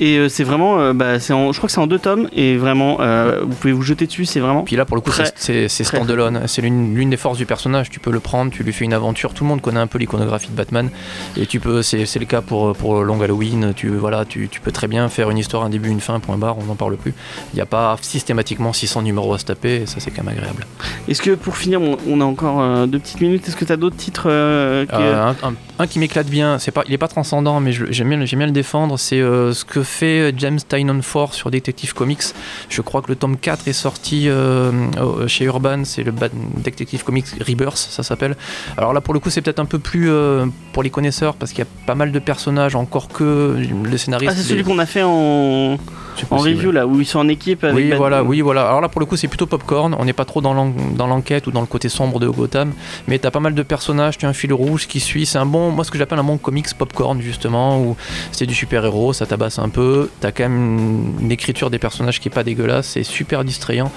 [SPEAKER 1] Et euh, c'est vraiment, euh, bah, c'est en- je crois que c'est en deux tomes. Et vraiment, euh, vous pouvez vous jeter dessus. C'est vraiment.
[SPEAKER 3] Puis là, pour le coup,
[SPEAKER 1] Très,
[SPEAKER 3] c'est- c'est c'est
[SPEAKER 1] très,
[SPEAKER 3] standalone. C'est l'une l'une des forces du personnage. Tu peux le prendre, tu lui fais une aventure. Tout le monde connaît un peu l'iconographie de Batman, et tu peux. C'est c'est le cas pour pour Long Halloween. Tu voilà, tu, tu peux très bien faire une histoire, un début, une fin, point barre. On n'en parle plus. Il n'y a pas systématiquement 600 numéros à se taper. Et ça, c'est quand même agréable.
[SPEAKER 1] Est-ce que pour finir, on, on a encore euh, deux petites minutes. Est-ce que t'as d'autres titres euh, que-
[SPEAKER 3] Euh, un, un- un qui m'éclate bien, c'est pas, il est pas transcendant, mais je- j'aime bien, le- j'aime bien le défendre. C'est euh, ce que fait James Tynion Ford sur Detective Comics. Je crois que le tome 4 est sorti euh, au- chez Urban. C'est le Bat- Detective Comics Rebirth, ça s'appelle. Alors là, pour le coup, c'est peut-être un peu plus euh, pour les connaisseurs parce qu'il y a pas mal de personnages, encore que le scénariste.
[SPEAKER 1] Ah, c'est
[SPEAKER 3] les-
[SPEAKER 1] celui qu'on a fait en,
[SPEAKER 3] c'est
[SPEAKER 1] en
[SPEAKER 3] possible.
[SPEAKER 1] review là, où ils sont en équipe. Avec
[SPEAKER 3] Oui,
[SPEAKER 1] Bat-
[SPEAKER 3] voilà, oui, voilà. Alors là, pour le coup, c'est plutôt popcorn. On n'est pas trop dans l'en- dans l'enquête ou dans le côté sombre de Gotham. Mais t'as pas mal de personnages, tu as un fil rouge qui suit. C'est un bon, moi, ce que j'appelle un bon comics popcorn, justement, où c'est du super-héros, ça tabasse un peu. T'as quand même une, une écriture des personnages qui est pas dégueulasse, c'est super distrayant.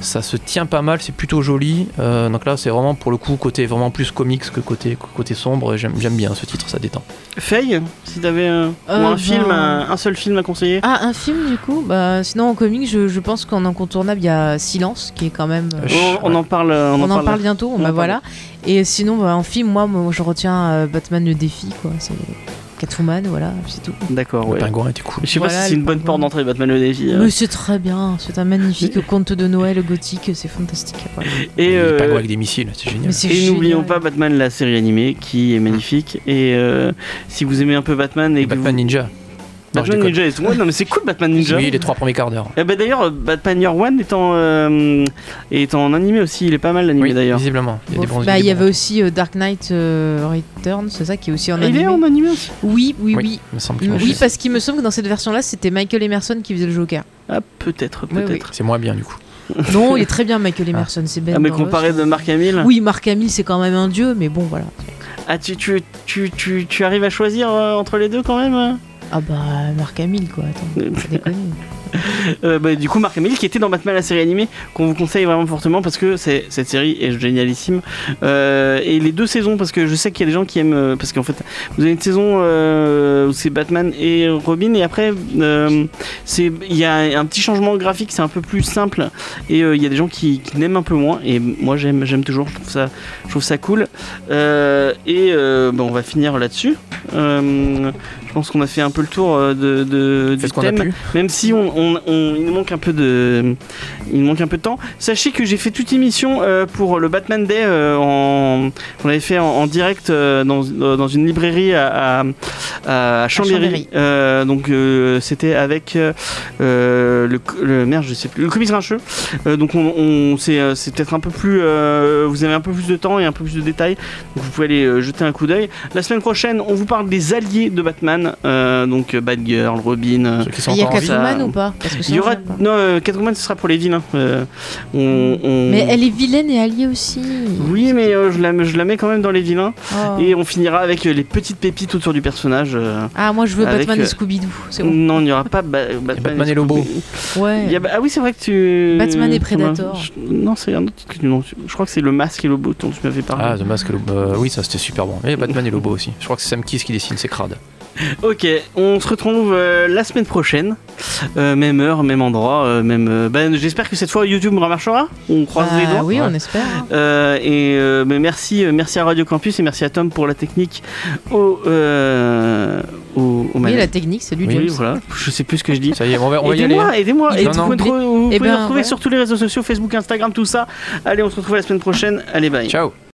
[SPEAKER 3] Ça se tient pas mal, c'est plutôt joli. Euh, donc là, c'est vraiment, pour le coup, côté vraiment plus comics que côté, côté sombre. Et J'aime j'aime bien ce titre, ça détend.
[SPEAKER 1] Faye, si t'avais euh, ou
[SPEAKER 2] Euh,
[SPEAKER 1] un
[SPEAKER 2] ben-
[SPEAKER 1] film, un, un seul film à conseiller.
[SPEAKER 2] Ah, un film du coup bah, Sinon, en comics, je, je pense qu'en incontournable, il y a Silence, qui est quand même. euh,
[SPEAKER 3] Euh,
[SPEAKER 1] On, on en parle, euh,
[SPEAKER 2] on,
[SPEAKER 1] on,
[SPEAKER 2] en parle, bientôt,
[SPEAKER 1] en
[SPEAKER 2] bah
[SPEAKER 1] parle.
[SPEAKER 2] voilà. Et sinon, bah, en film, moi, moi, je retiens euh, Batman le défi, quoi. C'est Catwoman, voilà, c'est tout.
[SPEAKER 1] D'accord, ouais.
[SPEAKER 3] Le pingouin était cool.
[SPEAKER 1] Je sais pas
[SPEAKER 2] Voilà,
[SPEAKER 1] si c'est
[SPEAKER 2] le
[SPEAKER 1] une bonne
[SPEAKER 2] pingouin.
[SPEAKER 1] porte d'entrée Batman le défi. euh.
[SPEAKER 2] Mais c'est très bien, c'est un magnifique conte de Noël gothique, c'est fantastique. voilà.
[SPEAKER 1] Et,
[SPEAKER 3] Le
[SPEAKER 1] euh,
[SPEAKER 3] pingouin avec des missiles, c'est génial.
[SPEAKER 2] Mais c'est
[SPEAKER 1] et
[SPEAKER 2] génial.
[SPEAKER 1] n'oublions pas Batman la série animée qui est magnifique. Et euh, si vous aimez un peu Batman et
[SPEAKER 3] Et
[SPEAKER 1] que vous-
[SPEAKER 3] Batman Ninja. Non, je
[SPEAKER 1] Batman
[SPEAKER 3] déconne.
[SPEAKER 1] Ninja et tout. Ouais, non mais c'est cool Batman Ninja.
[SPEAKER 3] Oui, les trois premiers quarts d'heure.
[SPEAKER 1] Eh ben, d'ailleurs euh, Batman Year One est en, euh, est en animé aussi. Il est pas mal l'animé
[SPEAKER 3] Oui,
[SPEAKER 1] d'ailleurs.
[SPEAKER 3] Visiblement. Il y a
[SPEAKER 2] Bon,
[SPEAKER 3] des bons
[SPEAKER 2] bah, il y
[SPEAKER 3] des bons-
[SPEAKER 2] avait aussi euh, Dark Knight euh, Return, c'est ça qui est aussi en
[SPEAKER 1] Ah, Il
[SPEAKER 2] animé.
[SPEAKER 1] est en animé aussi.
[SPEAKER 2] Oui,
[SPEAKER 3] Oui.
[SPEAKER 2] oui, oui.
[SPEAKER 3] il me semble que
[SPEAKER 2] Mm,
[SPEAKER 3] je
[SPEAKER 2] Oui,
[SPEAKER 3] sais.
[SPEAKER 2] parce qu'il me semble que dans cette version-là, c'était Michael Emerson qui faisait le Joker.
[SPEAKER 1] Ah peut-être,
[SPEAKER 2] Oui, oui.
[SPEAKER 1] peut-être.
[SPEAKER 3] C'est moins bien du coup.
[SPEAKER 2] Non, il est très bien, Michael Emerson, c'est Ben.
[SPEAKER 1] Ah mais
[SPEAKER 2] Burroughs.
[SPEAKER 1] comparé de Mark Hamill.
[SPEAKER 2] Oui, Marc Hamill, c'est quand même un dieu, mais bon, voilà.
[SPEAKER 1] Ah tu tu, tu, tu, tu arrives à choisir euh, entre les deux quand même. hein
[SPEAKER 2] Ah bah, Marc Hamill, quoi. Attends, faut pas déconner.
[SPEAKER 1] Euh, bah, du coup, Marc Hamill qui était dans Batman la série animée, qu'on vous conseille vraiment fortement parce que c'est- cette série est génialissime. Euh, et les deux saisons, parce que je sais qu'il y a des gens qui aiment, euh, parce qu'en fait, vous avez une saison euh, où c'est Batman et Robin, et après, euh, c'est il y a un petit changement graphique, c'est un peu plus simple, et euh, il y a des gens qui, qui n'aiment un peu moins, et moi j'aime, j'aime toujours, je trouve ça, je trouve ça cool. Euh, et euh, bah, on va finir là-dessus. Euh, je pense qu'on a fait un peu le tour euh, de, de- du
[SPEAKER 3] Faites ce qu'on a
[SPEAKER 1] thème.
[SPEAKER 3] pu.
[SPEAKER 1] Même si on, on- on- il nous manque un peu de, il nous manque un peu de temps. Sachez que j'ai fait toute émission euh, pour le Batman Day. euh, en, on l'avait fait en, en direct euh, dans, dans une librairie à, à- à Chambéry.
[SPEAKER 2] Chambéry.
[SPEAKER 1] Euh, donc euh, c'était avec euh, le, co- le merde, je sais plus, le comics grincheux. Euh, donc on, on- c'est, euh, c'est peut-être un peu plus, euh, vous avez un peu plus de temps et un peu plus de détails. Donc vous pouvez aller euh, jeter un coup d'œil. La semaine prochaine, on vous parle des alliés de Batman. euh, donc euh, Batgirl, Robin. euh,
[SPEAKER 3] Ceux qui sont
[SPEAKER 2] Il y a
[SPEAKER 3] encore en vie.
[SPEAKER 1] Catwoman
[SPEAKER 2] Catwoman
[SPEAKER 1] ça-
[SPEAKER 2] ou pas Parce que
[SPEAKER 1] il
[SPEAKER 2] hein.
[SPEAKER 1] y
[SPEAKER 2] sinon,
[SPEAKER 1] aura
[SPEAKER 2] je sais pas.
[SPEAKER 1] non euh, Catwoman ce sera pour les vilains. Euh, on, on-
[SPEAKER 2] Mais elle est vilaine et alliée aussi.
[SPEAKER 1] Oui mais euh, je, la, je la mets quand même dans les vilains
[SPEAKER 2] Oh.
[SPEAKER 1] et on finira avec euh, les petites pépites autour du personnage. euh.
[SPEAKER 2] Ah, moi je veux
[SPEAKER 1] Avec,
[SPEAKER 2] Batman
[SPEAKER 1] euh,
[SPEAKER 2] et Scooby-Doo. C'est bon.
[SPEAKER 1] Non il n'y aura pas Ba- Batman,
[SPEAKER 3] Batman et Lobo.
[SPEAKER 2] Ouais.
[SPEAKER 1] Il y a- Ah oui c'est vrai que tu.
[SPEAKER 2] Batman et
[SPEAKER 1] tu m'as-
[SPEAKER 2] Predator.
[SPEAKER 1] je- Non c'est un autre titre que tu non, tu- Je crois que c'est le masque et Lobo dont tu m'avais parlé.
[SPEAKER 3] Ah, The Mask et Lobo. Euh, oui, ça c'était super bon. Et Batman et Lobo aussi. Je crois que c'est Sam Kiss qui dessine, c'est crade.
[SPEAKER 1] Ok on se retrouve euh, la semaine prochaine Euh, même heure même endroit euh, même. euh, ben, j'espère que cette fois YouTube marchera. On croise les
[SPEAKER 2] Ah
[SPEAKER 1] doigts.
[SPEAKER 2] oui,
[SPEAKER 3] Ouais.
[SPEAKER 2] on espère.
[SPEAKER 1] Euh, et euh, mais merci, euh, merci à Radio Campus et merci à Tom pour la technique au, euh, au, au
[SPEAKER 2] Oui,
[SPEAKER 1] manège.
[SPEAKER 2] la technique, c'est du
[SPEAKER 1] Oui,
[SPEAKER 2] James.
[SPEAKER 1] voilà. Je sais plus ce que je dis.
[SPEAKER 3] Ça y est, on va, on va y aller. hein.
[SPEAKER 1] Aidez-moi, aidez-moi.
[SPEAKER 3] Il
[SPEAKER 1] Et
[SPEAKER 3] dit
[SPEAKER 1] vous
[SPEAKER 3] non,
[SPEAKER 1] pouvez,
[SPEAKER 2] non.
[SPEAKER 1] trou- vous
[SPEAKER 2] Eh
[SPEAKER 1] pouvez
[SPEAKER 2] ben,
[SPEAKER 1] nous retrouver
[SPEAKER 2] ouais.
[SPEAKER 1] sur tous les réseaux sociaux, Facebook, Instagram, tout ça. Allez, on se retrouve la semaine prochaine. Allez, bye.
[SPEAKER 3] Ciao.